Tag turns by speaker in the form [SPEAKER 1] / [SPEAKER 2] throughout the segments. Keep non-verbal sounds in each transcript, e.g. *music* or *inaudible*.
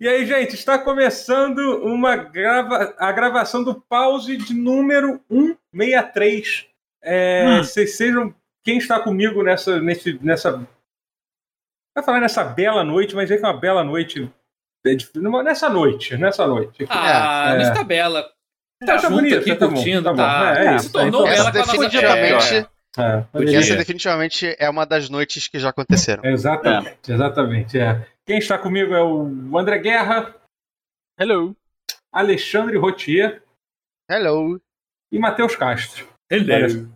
[SPEAKER 1] E aí, gente, está começando uma grava... a gravação do pause de número 163. É,
[SPEAKER 2] Hum.
[SPEAKER 1] Vocês sejam quem está comigo nessa. Nesse, nessa... Vai falar nessa bela noite, mas é que é uma bela noite. É dif- numa- Nessa noite, nessa noite.
[SPEAKER 2] Ah,
[SPEAKER 1] É.
[SPEAKER 2] mas tá bela. Tá,
[SPEAKER 1] Tá
[SPEAKER 2] junto
[SPEAKER 1] bonito,
[SPEAKER 2] aqui,
[SPEAKER 1] tá bom,
[SPEAKER 2] curtindo,
[SPEAKER 1] tá
[SPEAKER 2] tá.
[SPEAKER 1] bom. É, é
[SPEAKER 2] se
[SPEAKER 1] isso,
[SPEAKER 2] tornou
[SPEAKER 1] tá, então.
[SPEAKER 2] bela
[SPEAKER 3] Essa
[SPEAKER 2] com a nossa
[SPEAKER 3] definitivamente,
[SPEAKER 2] cara.
[SPEAKER 1] É,
[SPEAKER 2] Podia
[SPEAKER 3] essa
[SPEAKER 2] ser.
[SPEAKER 3] definitivamente é uma das noites que já
[SPEAKER 4] *laughs*
[SPEAKER 3] aconteceram.
[SPEAKER 1] Exatamente, exatamente. é. Quem está comigo é o André Guerra,
[SPEAKER 4] Hello.
[SPEAKER 1] Alexandre Rotier
[SPEAKER 3] Hello.
[SPEAKER 1] e Matheus Castro. Olha só.
[SPEAKER 2] Beleza.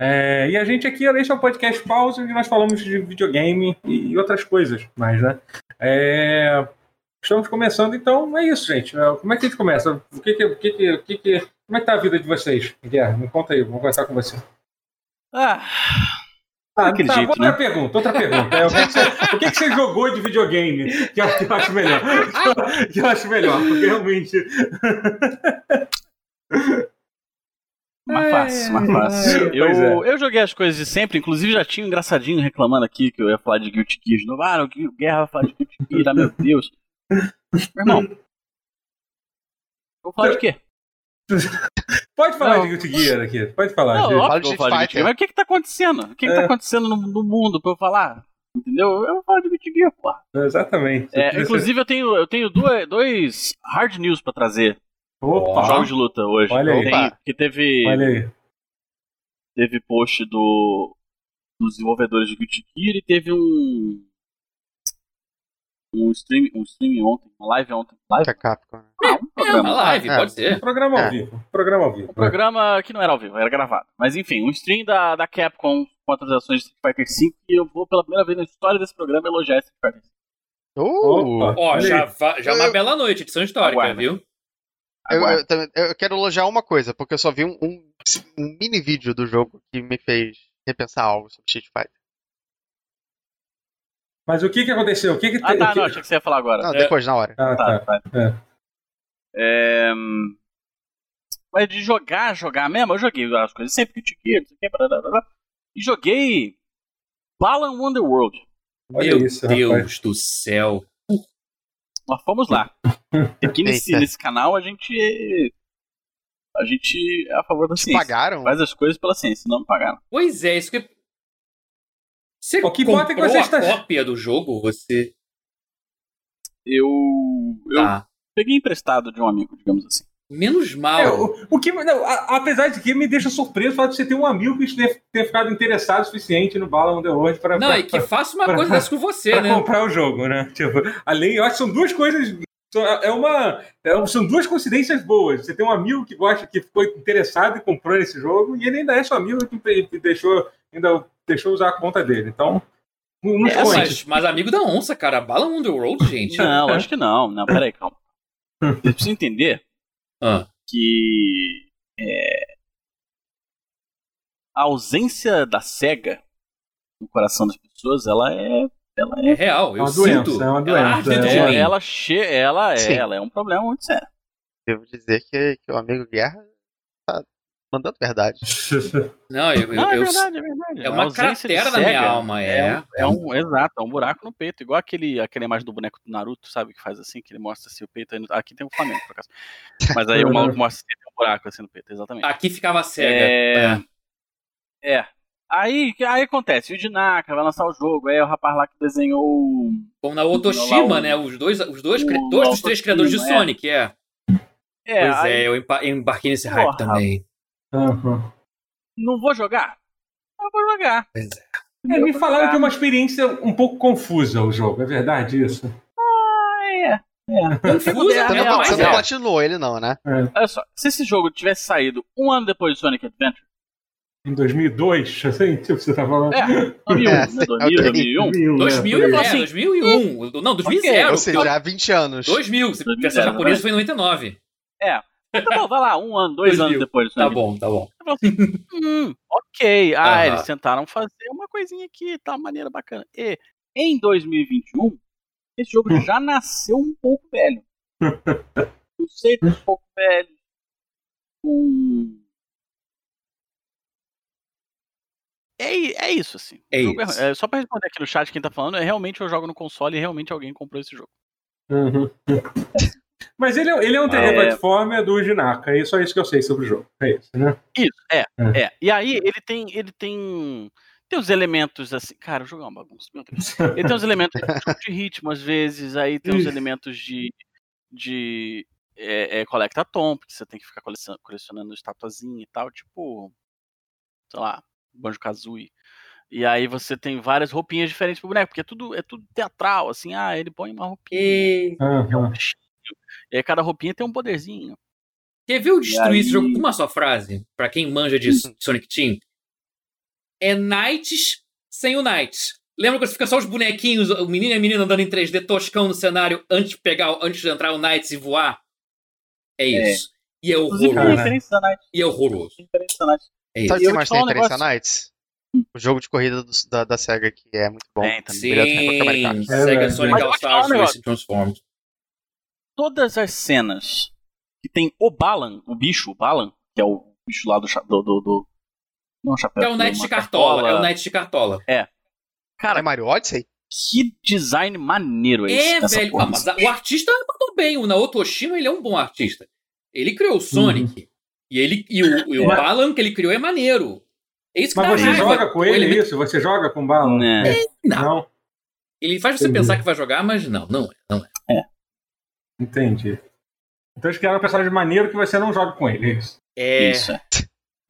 [SPEAKER 1] É, e a gente aqui, esse é o podcast Pause, onde nós falamos de videogame e outras coisas mais, né? É, estamos começando, então é isso, gente. É, Como é que a gente começa? O que que, o que, que, o que que- como é que tá a vida de vocês? Guerra, me conta aí, vou conversar com você.
[SPEAKER 4] Ah,
[SPEAKER 1] Ah,
[SPEAKER 4] Daquele jeito,
[SPEAKER 1] outra
[SPEAKER 4] né?
[SPEAKER 1] pergunta, outra pergunta. É, o que, que você, o que que você jogou de videogame? Que eu, que eu acho melhor. *laughs* Que eu acho melhor, porque realmente.
[SPEAKER 4] mais fácil, mais fácil.
[SPEAKER 1] ai, *laughs* pois é.
[SPEAKER 4] Eu, eu joguei as coisas de sempre, inclusive já tinha um engraçadinho reclamando aqui que eu ia falar de Guilty Gear de novo. Ah, não, que guerra vai falar de Guilty Gear, ah, meu Deus. Meu irmão, eu vou falar de quê?
[SPEAKER 1] Pode falar
[SPEAKER 4] Não.
[SPEAKER 1] de Guilty Gear aqui, pode falar.
[SPEAKER 4] Não,
[SPEAKER 1] de... É.
[SPEAKER 4] óbvio
[SPEAKER 3] Fala
[SPEAKER 4] que eu
[SPEAKER 3] de
[SPEAKER 4] vou falar de Guilty
[SPEAKER 3] Fighter.
[SPEAKER 4] Gear, mas o que que tá acontecendo? O que que tá acontecendo no, no mundo pra eu falar? Entendeu? Eu vou falar de Guilty Gear, porra.
[SPEAKER 1] Exatamente.
[SPEAKER 4] É, inclusive eu tenho, eu tenho duas- dois hard news pra trazer.
[SPEAKER 1] Opa,
[SPEAKER 4] Jogos de luta hoje.
[SPEAKER 1] Olha aí.
[SPEAKER 4] Tem- que teve...
[SPEAKER 1] olha aí.
[SPEAKER 4] teve post do dos desenvolvedores de Guilty Gear e teve um um stream, um stream ontem, uma live ontem, live,
[SPEAKER 2] *laughs*
[SPEAKER 3] Que é Capcom. né?
[SPEAKER 4] um
[SPEAKER 2] É
[SPEAKER 4] programa,
[SPEAKER 2] uma live,
[SPEAKER 3] É.
[SPEAKER 2] pode ser.
[SPEAKER 1] Programa ao
[SPEAKER 3] É.
[SPEAKER 1] vivo. Programa ao vivo.
[SPEAKER 4] um programa que não era ao vivo, era gravado. Mas enfim, um stream da, da Capcom com atualizações de Street Fighter V e eu vou pela primeira vez na história desse programa elogiar Street Fighter V.
[SPEAKER 3] Uh,
[SPEAKER 1] Opa.
[SPEAKER 2] Ó,
[SPEAKER 1] Olha
[SPEAKER 2] já,
[SPEAKER 1] aí.
[SPEAKER 2] va- já é uma
[SPEAKER 3] Eu-
[SPEAKER 2] bela noite, edição histórica,
[SPEAKER 4] Aguarda.
[SPEAKER 2] viu?
[SPEAKER 3] eu,
[SPEAKER 4] Agora,
[SPEAKER 3] eu também- eu quero elogiar uma coisa, porque eu só vi um, um- um mini vídeo do jogo que me fez repensar algo sobre Street Fighter.
[SPEAKER 1] Mas o que que aconteceu? O que que
[SPEAKER 4] Ah
[SPEAKER 1] te- o
[SPEAKER 4] tá,
[SPEAKER 1] que-
[SPEAKER 4] não, achei que você ia falar agora.
[SPEAKER 3] Não,
[SPEAKER 2] É.
[SPEAKER 3] depois, na hora.
[SPEAKER 1] Ah,
[SPEAKER 4] tá,
[SPEAKER 1] tá.
[SPEAKER 4] tá. É, hum, Mas de jogar, jogar mesmo, eu joguei as coisas sempre que tinha, não sei o que, blá, blá, blá, blá. E joguei Balan Wonderworld.
[SPEAKER 1] Olha
[SPEAKER 2] Meu
[SPEAKER 1] isso,
[SPEAKER 2] Deus
[SPEAKER 1] rapaz.
[SPEAKER 2] do céu.
[SPEAKER 4] Mas vamos lá. Aqui nesse,
[SPEAKER 3] Eita.
[SPEAKER 4] nesse canal a gente. A gente é a favor da
[SPEAKER 3] Te
[SPEAKER 4] ciência.
[SPEAKER 3] pagaram?
[SPEAKER 4] Faz as coisas pela ciência, não pagaram.
[SPEAKER 2] Pois é, isso que. Você
[SPEAKER 1] Pô, que
[SPEAKER 2] comprou
[SPEAKER 1] bota que você
[SPEAKER 2] a
[SPEAKER 1] está-
[SPEAKER 2] cópia do jogo? Você.
[SPEAKER 4] Eu. Eu
[SPEAKER 2] Tá.
[SPEAKER 4] peguei emprestado de um amigo, digamos assim.
[SPEAKER 2] Menos mal.
[SPEAKER 1] É, o, o que, não, a- apesar de que me deixa surpreso o fato de você ter um amigo que ter, ter ficado interessado o suficiente no Bala Underworld para
[SPEAKER 2] Não,
[SPEAKER 1] pra,
[SPEAKER 2] e que faça uma coisa dessa com você,
[SPEAKER 1] pra
[SPEAKER 2] né?
[SPEAKER 1] comprar o jogo, né? *laughs* Tipo, além, eu acho que são duas coisas. são- É uma, é um- são duas coincidências boas. Você tem um amigo que gosta, que ficou interessado e comprou esse jogo, e ele ainda é seu amigo que pe- que deixou, ainda deixou usar a conta dele. Então, não, não
[SPEAKER 4] É,
[SPEAKER 1] esconde. *laughs*
[SPEAKER 2] Mas, mas amigo da onça, cara. Bala Underworld, gente.
[SPEAKER 4] Não, acho que não. Não, peraí, calma. Você precisa *laughs* entender
[SPEAKER 2] Ah.
[SPEAKER 4] que. é, a ausência da cega no coração das pessoas, ela é. Ela
[SPEAKER 2] É
[SPEAKER 4] é.
[SPEAKER 2] real, eu
[SPEAKER 1] uma
[SPEAKER 2] sinto.
[SPEAKER 1] doença, é uma
[SPEAKER 2] Ela arde
[SPEAKER 1] doença,
[SPEAKER 2] dentro de
[SPEAKER 1] é.
[SPEAKER 2] mim.
[SPEAKER 4] Ela, ela, che... ela, é
[SPEAKER 3] Sim.
[SPEAKER 4] ela é um problema muito sério.
[SPEAKER 3] Devo dizer que, que o amigo Guerra tá mandando verdade.
[SPEAKER 2] Não, eu, eu,
[SPEAKER 4] Não, é
[SPEAKER 2] eu-
[SPEAKER 4] verdade, é verdade.
[SPEAKER 2] é
[SPEAKER 4] A
[SPEAKER 2] uma
[SPEAKER 4] ausência de
[SPEAKER 2] cratera na minha
[SPEAKER 4] cega
[SPEAKER 2] alma,
[SPEAKER 4] É
[SPEAKER 2] é.
[SPEAKER 4] um, é um- exato, é um buraco no peito, igual aquele, aquela imagem do boneco do Naruto, sabe? Que faz assim, que ele mostra assim o peito. aí no- Aqui tem um Flamengo, por acaso. Mas *laughs* aí o maluco mostra assim, tem um buraco assim no peito, exatamente.
[SPEAKER 2] Aqui ficava cega.
[SPEAKER 4] É. é. Aí, aí acontece, o Dinaka vai lançar o jogo, aí é o rapaz lá que desenhou. o-
[SPEAKER 2] Como na
[SPEAKER 4] Não, lá
[SPEAKER 2] Otoshima,
[SPEAKER 4] o-
[SPEAKER 2] né? Os dois, os dois,
[SPEAKER 4] o-
[SPEAKER 2] cri- dois dos
[SPEAKER 4] o
[SPEAKER 2] três
[SPEAKER 4] Otoshima,
[SPEAKER 2] criadores de
[SPEAKER 4] é.
[SPEAKER 2] Sonic, é.
[SPEAKER 4] É,
[SPEAKER 2] pois
[SPEAKER 4] aí,
[SPEAKER 2] é, eu empa- eu embarquei nesse
[SPEAKER 4] Porra.
[SPEAKER 2] hype também.
[SPEAKER 1] Aham.
[SPEAKER 4] não vou jogar? Não vou jogar.
[SPEAKER 2] Pois
[SPEAKER 1] É, me falaram que é
[SPEAKER 4] eu
[SPEAKER 1] uma experiência um pouco confusa o jogo, é verdade isso?
[SPEAKER 4] É, é.
[SPEAKER 2] Confusa,
[SPEAKER 4] É,
[SPEAKER 3] Você
[SPEAKER 2] né?
[SPEAKER 3] não,
[SPEAKER 2] mas
[SPEAKER 3] você
[SPEAKER 2] é.
[SPEAKER 3] não platinou ele, não, né?
[SPEAKER 1] É,
[SPEAKER 4] Olha só, se esse jogo tivesse saído um ano depois do Sonic Adventure.
[SPEAKER 1] Em 2002, *laughs* assim, tipo, você tá falando. né?
[SPEAKER 4] É,
[SPEAKER 2] *laughs*
[SPEAKER 4] 2001,
[SPEAKER 3] É,
[SPEAKER 4] né? 2000,
[SPEAKER 3] ok.
[SPEAKER 4] 2001.
[SPEAKER 2] 2000,
[SPEAKER 4] por
[SPEAKER 2] é,
[SPEAKER 4] aí. Assim,
[SPEAKER 2] 2001. Não, 2000.
[SPEAKER 3] Ou seja, há 20 anos.
[SPEAKER 2] 2000. Se pensar
[SPEAKER 4] 2000,
[SPEAKER 2] japonês foi em 99.
[SPEAKER 4] Tá bom, vai lá, um ano, dois
[SPEAKER 2] 2000.
[SPEAKER 4] anos depois.
[SPEAKER 2] Tá bom, tá bom.
[SPEAKER 4] Hum, ok. Ah,
[SPEAKER 2] Aham.
[SPEAKER 4] eles tentaram fazer uma coisinha aqui, tá maneira bacana. E em 2021, esse jogo
[SPEAKER 2] *laughs*
[SPEAKER 4] já nasceu um pouco velho. Conceito
[SPEAKER 2] *laughs*
[SPEAKER 4] um pouco velho. Com. É, i- é isso, assim.
[SPEAKER 2] É
[SPEAKER 4] O jogo
[SPEAKER 2] isso.
[SPEAKER 4] é- é, só pra responder aqui no chat quem tá falando, é realmente eu jogo no console e realmente alguém comprou esse jogo.
[SPEAKER 1] Uhum. Mas ele, é- ele é um 3D
[SPEAKER 4] É.
[SPEAKER 1] platformer do Jinaka, é só isso que eu sei sobre o jogo. É isso, né?
[SPEAKER 4] Isso, é,
[SPEAKER 1] É.
[SPEAKER 4] é. E aí ele tem, ele tem, tem os elementos assim, cara, o jogo é uma bagunça, meu Deus. Ele tem os elementos de jogo de ritmo às vezes, aí tem os
[SPEAKER 1] Ixi.
[SPEAKER 4] elementos de, de é, é, collecta tom, porque você tem que ficar colecion- colecionando estatuazinha e tal, tipo, sei lá, Banjo Kazooie. E aí você tem várias roupinhas diferentes pro boneco, porque é tudo, é tudo teatral, assim, ah, ele põe uma roupinha,
[SPEAKER 2] E...
[SPEAKER 4] é um
[SPEAKER 1] Aham.
[SPEAKER 4] bichinho. E aí cada roupinha tem um poderzinho.
[SPEAKER 2] Quer ver eu destruir
[SPEAKER 4] E aí- Hum.
[SPEAKER 2] esse jogo com uma só frase? Pra quem manja de Sonic Team. É Knights sem o Knights. Lembra quando fica só os bonequinhos, o menino e a menina andando em 3D toscão no cenário antes de pegar, antes de entrar o Knights e voar? É isso. E é
[SPEAKER 4] Inclusive,
[SPEAKER 1] Cara.
[SPEAKER 4] tem um
[SPEAKER 2] horroroso.
[SPEAKER 4] referência da Night.
[SPEAKER 2] E é horroroso.
[SPEAKER 4] tem referência da Night.
[SPEAKER 2] É isso.
[SPEAKER 3] Sabe o
[SPEAKER 4] eu
[SPEAKER 3] que
[SPEAKER 4] vou
[SPEAKER 3] mais
[SPEAKER 4] te
[SPEAKER 3] tem
[SPEAKER 4] falar um
[SPEAKER 3] referência
[SPEAKER 4] negócio.
[SPEAKER 3] a Knights? O jogo de corrida do- da, da SEGA que é muito bom.
[SPEAKER 4] Tem também.
[SPEAKER 2] Sim,
[SPEAKER 3] Direto pra Cobra Kai.
[SPEAKER 1] É
[SPEAKER 2] Sega
[SPEAKER 1] verdade.
[SPEAKER 2] Sonic
[SPEAKER 4] Mas
[SPEAKER 2] All
[SPEAKER 4] vou te falar um
[SPEAKER 2] Stars
[SPEAKER 4] negócio.
[SPEAKER 2] Racing Transformed.
[SPEAKER 4] Todas as cenas que tem o Balan, o bicho, o Balan, que é o bicho lá do. cha- do, do, do- não, um chapéu.
[SPEAKER 2] É o
[SPEAKER 4] do-
[SPEAKER 2] Knight
[SPEAKER 4] uma
[SPEAKER 2] de Cartola. É o Knight de Cartola.
[SPEAKER 4] Cara,
[SPEAKER 3] É Mario Odyssey?
[SPEAKER 4] que design maneiro esse.
[SPEAKER 2] É,
[SPEAKER 4] dessa
[SPEAKER 2] velho.
[SPEAKER 4] porra.
[SPEAKER 2] Ah, mas a- o artista mandou bem. O Naoto Oshima, ele é um bom artista. Ele
[SPEAKER 4] Uhum.
[SPEAKER 2] criou o Sonic. E, ele, e o, e o
[SPEAKER 1] Mas-
[SPEAKER 2] Balan que ele criou é maneiro. É isso que dá
[SPEAKER 1] Mas você
[SPEAKER 2] raiva.
[SPEAKER 1] joga com
[SPEAKER 2] O
[SPEAKER 1] ele é
[SPEAKER 2] elemento-
[SPEAKER 1] isso? Você joga com bala?
[SPEAKER 4] Né.
[SPEAKER 2] Não.
[SPEAKER 1] Não?
[SPEAKER 2] Ele faz você
[SPEAKER 1] Entendi.
[SPEAKER 2] pensar que vai jogar, mas não, não é. Não é.
[SPEAKER 1] Entendi. Então eles criaram um personagem maneiro que você não joga com ele, é isso.
[SPEAKER 2] É,
[SPEAKER 4] Isso, é.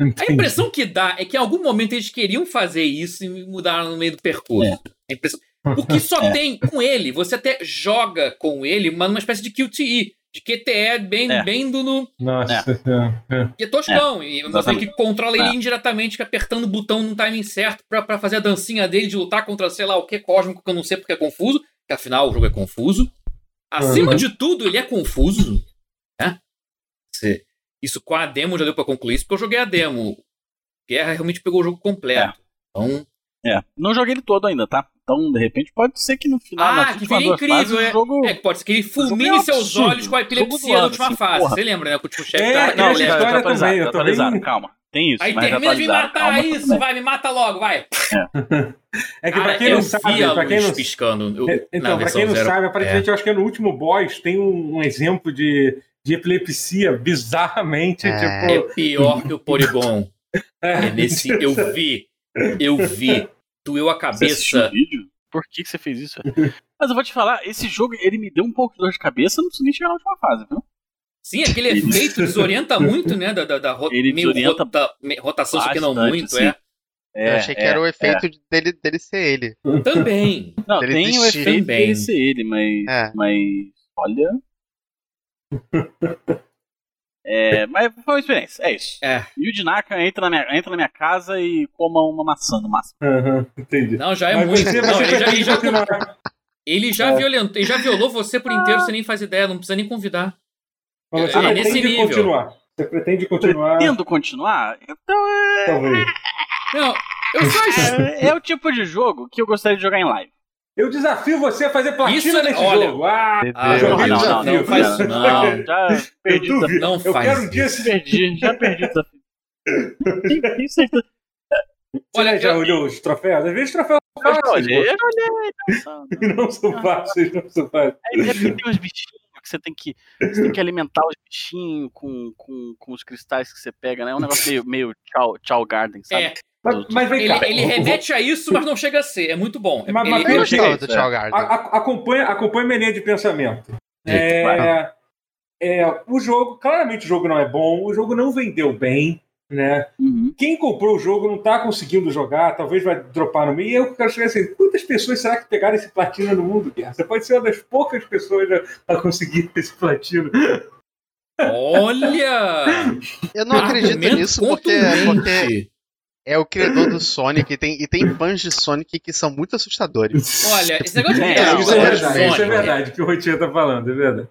[SPEAKER 2] A impressão que dá é que em algum momento eles queriam fazer isso e mudaram no meio do percurso. A impressão- Porque só
[SPEAKER 4] É.
[SPEAKER 2] tem com ele, você até joga com ele, mas numa espécie de QTE, de QTE, bem,
[SPEAKER 4] É.
[SPEAKER 2] bem do no,
[SPEAKER 1] Nossa. É. É.
[SPEAKER 2] E é toscão, e você
[SPEAKER 4] exatamente.
[SPEAKER 2] que controla ele
[SPEAKER 4] É.
[SPEAKER 2] indiretamente, que apertando o botão no timing certo pra, pra fazer a dancinha dele de lutar contra sei lá o que cósmico, que eu não sei porque é confuso, que afinal o jogo é confuso. Acima
[SPEAKER 1] Uhum.
[SPEAKER 2] de tudo, ele é confuso. Né? Você- Isso com a demo já deu pra concluir isso, porque eu joguei a demo. Guerra realmente pegou o jogo completo. Então,
[SPEAKER 4] É. Não joguei ele todo ainda, tá? Então, de repente, pode ser que no final.
[SPEAKER 2] Ah,
[SPEAKER 4] nas
[SPEAKER 2] que
[SPEAKER 4] últimas
[SPEAKER 2] seria
[SPEAKER 4] duas
[SPEAKER 2] incrível,
[SPEAKER 4] fases,
[SPEAKER 2] é.
[SPEAKER 4] O jogo... tá
[SPEAKER 2] é que pode ser que ele fulmine
[SPEAKER 4] Jogo é
[SPEAKER 2] seus
[SPEAKER 4] absurdo.
[SPEAKER 2] olhos com a
[SPEAKER 4] Jogo do
[SPEAKER 2] epilepsia na
[SPEAKER 4] ano,
[SPEAKER 2] última
[SPEAKER 4] assim,
[SPEAKER 2] fase.
[SPEAKER 4] porra.
[SPEAKER 2] Você lembra, né? Que o último chefe
[SPEAKER 1] É,
[SPEAKER 2] tá
[SPEAKER 1] não,
[SPEAKER 2] naquele
[SPEAKER 1] essa
[SPEAKER 2] colégio.
[SPEAKER 1] história
[SPEAKER 4] eu tô atualizado,
[SPEAKER 1] também, eu tô
[SPEAKER 4] tô atualizado,
[SPEAKER 1] bem-
[SPEAKER 4] calma. Tem isso,
[SPEAKER 2] Aí
[SPEAKER 4] mas
[SPEAKER 2] termina de me
[SPEAKER 4] atualizado,
[SPEAKER 2] matar
[SPEAKER 4] calma
[SPEAKER 2] isso,
[SPEAKER 4] também.
[SPEAKER 2] vai, me mata logo, vai.
[SPEAKER 1] É que pra
[SPEAKER 2] Cara,
[SPEAKER 1] quem
[SPEAKER 2] eu
[SPEAKER 1] não
[SPEAKER 2] vi
[SPEAKER 1] sabe,
[SPEAKER 2] a
[SPEAKER 1] pra quem
[SPEAKER 2] luz
[SPEAKER 1] não
[SPEAKER 2] piscando. eu-
[SPEAKER 1] É,
[SPEAKER 2] na
[SPEAKER 1] Então, pra
[SPEAKER 2] versão
[SPEAKER 1] quem não
[SPEAKER 2] zero. é.
[SPEAKER 1] sabe, aparentemente eu acho que é no último boss tem um, um exemplo de, de epilepsia bizarramente,
[SPEAKER 3] É.
[SPEAKER 2] é, é
[SPEAKER 1] tipo.
[SPEAKER 2] pior que o Porygon.
[SPEAKER 1] é,
[SPEAKER 2] É nesse eu vi, eu vi, doeu a
[SPEAKER 4] Você assistiu o
[SPEAKER 2] cabeça.
[SPEAKER 4] vídeo? Por que, que você
[SPEAKER 2] *laughs*
[SPEAKER 4] fez isso? Mas eu vou te falar, esse jogo, ele me deu um pouco de dor de cabeça, não preciso nem chegar na última fase, viu?
[SPEAKER 2] Sim, aquele efeito desorienta muito, né? Da, da, da ro-
[SPEAKER 4] Ele
[SPEAKER 2] meio
[SPEAKER 4] desorienta
[SPEAKER 2] rota- me- rotação, só que não
[SPEAKER 4] bastante,
[SPEAKER 2] muito,
[SPEAKER 4] assim. É,
[SPEAKER 2] é.
[SPEAKER 3] eu achei que era o efeito dele, dele ser ele.
[SPEAKER 2] Também.
[SPEAKER 4] Não,
[SPEAKER 3] Ele
[SPEAKER 4] tem o
[SPEAKER 3] desistir.
[SPEAKER 4] efeito
[SPEAKER 2] Também.
[SPEAKER 4] dele ser ele, mas.
[SPEAKER 3] É.
[SPEAKER 4] Mas.
[SPEAKER 1] *laughs*
[SPEAKER 4] Olha. É, mas foi uma experiência, é isso.
[SPEAKER 2] É.
[SPEAKER 4] E o Dinaka entra na, minha, entra na minha casa e coma uma maçã no máximo.
[SPEAKER 1] Aham, entendi.
[SPEAKER 2] Não, já é
[SPEAKER 1] Mas
[SPEAKER 2] muito.
[SPEAKER 1] você,
[SPEAKER 2] Não,
[SPEAKER 1] você
[SPEAKER 2] ele já, ele
[SPEAKER 1] prefere
[SPEAKER 2] já,
[SPEAKER 1] continuar.
[SPEAKER 2] ele já
[SPEAKER 1] É.
[SPEAKER 2] violentou, ele já violou você por inteiro, você nem faz ideia, não precisa nem convidar.
[SPEAKER 1] Mas você
[SPEAKER 2] É, nesse
[SPEAKER 1] pretende
[SPEAKER 2] nível.
[SPEAKER 1] continuar. Você pretende continuar,
[SPEAKER 4] Tendo continuar, então é,
[SPEAKER 1] talvez.
[SPEAKER 2] Não, eu só acho.
[SPEAKER 4] é, é o tipo de jogo que eu gostaria de jogar em live.
[SPEAKER 1] Eu desafio você a fazer platina
[SPEAKER 2] Isso- é-
[SPEAKER 1] nesse
[SPEAKER 2] olha-
[SPEAKER 1] jogo. Ah,
[SPEAKER 2] Ah,
[SPEAKER 1] Eu
[SPEAKER 2] não,
[SPEAKER 1] vi
[SPEAKER 4] não, não,
[SPEAKER 1] desafio.
[SPEAKER 4] não, faz isso,
[SPEAKER 1] *laughs*
[SPEAKER 4] não. Já
[SPEAKER 1] eu
[SPEAKER 4] perdi o desafio.
[SPEAKER 1] duvido.
[SPEAKER 2] Não
[SPEAKER 1] eu
[SPEAKER 2] faz
[SPEAKER 1] quero um dia
[SPEAKER 2] isso.
[SPEAKER 1] se
[SPEAKER 4] Perdi, já perdi o desafio. Tem- tem certeza.
[SPEAKER 2] Olha,
[SPEAKER 1] você já
[SPEAKER 2] eu-
[SPEAKER 1] olhou os troféus. Às vezes os troféus são
[SPEAKER 4] Eu já
[SPEAKER 1] fáceis.
[SPEAKER 4] olhei,
[SPEAKER 1] pô.
[SPEAKER 4] eu já olhei. nossa,
[SPEAKER 1] *laughs* Não são fáceis, não são fáceis.
[SPEAKER 4] É, é porque tem uns bichinhos que você tem que, você tem que alimentar os bichinhos com, com, com os cristais que você pega, né? É um negócio meio, meio Chow, chow Garden, sabe?
[SPEAKER 2] É,
[SPEAKER 1] Mas, mas vem
[SPEAKER 2] ele,
[SPEAKER 1] cá.
[SPEAKER 2] ele
[SPEAKER 1] vou- vou-
[SPEAKER 2] remete a isso, mas não chega a ser. É muito bom.
[SPEAKER 1] Mas- mas
[SPEAKER 2] Ele-
[SPEAKER 3] Eu
[SPEAKER 1] Eu
[SPEAKER 3] gostava do
[SPEAKER 4] achei,
[SPEAKER 3] Tchau
[SPEAKER 1] A-
[SPEAKER 3] Garden.
[SPEAKER 1] a- acompanha, acompanha minha linha de pensamento.
[SPEAKER 2] Sim,
[SPEAKER 1] É,
[SPEAKER 4] claro.
[SPEAKER 1] é, o jogo, claramente o jogo não é bom, o jogo não vendeu bem, né?
[SPEAKER 4] Uhum.
[SPEAKER 1] Quem comprou o jogo não tá conseguindo jogar, talvez vai dropar no meio. E eu quero chegar assim, quantas pessoas será que pegaram esse platina no mundo, Guerra? Você pode ser uma das poucas pessoas a, a conseguir *laughs* esse platino.
[SPEAKER 2] Olha!
[SPEAKER 3] Eu não acredito
[SPEAKER 2] Argumento
[SPEAKER 3] nisso porque,
[SPEAKER 2] contundente.
[SPEAKER 3] porque é o criador do Sonic e tem, e tem fãs de Sonic que são muito assustadores.
[SPEAKER 2] Olha, esse negócio de
[SPEAKER 4] É,
[SPEAKER 2] criar
[SPEAKER 4] não,
[SPEAKER 1] isso, é
[SPEAKER 2] história
[SPEAKER 1] verdade,
[SPEAKER 2] do
[SPEAKER 1] isso é
[SPEAKER 2] Sonic,
[SPEAKER 1] verdade, que o Rotinha tá falando, é verdade.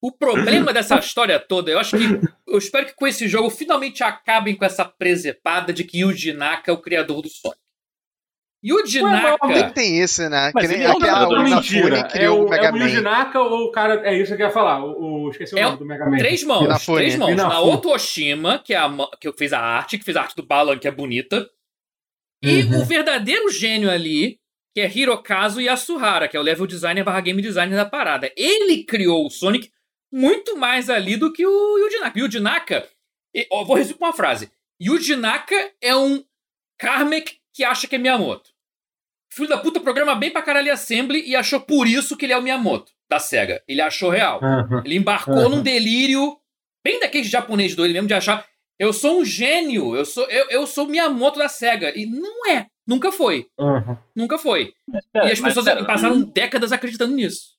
[SPEAKER 2] O problema dessa história toda, eu acho que. Eu espero que com esse jogo finalmente acabem com essa presepada de que Yuji Naka é o criador do Sonic. Yuji
[SPEAKER 1] Ué, mas
[SPEAKER 2] Naka.
[SPEAKER 3] Nem tem esse, né?
[SPEAKER 4] Mas
[SPEAKER 3] que nem
[SPEAKER 4] ele é um
[SPEAKER 3] aquela
[SPEAKER 4] criador
[SPEAKER 1] Tudo
[SPEAKER 3] Unafune
[SPEAKER 1] mentira. É
[SPEAKER 3] criou
[SPEAKER 1] o,
[SPEAKER 3] o Mega
[SPEAKER 1] é o Yuji
[SPEAKER 3] Man.
[SPEAKER 1] Naka ou o cara. É isso que eu ia falar. O, o- esqueci o
[SPEAKER 2] É
[SPEAKER 1] nome
[SPEAKER 2] o-
[SPEAKER 1] do Mega Man.
[SPEAKER 2] Três mãos,
[SPEAKER 3] Inafune.
[SPEAKER 2] três mãos.
[SPEAKER 1] Inafune.
[SPEAKER 2] Naoto Oshima, que, é a, ma- que fez a arte, que fez a arte do Balan, que é bonita. E
[SPEAKER 1] Uhum.
[SPEAKER 2] o verdadeiro gênio ali, que é Hirokazu Yasuhara, que é o level designer barra game designer da parada. Ele criou o Sonic muito mais ali do que o Yuji Naka. Yuji Naka, e, ó, vou resumir com uma frase. Yuji Naka é um Carmack que acha que é Miyamoto. Filho da puta programa bem pra caralho Assembly e achou por isso que ele é o Miyamoto, da SEGA. Ele achou real.
[SPEAKER 1] Uhum.
[SPEAKER 2] Ele embarcou
[SPEAKER 1] Uhum.
[SPEAKER 2] num delírio bem daquele japonês doido mesmo de achar eu sou um gênio, eu sou eu, eu sou Miyamoto da SEGA. E não é, nunca foi,
[SPEAKER 1] Uhum.
[SPEAKER 2] nunca foi.
[SPEAKER 4] Mas pera,
[SPEAKER 2] e as
[SPEAKER 4] É, mas
[SPEAKER 2] pessoas é,
[SPEAKER 4] pera.
[SPEAKER 2] passaram décadas acreditando nisso.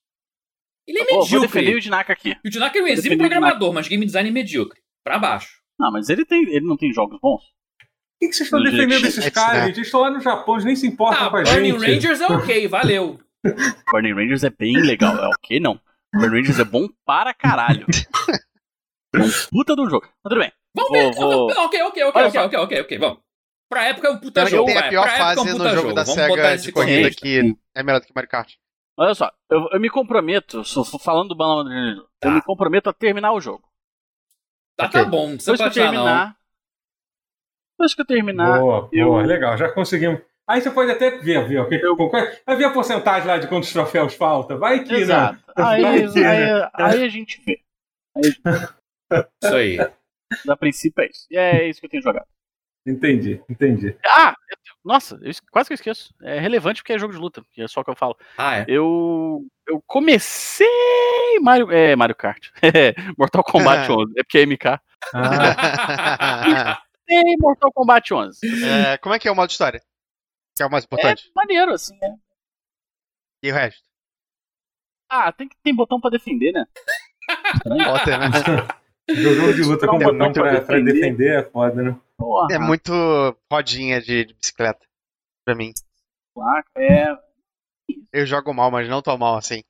[SPEAKER 2] Ele é
[SPEAKER 4] Pô, vou defender
[SPEAKER 2] medíocre.
[SPEAKER 4] o Jinaka aqui.
[SPEAKER 2] E o Dinaka é um exímio
[SPEAKER 4] defender o
[SPEAKER 2] programador, mas game design é medíocre. Pra baixo.
[SPEAKER 4] Não, mas ele, tem, ele não tem jogos bons.
[SPEAKER 1] Por que que vocês estão
[SPEAKER 4] Gente,
[SPEAKER 1] defendendo esses
[SPEAKER 3] é que-
[SPEAKER 1] caras? Eles estão lá no Japão, eles nem se importam
[SPEAKER 2] Ah,
[SPEAKER 1] com a
[SPEAKER 2] Burning
[SPEAKER 1] gente.
[SPEAKER 2] Rangers é ok,
[SPEAKER 4] *laughs*
[SPEAKER 2] valeu.
[SPEAKER 4] Burning Rangers é bem legal. É ok, não. Burning Rangers é bom para caralho. É um puta do jogo. Mas tudo bem.
[SPEAKER 2] Vamos
[SPEAKER 4] Vou-
[SPEAKER 2] ver. então,
[SPEAKER 4] vou-
[SPEAKER 2] Ok, ok, ok,
[SPEAKER 4] Olha
[SPEAKER 2] ok,
[SPEAKER 4] só.
[SPEAKER 2] ok, ok, ok, vamos. Pra época é um puta
[SPEAKER 3] Eu acho que
[SPEAKER 2] jogo.
[SPEAKER 3] Então, tem
[SPEAKER 2] vai.
[SPEAKER 3] a pior
[SPEAKER 2] pra época é um
[SPEAKER 3] fase
[SPEAKER 2] puta
[SPEAKER 3] no jogo, da
[SPEAKER 2] Vamos botar
[SPEAKER 3] SEGA
[SPEAKER 2] esse
[SPEAKER 3] de corrida
[SPEAKER 4] contexto.
[SPEAKER 3] que é melhor do que Mario Kart.
[SPEAKER 4] Olha só, eu, eu me comprometo, só só falando do Balão Rangers,
[SPEAKER 2] Tá.
[SPEAKER 4] eu me comprometo a terminar o jogo.
[SPEAKER 2] Tá,
[SPEAKER 3] Ok.
[SPEAKER 2] tá bom, não precisa
[SPEAKER 4] Depois que eu
[SPEAKER 2] platinar, não.
[SPEAKER 4] terminar. Depois que eu terminar.
[SPEAKER 1] Boa,
[SPEAKER 4] eu-
[SPEAKER 1] boa, legal, já conseguimos. Aí você pode até ver, ver, o que-
[SPEAKER 4] Eu-
[SPEAKER 1] qual é- vai ver a porcentagem lá de quantos troféus falta. Vai que né? não.
[SPEAKER 4] Exato. Aí,
[SPEAKER 1] Vai que,
[SPEAKER 4] aí- aí a gente vê.
[SPEAKER 2] Isso
[SPEAKER 3] *laughs*
[SPEAKER 2] aí.
[SPEAKER 4] Da princípio é isso. E é isso que eu tenho jogado.
[SPEAKER 1] Entendi, entendi.
[SPEAKER 4] Ah! eu- Nossa, eu es- quase que eu esqueço. É relevante porque é jogo de luta, que é só o que eu falo.
[SPEAKER 2] Ah, é.
[SPEAKER 4] Eu. Eu comecei Mario. É, Mario Kart. *laughs* Mortal *laughs* Kombat 11. É porque é MK. *laughs*
[SPEAKER 1] Ah,
[SPEAKER 4] Tem Mortal Kombat 11.
[SPEAKER 3] É, como é que é o modo história? Que é o mais
[SPEAKER 4] É
[SPEAKER 3] importante.
[SPEAKER 4] maneiro, assim. é.
[SPEAKER 3] E o resto?
[SPEAKER 4] Ah, tem que tem botão pra defender, né?
[SPEAKER 3] Bota, né?
[SPEAKER 1] jogo de luta com
[SPEAKER 4] Não,
[SPEAKER 1] botão
[SPEAKER 4] mas pra
[SPEAKER 1] pra, pra
[SPEAKER 4] defender-
[SPEAKER 1] defender é foda, né?
[SPEAKER 4] Porra.
[SPEAKER 3] *laughs*
[SPEAKER 4] ah,
[SPEAKER 3] É muito rodinha de, de bicicleta. Pra mim.
[SPEAKER 4] placa, É.
[SPEAKER 3] Eu jogo mal, mas não tô mal assim.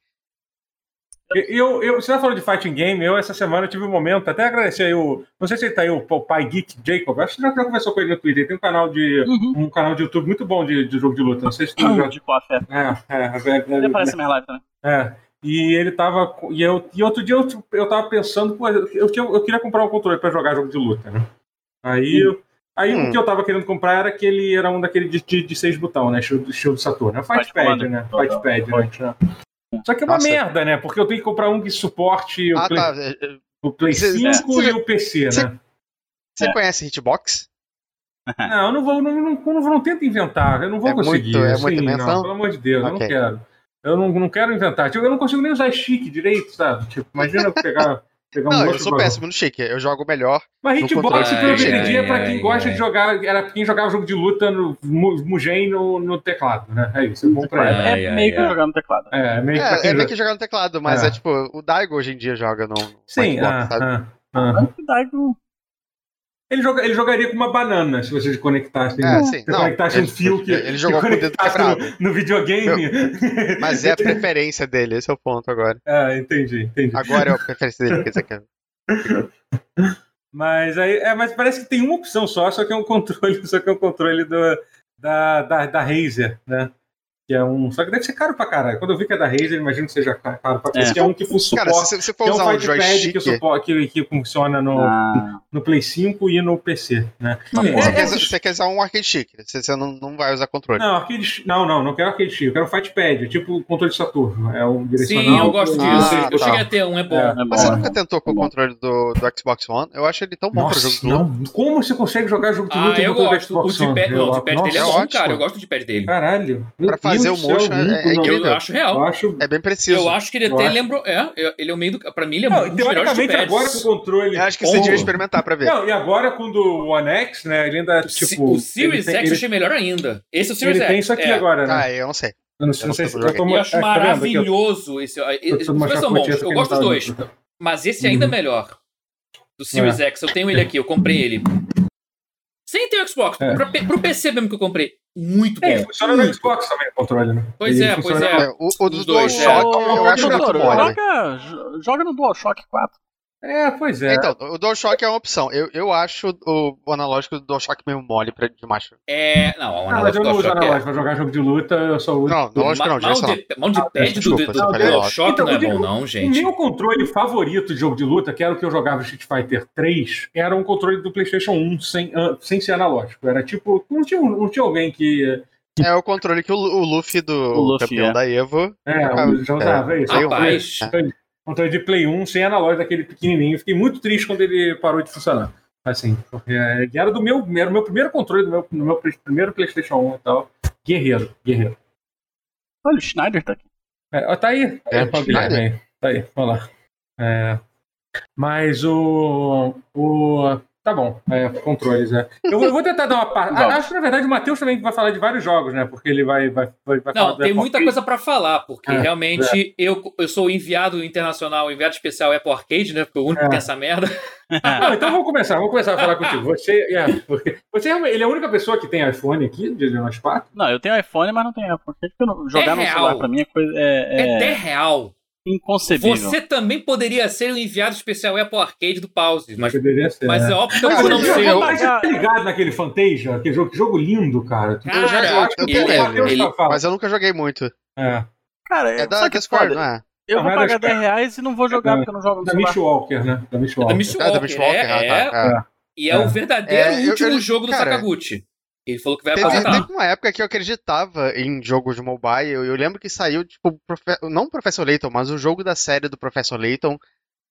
[SPEAKER 1] Eu, eu, você já falou de fighting game, eu essa semana tive um momento, até agradecer aí o. Não sei se ele tá aí, o, o Pai Geek Jacob. Acho que já, já conversou com ele no Twitter. Ele tem um canal de.
[SPEAKER 4] Uhum.
[SPEAKER 1] Um canal de YouTube muito bom de, de jogo de luta. Não sei se tu já.
[SPEAKER 4] De cofé.
[SPEAKER 1] É, é, é,
[SPEAKER 4] Ele
[SPEAKER 1] é,
[SPEAKER 4] aparece na minha live também.
[SPEAKER 1] É. E ele tava. co- E, eu, e outro dia eu, eu tava pensando, pô, eu, eu tinha- eu queria comprar um controle pra jogar jogo de luta, né? Aí, eu- aí
[SPEAKER 3] Hum.
[SPEAKER 1] o que eu tava querendo comprar era aquele, era um daquele de, de, de seis botão, né? Estilo, estilo do Saturno. É o
[SPEAKER 4] Fight
[SPEAKER 1] Fightpad,
[SPEAKER 4] Commander.
[SPEAKER 1] né? Fightpad, né? Só que é uma
[SPEAKER 3] Nossa.
[SPEAKER 1] merda, né? Porque eu tenho que comprar um que suporte o,
[SPEAKER 3] Ah,
[SPEAKER 1] Play,
[SPEAKER 3] tá. é, é,
[SPEAKER 1] o Play
[SPEAKER 3] Cê-
[SPEAKER 1] 5
[SPEAKER 3] cê-
[SPEAKER 1] e o PC,
[SPEAKER 3] cê-
[SPEAKER 1] né?
[SPEAKER 3] Você
[SPEAKER 4] É.
[SPEAKER 3] conhece Hitbox?
[SPEAKER 1] Não, eu não vou, não, não, eu não, vou- não tento inventar. Eu não vou
[SPEAKER 3] É
[SPEAKER 1] conseguir.
[SPEAKER 3] muito- é
[SPEAKER 1] assim,
[SPEAKER 3] muita
[SPEAKER 1] não,
[SPEAKER 3] invenção?
[SPEAKER 1] pelo amor de Deus, eu não
[SPEAKER 3] Ok.
[SPEAKER 1] quero. Eu não, não quero inventar. Tipo, eu não consigo nem usar stick direito, sabe? Tipo, imagina eu
[SPEAKER 3] *laughs*
[SPEAKER 1] pegar, pegar um
[SPEAKER 3] Não,
[SPEAKER 1] outro
[SPEAKER 3] eu sou
[SPEAKER 1] bagulho.
[SPEAKER 3] péssimo no chique. Eu jogo melhor.
[SPEAKER 1] Mas
[SPEAKER 3] No
[SPEAKER 1] hitbox,
[SPEAKER 3] controle.
[SPEAKER 1] pelo que eu
[SPEAKER 3] Ai,
[SPEAKER 1] entendi, é pra
[SPEAKER 2] ai,
[SPEAKER 1] quem
[SPEAKER 2] ai,
[SPEAKER 1] gosta
[SPEAKER 2] ai.
[SPEAKER 1] de jogar. Era pra quem jogava jogo de luta no mu- Mugen no, no teclado, né? É isso, é bom pra ela.
[SPEAKER 2] Ai, ai,
[SPEAKER 4] É meio que
[SPEAKER 2] ai.
[SPEAKER 4] jogar no teclado.
[SPEAKER 1] É, meio que pra
[SPEAKER 3] É,
[SPEAKER 1] quem
[SPEAKER 3] é meio
[SPEAKER 1] joga.
[SPEAKER 3] que jogar no teclado, mas
[SPEAKER 1] É.
[SPEAKER 3] é, tipo, o Daigo hoje em dia joga no, no
[SPEAKER 1] Sim,
[SPEAKER 3] Xbox,
[SPEAKER 1] ah,
[SPEAKER 3] sabe?
[SPEAKER 1] ah, ah.
[SPEAKER 4] Mas cuidado com-
[SPEAKER 1] Ele, joga- ele jogaria com uma banana se você conectasse,
[SPEAKER 3] É, sim.
[SPEAKER 1] se
[SPEAKER 3] Não,
[SPEAKER 1] conectasse um
[SPEAKER 3] ele-
[SPEAKER 1] fio que.
[SPEAKER 3] ele- ele jogou
[SPEAKER 1] que
[SPEAKER 3] com o dedo
[SPEAKER 1] conectasse
[SPEAKER 3] quebrado.
[SPEAKER 1] No, no videogame. *laughs*
[SPEAKER 3] Mas é a preferência dele, esse é o ponto agora.
[SPEAKER 1] Ah, entendi, entendi.
[SPEAKER 3] Agora é a preferência dele, quer dizer
[SPEAKER 1] *laughs*
[SPEAKER 3] que é.
[SPEAKER 1] Mas aí, é, mas parece que tem uma opção só, só que é um *laughs* controle, só que é um controle do, da, da, da Razer, né? Que é um, só que deve ser caro pra caralho. Quando eu vi que é da Razer, eu imagino que seja ca- caro pra caralho.
[SPEAKER 4] É.
[SPEAKER 1] Que é um que funciona.
[SPEAKER 3] Cara, se você for
[SPEAKER 1] que é
[SPEAKER 3] usar
[SPEAKER 1] um
[SPEAKER 3] um
[SPEAKER 1] Fightpad
[SPEAKER 3] joystick.
[SPEAKER 1] que, supo- que, que funciona no,
[SPEAKER 4] Ah,
[SPEAKER 1] no Play 5 e no PC, né?
[SPEAKER 2] Tá bom.
[SPEAKER 3] Você
[SPEAKER 1] É,
[SPEAKER 3] quer,
[SPEAKER 1] é-
[SPEAKER 3] você quer usar um arcade stick, você, você não, não vai usar controle.
[SPEAKER 1] não, arcade, não, não, não quero arcade stick, eu quero Fightpad, é tipo o controle de Saturno. É um direcional.
[SPEAKER 2] Sim, eu gosto
[SPEAKER 1] com-
[SPEAKER 2] disso.
[SPEAKER 3] Ah,
[SPEAKER 2] eu
[SPEAKER 3] tá.
[SPEAKER 2] cheguei a ter um, é bom.
[SPEAKER 1] É.
[SPEAKER 4] é bom.
[SPEAKER 3] Mas você
[SPEAKER 4] né?
[SPEAKER 3] nunca tentou com o
[SPEAKER 4] Bom.
[SPEAKER 3] controle do, do Xbox One? Eu acho ele tão bom pra jogo
[SPEAKER 1] Nossa,
[SPEAKER 3] de luta.
[SPEAKER 1] não. Como você consegue jogar jogo de
[SPEAKER 2] Ah,
[SPEAKER 1] luta
[SPEAKER 2] eu
[SPEAKER 1] no controle do
[SPEAKER 2] gosto. O
[SPEAKER 1] Xbox One?
[SPEAKER 2] D-pad, não,
[SPEAKER 1] Eu-
[SPEAKER 2] o D-pad dele é
[SPEAKER 1] Nossa,
[SPEAKER 2] bom,
[SPEAKER 3] ótimo.
[SPEAKER 2] cara. Eu gosto do D-pad dele.
[SPEAKER 1] Caralho. meu
[SPEAKER 3] Pra fazer
[SPEAKER 1] Deus
[SPEAKER 3] o
[SPEAKER 1] do céu,
[SPEAKER 3] motion é-
[SPEAKER 1] muito
[SPEAKER 3] é
[SPEAKER 1] bom.
[SPEAKER 3] incrível.
[SPEAKER 2] Eu acho real.
[SPEAKER 1] Eu acho
[SPEAKER 3] É bem preciso.
[SPEAKER 2] Eu
[SPEAKER 3] Eu,
[SPEAKER 2] acho que ele
[SPEAKER 1] Eu
[SPEAKER 2] até
[SPEAKER 1] acho.
[SPEAKER 2] lembrou. É, eu- ele é o meio do. Pra mim, ele é
[SPEAKER 1] Não,
[SPEAKER 2] muito melhor dos
[SPEAKER 1] teoricamente,
[SPEAKER 2] melhores
[SPEAKER 1] agora com o controle.
[SPEAKER 3] acho que você
[SPEAKER 2] Bom.
[SPEAKER 3] devia experimentar pra ver.
[SPEAKER 1] Não, e agora com o do One X, né? Ele ainda, tipo.
[SPEAKER 2] o Series
[SPEAKER 1] ele tem,
[SPEAKER 2] X eu
[SPEAKER 1] ele-
[SPEAKER 2] achei melhor ainda. Esse é o
[SPEAKER 1] ele,
[SPEAKER 2] Series X.
[SPEAKER 1] tem isso aqui
[SPEAKER 2] é.
[SPEAKER 1] agora, né?
[SPEAKER 3] Ah, eu não sei.
[SPEAKER 1] eu não sei, não sei se eu tô
[SPEAKER 2] E eu acho
[SPEAKER 1] é, tá vendo aqui, ó?
[SPEAKER 2] maravilhoso esse.
[SPEAKER 1] Eu
[SPEAKER 2] Os
[SPEAKER 1] tô numa
[SPEAKER 2] dois são bons.
[SPEAKER 1] chacotinha,
[SPEAKER 2] Eu
[SPEAKER 1] quem
[SPEAKER 2] gosto dos
[SPEAKER 1] não tá
[SPEAKER 2] dois.
[SPEAKER 1] vendo.
[SPEAKER 2] Mas esse ainda é
[SPEAKER 1] Uhum. É.
[SPEAKER 2] melhor. Do Series X. Eu tenho ele aqui, eu comprei ele. Sem ter o Xbox.
[SPEAKER 1] É.
[SPEAKER 2] Pra P- pro PC mesmo que eu comprei. Muito bom.
[SPEAKER 1] É, funciona no Xbox também o controle, né?
[SPEAKER 2] Pois
[SPEAKER 1] Ele
[SPEAKER 2] é, pois
[SPEAKER 1] funciona-
[SPEAKER 2] É,
[SPEAKER 3] É, o, o do
[SPEAKER 2] os dois,
[SPEAKER 3] DualShock
[SPEAKER 4] é.
[SPEAKER 3] eu acho muito
[SPEAKER 4] Doutor,
[SPEAKER 3] mole.
[SPEAKER 4] Joga, jo- joga no DualShock 4.
[SPEAKER 1] É, pois é.
[SPEAKER 3] Então, o DualShock é uma opção. Eu, eu acho o, o analógico do DualShock meio mole pra demais.
[SPEAKER 2] É. Não, o
[SPEAKER 1] Ah, mas eu
[SPEAKER 2] analógico
[SPEAKER 1] não
[SPEAKER 2] do
[SPEAKER 1] uso
[SPEAKER 2] Shock é.
[SPEAKER 1] analógico pra jogar jogo de luta, eu só uso.
[SPEAKER 3] Não, analógico não,
[SPEAKER 2] Ma-
[SPEAKER 3] direcional.
[SPEAKER 2] mão de- Mão de pad do-
[SPEAKER 3] Ah, desculpa,
[SPEAKER 2] do
[SPEAKER 3] eu falei
[SPEAKER 2] do
[SPEAKER 3] lógico.
[SPEAKER 2] Shock
[SPEAKER 1] Então,
[SPEAKER 2] não é
[SPEAKER 1] eu digo-
[SPEAKER 2] bom, não,
[SPEAKER 1] O
[SPEAKER 2] gente.
[SPEAKER 1] meu controle favorito de jogo de luta, que era o que eu jogava em Street Fighter 3, era um controle do PlayStation 1 sem, ah, sem ser analógico. Era tipo. Não tinha, um- não tinha um, alguém que,
[SPEAKER 3] É o controle que o, Lu- o Luffy do
[SPEAKER 4] O Luffy,
[SPEAKER 3] campeão
[SPEAKER 4] é.
[SPEAKER 3] da Evo.
[SPEAKER 1] É, eu já usava é. isso.
[SPEAKER 3] Play um,
[SPEAKER 2] Rapaz.
[SPEAKER 3] né?
[SPEAKER 1] Controle de Play 1 sem analógico daquele pequenininho. Fiquei muito triste quando ele parou de funcionar. Assim, porque é, era do meu, era o meu primeiro controle, do meu, do meu pr- primeiro PlayStation 1 e tal. Guerreiro, guerreiro.
[SPEAKER 4] Olha, o Schneider tá aqui.
[SPEAKER 1] É, ó, tá aí.
[SPEAKER 3] É,
[SPEAKER 1] É, tá, Guilherme aí. tá aí, vamos lá. É, mas o. o tá bom, é, controles, né? Eu, vou- eu vou tentar dar uma parte.
[SPEAKER 4] Vamos.
[SPEAKER 1] Acho que na verdade o Matheus também vai falar de vários jogos, né? Porque ele vai. vai, vai vai falar
[SPEAKER 2] Não,
[SPEAKER 1] do
[SPEAKER 2] tem
[SPEAKER 1] Apple
[SPEAKER 2] muita
[SPEAKER 1] Arcade.
[SPEAKER 2] coisa pra falar, porque
[SPEAKER 1] É,
[SPEAKER 2] realmente eu, eu sou o enviado internacional, o enviado especial Apple Arcade, né? Porque o único
[SPEAKER 1] É.
[SPEAKER 2] que tem essa merda.
[SPEAKER 1] Não, então vamos começar, vamos começar a falar contigo. Você, é, porque você realmente- ele é a única pessoa que tem iPhone aqui, de de nós quatro.
[SPEAKER 4] Não, eu tenho iPhone, mas não tenho Apple. Arcade, porque eu não- jogar no
[SPEAKER 2] real.
[SPEAKER 4] celular pra mim é coisa.
[SPEAKER 2] É,
[SPEAKER 4] É, é
[SPEAKER 2] até real.
[SPEAKER 3] É
[SPEAKER 4] inconcebível.
[SPEAKER 2] Você também poderia ser o enviado especial Apple Arcade do Pause, mas,
[SPEAKER 1] Deveria ser. né?
[SPEAKER 2] mas é óbvio que eu
[SPEAKER 3] Mas
[SPEAKER 2] não
[SPEAKER 3] eu
[SPEAKER 2] sei.
[SPEAKER 3] jogo-
[SPEAKER 1] Mas você tá ligado naquele Fantasia? Aquele jogo, que jogo lindo, cara.
[SPEAKER 2] Cara,
[SPEAKER 3] já- eu- eu
[SPEAKER 1] que o
[SPEAKER 3] tenho
[SPEAKER 1] Matheus
[SPEAKER 2] ele.
[SPEAKER 1] tá falando.
[SPEAKER 3] Mas eu nunca joguei muito.
[SPEAKER 1] É,
[SPEAKER 4] Cara,
[SPEAKER 3] É da
[SPEAKER 4] sabe que
[SPEAKER 3] da Square,
[SPEAKER 4] foda?
[SPEAKER 3] não é?
[SPEAKER 4] Eu
[SPEAKER 1] Não,
[SPEAKER 4] vou
[SPEAKER 1] não é da
[SPEAKER 4] pagar 10 reais e não vou jogar,
[SPEAKER 1] É.
[SPEAKER 4] porque eu não jogo no
[SPEAKER 1] da
[SPEAKER 4] celular.
[SPEAKER 1] Mitch Walker, né? Da Mitch
[SPEAKER 2] Da
[SPEAKER 1] Walker.
[SPEAKER 2] Miss
[SPEAKER 3] É, da
[SPEAKER 2] Walker,
[SPEAKER 3] Beach
[SPEAKER 2] é,
[SPEAKER 3] Walker. ah,
[SPEAKER 2] é,
[SPEAKER 3] tá, tá.
[SPEAKER 2] e é o
[SPEAKER 1] É.
[SPEAKER 2] verdadeiro
[SPEAKER 3] É, eu-
[SPEAKER 2] último
[SPEAKER 3] eu-
[SPEAKER 2] jogo do
[SPEAKER 3] cara,
[SPEAKER 2] Sakaguchi. Ele falou que vai
[SPEAKER 3] Teve,
[SPEAKER 2] aposentar.
[SPEAKER 3] teve uma época que eu acreditava em jogos de mobile. Eu lembro que saiu, tipo, profe- não o Professor Layton, mas o jogo da série do Professor Layton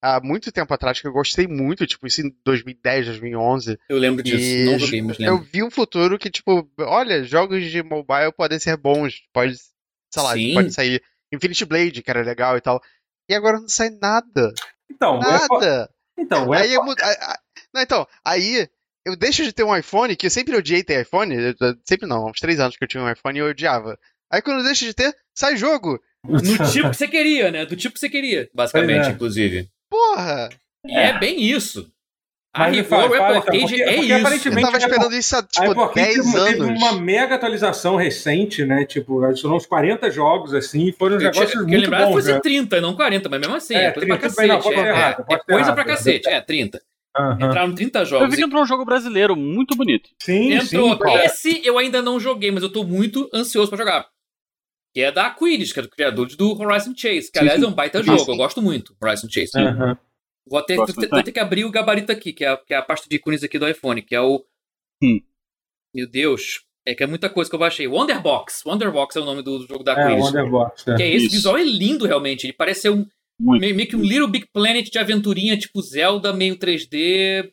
[SPEAKER 3] há muito tempo atrás, que eu gostei muito, tipo, isso em 2010, 2011.
[SPEAKER 2] Eu lembro disso.
[SPEAKER 3] E
[SPEAKER 2] Não joguei, mas
[SPEAKER 3] Eu
[SPEAKER 2] lembro.
[SPEAKER 3] vi um futuro que, tipo, olha, jogos de mobile podem ser bons. Pode, sei lá,
[SPEAKER 2] Sim.
[SPEAKER 3] pode sair Infinity Blade, que era legal e tal. E agora não sai nada.
[SPEAKER 1] Então,
[SPEAKER 3] Ah,
[SPEAKER 1] o Apple-
[SPEAKER 3] Nada.
[SPEAKER 1] então, o
[SPEAKER 3] Aí eu
[SPEAKER 1] Apple-
[SPEAKER 3] mudo. a- a- Não, então, aí eu deixo de ter um iPhone, que eu sempre odiei ter iPhone. eu- eu- Sempre não, há uns três anos que eu tinha um iPhone e eu odiava. Aí quando eu deixo de ter, sai jogo.
[SPEAKER 1] *laughs*
[SPEAKER 2] No tipo que você queria, né? Do tipo que você queria, basicamente,
[SPEAKER 1] é.
[SPEAKER 2] inclusive.
[SPEAKER 3] Porra!
[SPEAKER 2] E é, bem isso. A
[SPEAKER 1] Mas me
[SPEAKER 2] rigor,
[SPEAKER 1] fala,
[SPEAKER 2] o Apple
[SPEAKER 1] fala então,
[SPEAKER 2] Arcade
[SPEAKER 1] porque-
[SPEAKER 2] é
[SPEAKER 1] porque
[SPEAKER 2] isso.
[SPEAKER 1] aparentemente-
[SPEAKER 3] Eu tava
[SPEAKER 1] Gente,
[SPEAKER 3] esperando isso há,
[SPEAKER 1] Aí,
[SPEAKER 3] tipo,
[SPEAKER 1] pô, aqui
[SPEAKER 3] 10
[SPEAKER 1] teve, teve
[SPEAKER 3] anos.
[SPEAKER 1] uma mega atualização recente, né? Tipo, adicionou uns 40 jogos, assim, e foram
[SPEAKER 2] Eu
[SPEAKER 1] uns
[SPEAKER 2] tinha-
[SPEAKER 1] negócios
[SPEAKER 2] que assim, eu
[SPEAKER 1] muito
[SPEAKER 2] lembrava que
[SPEAKER 1] bons.
[SPEAKER 2] fosse
[SPEAKER 1] né?
[SPEAKER 2] 30, não 40, mas mesmo assim,
[SPEAKER 1] É,
[SPEAKER 2] é, coisa pra
[SPEAKER 1] 30, bem, não,
[SPEAKER 2] cacete.
[SPEAKER 1] pode
[SPEAKER 2] É,
[SPEAKER 1] ter errado,
[SPEAKER 2] é- é
[SPEAKER 1] pode ter
[SPEAKER 2] coisa
[SPEAKER 1] errado, Ah.
[SPEAKER 2] pra
[SPEAKER 1] né?
[SPEAKER 2] cacete, é 30.
[SPEAKER 1] Aham.
[SPEAKER 2] Entraram 30
[SPEAKER 4] Eu
[SPEAKER 2] jogos.
[SPEAKER 4] vi que entrou um jogo brasileiro muito bonito.
[SPEAKER 1] Sim,
[SPEAKER 2] Entrou.
[SPEAKER 1] sim. cara.
[SPEAKER 2] Esse eu ainda não joguei, mas eu tô muito ansioso pra jogar. Que é da Aquiles, que é do criador do Horizon Chase, que aliás é um baita
[SPEAKER 3] Sim, sim.
[SPEAKER 2] jogo, eu gosto muito do Horizon Chase.
[SPEAKER 1] Aham.
[SPEAKER 2] Vou ter, vou
[SPEAKER 4] Gosto
[SPEAKER 2] ter-
[SPEAKER 4] muito
[SPEAKER 2] vou ter que abrir o gabarito aqui, que é, a- que é a pasta de ícones aqui do iPhone, que é o.
[SPEAKER 4] Hum.
[SPEAKER 2] Meu Deus, é que é muita coisa que eu baixei. Wonderbox. Wonderbox é o nome do jogo da
[SPEAKER 1] É, o
[SPEAKER 2] Aquiles.
[SPEAKER 1] Wonderbox. é.
[SPEAKER 2] que é esse
[SPEAKER 4] Isso.
[SPEAKER 2] visual é lindo realmente. Ele parece ser um
[SPEAKER 4] Muito.
[SPEAKER 2] meio, meio que um Little Big Planet de aventurinha, tipo Zelda, meio 3D.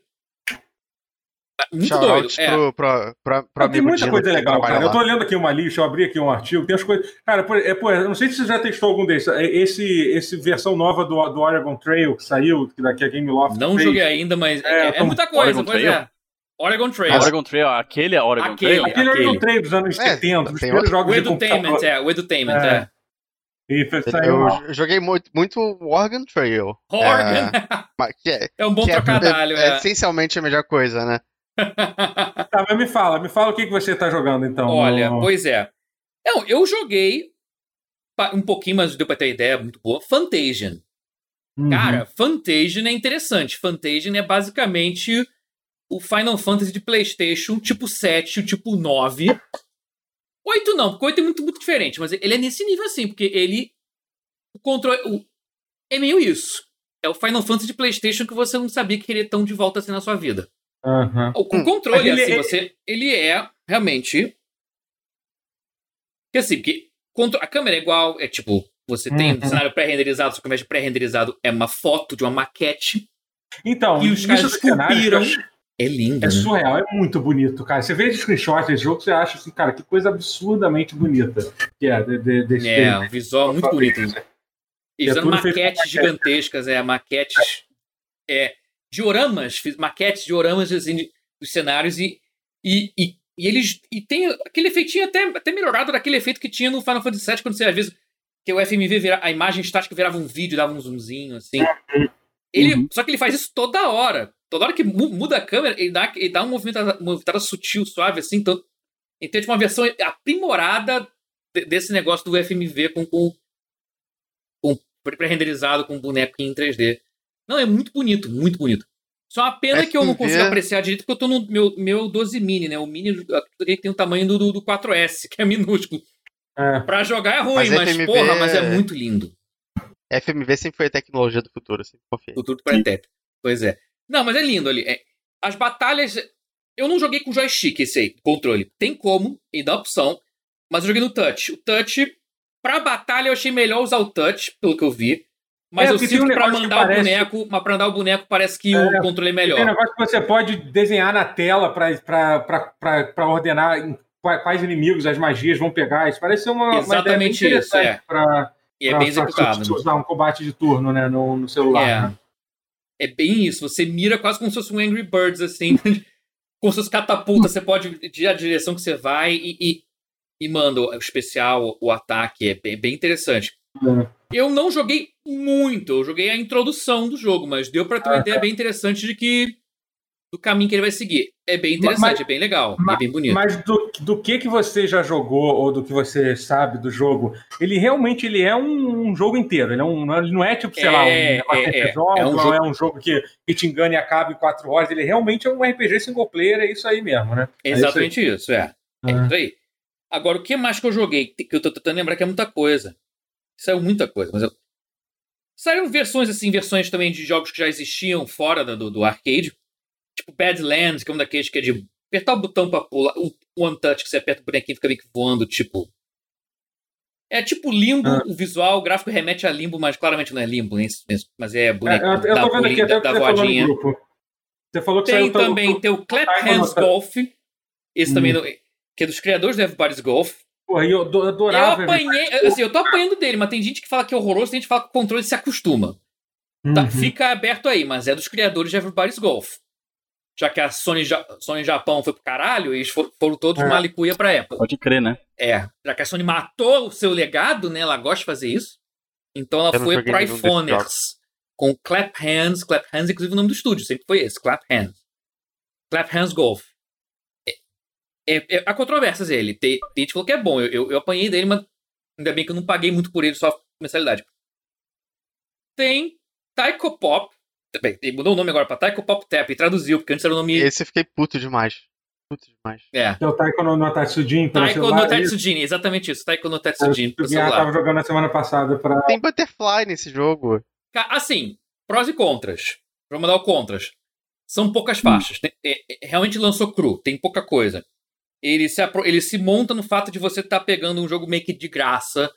[SPEAKER 2] Ah, Muito
[SPEAKER 3] Shout
[SPEAKER 2] doido.
[SPEAKER 3] out
[SPEAKER 2] É.
[SPEAKER 3] pro, pro, pro, pro
[SPEAKER 1] Não, tem
[SPEAKER 3] amigo
[SPEAKER 1] muita
[SPEAKER 3] Dino
[SPEAKER 1] coisa
[SPEAKER 3] que
[SPEAKER 1] legal,
[SPEAKER 3] trabalha
[SPEAKER 1] cara. Eu
[SPEAKER 3] lá.
[SPEAKER 1] tô lendo aqui uma lista, eu abri aqui um artigo, tem as coisas. Cara, pô, é, pô, eu não sei se você já testou algum desses. É, Esse, esse versão nova do, do Oregon Trail que saiu, que daqui a Game Loft.
[SPEAKER 2] Não
[SPEAKER 1] fez.
[SPEAKER 2] joguei ainda, mas
[SPEAKER 1] É,
[SPEAKER 2] é, é
[SPEAKER 1] como
[SPEAKER 2] muita coisa,
[SPEAKER 4] Oregon
[SPEAKER 2] pois
[SPEAKER 4] Trail?
[SPEAKER 2] é. Oregon Trail.
[SPEAKER 4] Oregon Trail, aquele é Oregon
[SPEAKER 2] Aquele.
[SPEAKER 4] Trail.
[SPEAKER 1] Aquele
[SPEAKER 2] aquele.
[SPEAKER 1] Oregon Trail dos anos
[SPEAKER 3] É,
[SPEAKER 1] 70, os
[SPEAKER 3] tem
[SPEAKER 1] primeiros
[SPEAKER 2] O
[SPEAKER 1] jogos de
[SPEAKER 2] Edutainment,
[SPEAKER 1] computador.
[SPEAKER 2] é, o Edutainment,
[SPEAKER 1] É.
[SPEAKER 2] é.
[SPEAKER 1] E foi- saiu lá.
[SPEAKER 3] Eu joguei muito, muito Oregon Trail.
[SPEAKER 2] Oregon
[SPEAKER 3] mas que é,
[SPEAKER 2] *laughs* é, um bom
[SPEAKER 3] que é-
[SPEAKER 2] trocadilho,
[SPEAKER 3] *laughs* é
[SPEAKER 2] é. *laughs*
[SPEAKER 3] essencialmente a melhor coisa, né?
[SPEAKER 1] Tá, mas me fala, me fala o que, que você tá jogando então.
[SPEAKER 2] Olha,
[SPEAKER 1] no-
[SPEAKER 2] pois é. Não, eu joguei pa- um pouquinho, mas deu pra ter ideia muito boa. Fantasian.
[SPEAKER 1] Uhum.
[SPEAKER 2] Cara, Fantasian é interessante. Fantasian é basicamente o Final Fantasy de PlayStation, tipo 7, o tipo 9. 8 não, porque 8 é muito, muito diferente, mas ele é nesse nível assim, porque ele. O controle. o- é meio isso. É o Final Fantasy de PlayStation que você não sabia que queria tão de volta assim na sua vida.
[SPEAKER 1] Aham.
[SPEAKER 2] O, o
[SPEAKER 3] Hum.
[SPEAKER 1] Mas
[SPEAKER 2] controle,
[SPEAKER 1] ele-
[SPEAKER 2] assim,
[SPEAKER 1] ele-
[SPEAKER 2] você. Ele é realmente. Que assim, porque contro- a câmera é igual, é tipo, você tem
[SPEAKER 1] Uhum.
[SPEAKER 2] um cenário pré-renderizado, só que ao invés de pré-renderizado é uma foto de uma maquete.
[SPEAKER 1] Então,
[SPEAKER 2] E os
[SPEAKER 1] isso
[SPEAKER 2] caras
[SPEAKER 1] do cenário,
[SPEAKER 2] esculpiram.
[SPEAKER 1] cara,
[SPEAKER 2] É lindo.
[SPEAKER 1] É
[SPEAKER 2] né?
[SPEAKER 1] surreal, é muito bonito, cara. Você vê de screenshot desse jogo, você acha assim, cara, que coisa absurdamente bonita. Que é, de, de, desse-
[SPEAKER 2] É, um visual muito bonito. E
[SPEAKER 1] É
[SPEAKER 2] usando
[SPEAKER 1] tudo feito com
[SPEAKER 2] maquetes
[SPEAKER 1] maquete.
[SPEAKER 2] gigantescas, é, maquetes. É, dioramas, fiz maquetes, dioramas assim, de- dos cenários e, e, e, e eles. E tem aquele efeitinho até, até melhorado daquele efeito que tinha no Final Fantasy VII, quando você às vezes. Que o FMV, vira, a imagem estática virava um vídeo, dava um zoomzinho, assim. Ele, Só que ele faz isso toda hora. Toda hora que mu- muda a câmera, ele dá, ele dá uma movimentada, uma movimentada sutil, suave, assim. Então, então tipo, uma versão aprimorada de- desse negócio do FMV com, com, com pré-renderizado com bonequinho em 3D. Não, é muito bonito, muito bonito. Só uma pena que eu não
[SPEAKER 3] FMV.
[SPEAKER 2] consigo apreciar direito porque eu tô no meu, meu 12 mini, né? O mini ele tem o tamanho do, do, do 4S, *laughs* que é minúsculo.
[SPEAKER 1] É.
[SPEAKER 2] Pra jogar é ruim,
[SPEAKER 3] Mas
[SPEAKER 2] mas,
[SPEAKER 3] FMV
[SPEAKER 2] porra, mas é
[SPEAKER 3] é-
[SPEAKER 2] muito lindo.
[SPEAKER 3] FMV sempre foi a tecnologia do futuro, assim, sempre
[SPEAKER 1] É
[SPEAKER 3] confiei.
[SPEAKER 2] Futuro do Pretep. Pois é. Não, mas é lindo ali. É, As batalhas. Eu não joguei com joystick esse aí, controle. Tem como, e dá opção. Mas eu joguei no touch. O touch, pra batalha, eu achei melhor usar o touch, pelo que eu vi. Mas
[SPEAKER 1] É,
[SPEAKER 2] eu
[SPEAKER 1] porque
[SPEAKER 2] sinto
[SPEAKER 1] tem um
[SPEAKER 2] que pra
[SPEAKER 1] negócio que
[SPEAKER 2] mandar o
[SPEAKER 1] parece-
[SPEAKER 2] boneco, mas pra mandar o boneco parece que
[SPEAKER 1] É,
[SPEAKER 2] o controle é melhor.
[SPEAKER 1] Tem negócio que você pode desenhar na tela pra- pra pra- pra- pra ordenar em qua- quais inimigos as magias vão pegar. Isso parece ser uma, uma ideia bem
[SPEAKER 2] Exatamente isso,
[SPEAKER 1] interessante
[SPEAKER 2] é.
[SPEAKER 1] pra,
[SPEAKER 2] E é
[SPEAKER 1] pra-
[SPEAKER 2] bem
[SPEAKER 1] pra
[SPEAKER 2] executado.
[SPEAKER 1] você usar um combate de turno né, no, no celular.
[SPEAKER 2] É.
[SPEAKER 1] né?
[SPEAKER 2] É bem isso. Você mira quase como se fosse um Angry Birds, assim. *laughs* como se fosse catapulta. Você pode ir a direção que você vai e, e, e manda o especial, o ataque. É bem, bem interessante.
[SPEAKER 1] É.
[SPEAKER 2] Eu não joguei muito. Eu joguei a introdução do jogo, mas deu pra ter uma
[SPEAKER 1] Ah,
[SPEAKER 2] ideia bem interessante de que... Do caminho que ele vai seguir. É bem interessante,
[SPEAKER 1] Mas-
[SPEAKER 2] é bem legal.
[SPEAKER 1] mas-
[SPEAKER 2] é bem bonito.
[SPEAKER 1] Mas do, do que que você já jogou ou do que você sabe do jogo, ele realmente ele é um, um jogo inteiro. Ele é um, não é- não é tipo, sei lá, um
[SPEAKER 2] É,
[SPEAKER 1] negócio
[SPEAKER 2] é,
[SPEAKER 1] que
[SPEAKER 2] é.
[SPEAKER 1] você joga,
[SPEAKER 2] É um
[SPEAKER 1] não
[SPEAKER 2] jogo-
[SPEAKER 1] é um jogo que, que te engana e acaba em quatro horas. Ele realmente é um RPG single player, é isso aí mesmo, né?
[SPEAKER 2] É
[SPEAKER 1] isso aí.
[SPEAKER 2] Exatamente isso, é. É
[SPEAKER 1] Ah.
[SPEAKER 2] isso aí. Agora, o que mais que eu joguei? Que eu tô tentando lembrar que é muita coisa. Saiu muita coisa, mas eu... Saíram versões, assim, versões também de jogos que já existiam fora da- do, do arcade. Tipo Badlands, que é um daqueles que é de apertar o botão pra pular. O One Touch, que você aperta o bonequinho e fica meio que voando, tipo... É tipo Limbo,
[SPEAKER 1] Ah.
[SPEAKER 2] o visual, o gráfico remete a Limbo, mas claramente não é Limbo, nem isso- nem isso, mas é
[SPEAKER 1] É,
[SPEAKER 2] boneco
[SPEAKER 1] eu, eu
[SPEAKER 2] da,
[SPEAKER 1] tô vendo
[SPEAKER 2] poli-
[SPEAKER 1] aqui até
[SPEAKER 2] da,
[SPEAKER 1] o que
[SPEAKER 2] da
[SPEAKER 1] você tá falou no
[SPEAKER 2] tá, voadinha.
[SPEAKER 1] grupo. Você falou que
[SPEAKER 2] Tem
[SPEAKER 1] saiu todo-
[SPEAKER 2] também, tem o Clap
[SPEAKER 1] Ai, vamos
[SPEAKER 2] Hands
[SPEAKER 1] lá.
[SPEAKER 2] Golf. Esse
[SPEAKER 1] Hum.
[SPEAKER 2] também, não- que é dos criadores do Everybody's Golf.
[SPEAKER 1] Porra, e eu ado-
[SPEAKER 2] Eu
[SPEAKER 1] adorava.
[SPEAKER 2] apanhei, assim, eu tô apanhando dele, mas tem gente que fala que é horroroso, tem gente que fala que o controle se acostuma. Tá,
[SPEAKER 1] Uhum.
[SPEAKER 2] Fica aberto aí, mas é dos criadores de Everybody's Golf. Já que a Sony, ja Sony Japão foi pro caralho, eles foram, foram todos
[SPEAKER 1] É.
[SPEAKER 2] malicuia pra Apple.
[SPEAKER 4] Pode crer, né?
[SPEAKER 2] É, já que a Sony matou o seu legado, né? Ela gosta de fazer isso. Então ela
[SPEAKER 3] Eu não
[SPEAKER 2] foi
[SPEAKER 3] joguei
[SPEAKER 2] pro
[SPEAKER 3] nenhum desses
[SPEAKER 2] iPhoneers. Com Clap Hands. Clap Hands, inclusive o nome do estúdio, sempre foi esse. Clap Hands. Clap Hands Golf. É, é- é- há controvérsias ele. Tem, tem gente que falou que é bom. Eu, eu, eu apanhei dele, mas ainda bem que eu não paguei muito por ele, só mensalidade. Tem Taiko Pop. Bem, ele mudou o nome agora pra Taiko Pop Tap e traduziu, porque antes era o nome.
[SPEAKER 3] Esse eu fiquei puto demais. Puto demais.
[SPEAKER 2] É.
[SPEAKER 1] Que é o Taiko no, no Tatsujin pelo
[SPEAKER 2] Taiko
[SPEAKER 1] celular. é
[SPEAKER 2] no Tetsujin, exatamente isso. Taiko no Tetsujin
[SPEAKER 1] Eu
[SPEAKER 2] pro celular.
[SPEAKER 1] tava jogando na semana passada pra.
[SPEAKER 3] Tem Butterfly nesse jogo.
[SPEAKER 2] Ca- Assim, prós e contras. Vamos dar o contras. São
[SPEAKER 3] Hum.
[SPEAKER 2] poucas faixas. Tem- é- é- realmente lançou cru, tem pouca coisa. Ele se, apro- ele se monta no fato de você estar pegando um jogo meio que de graça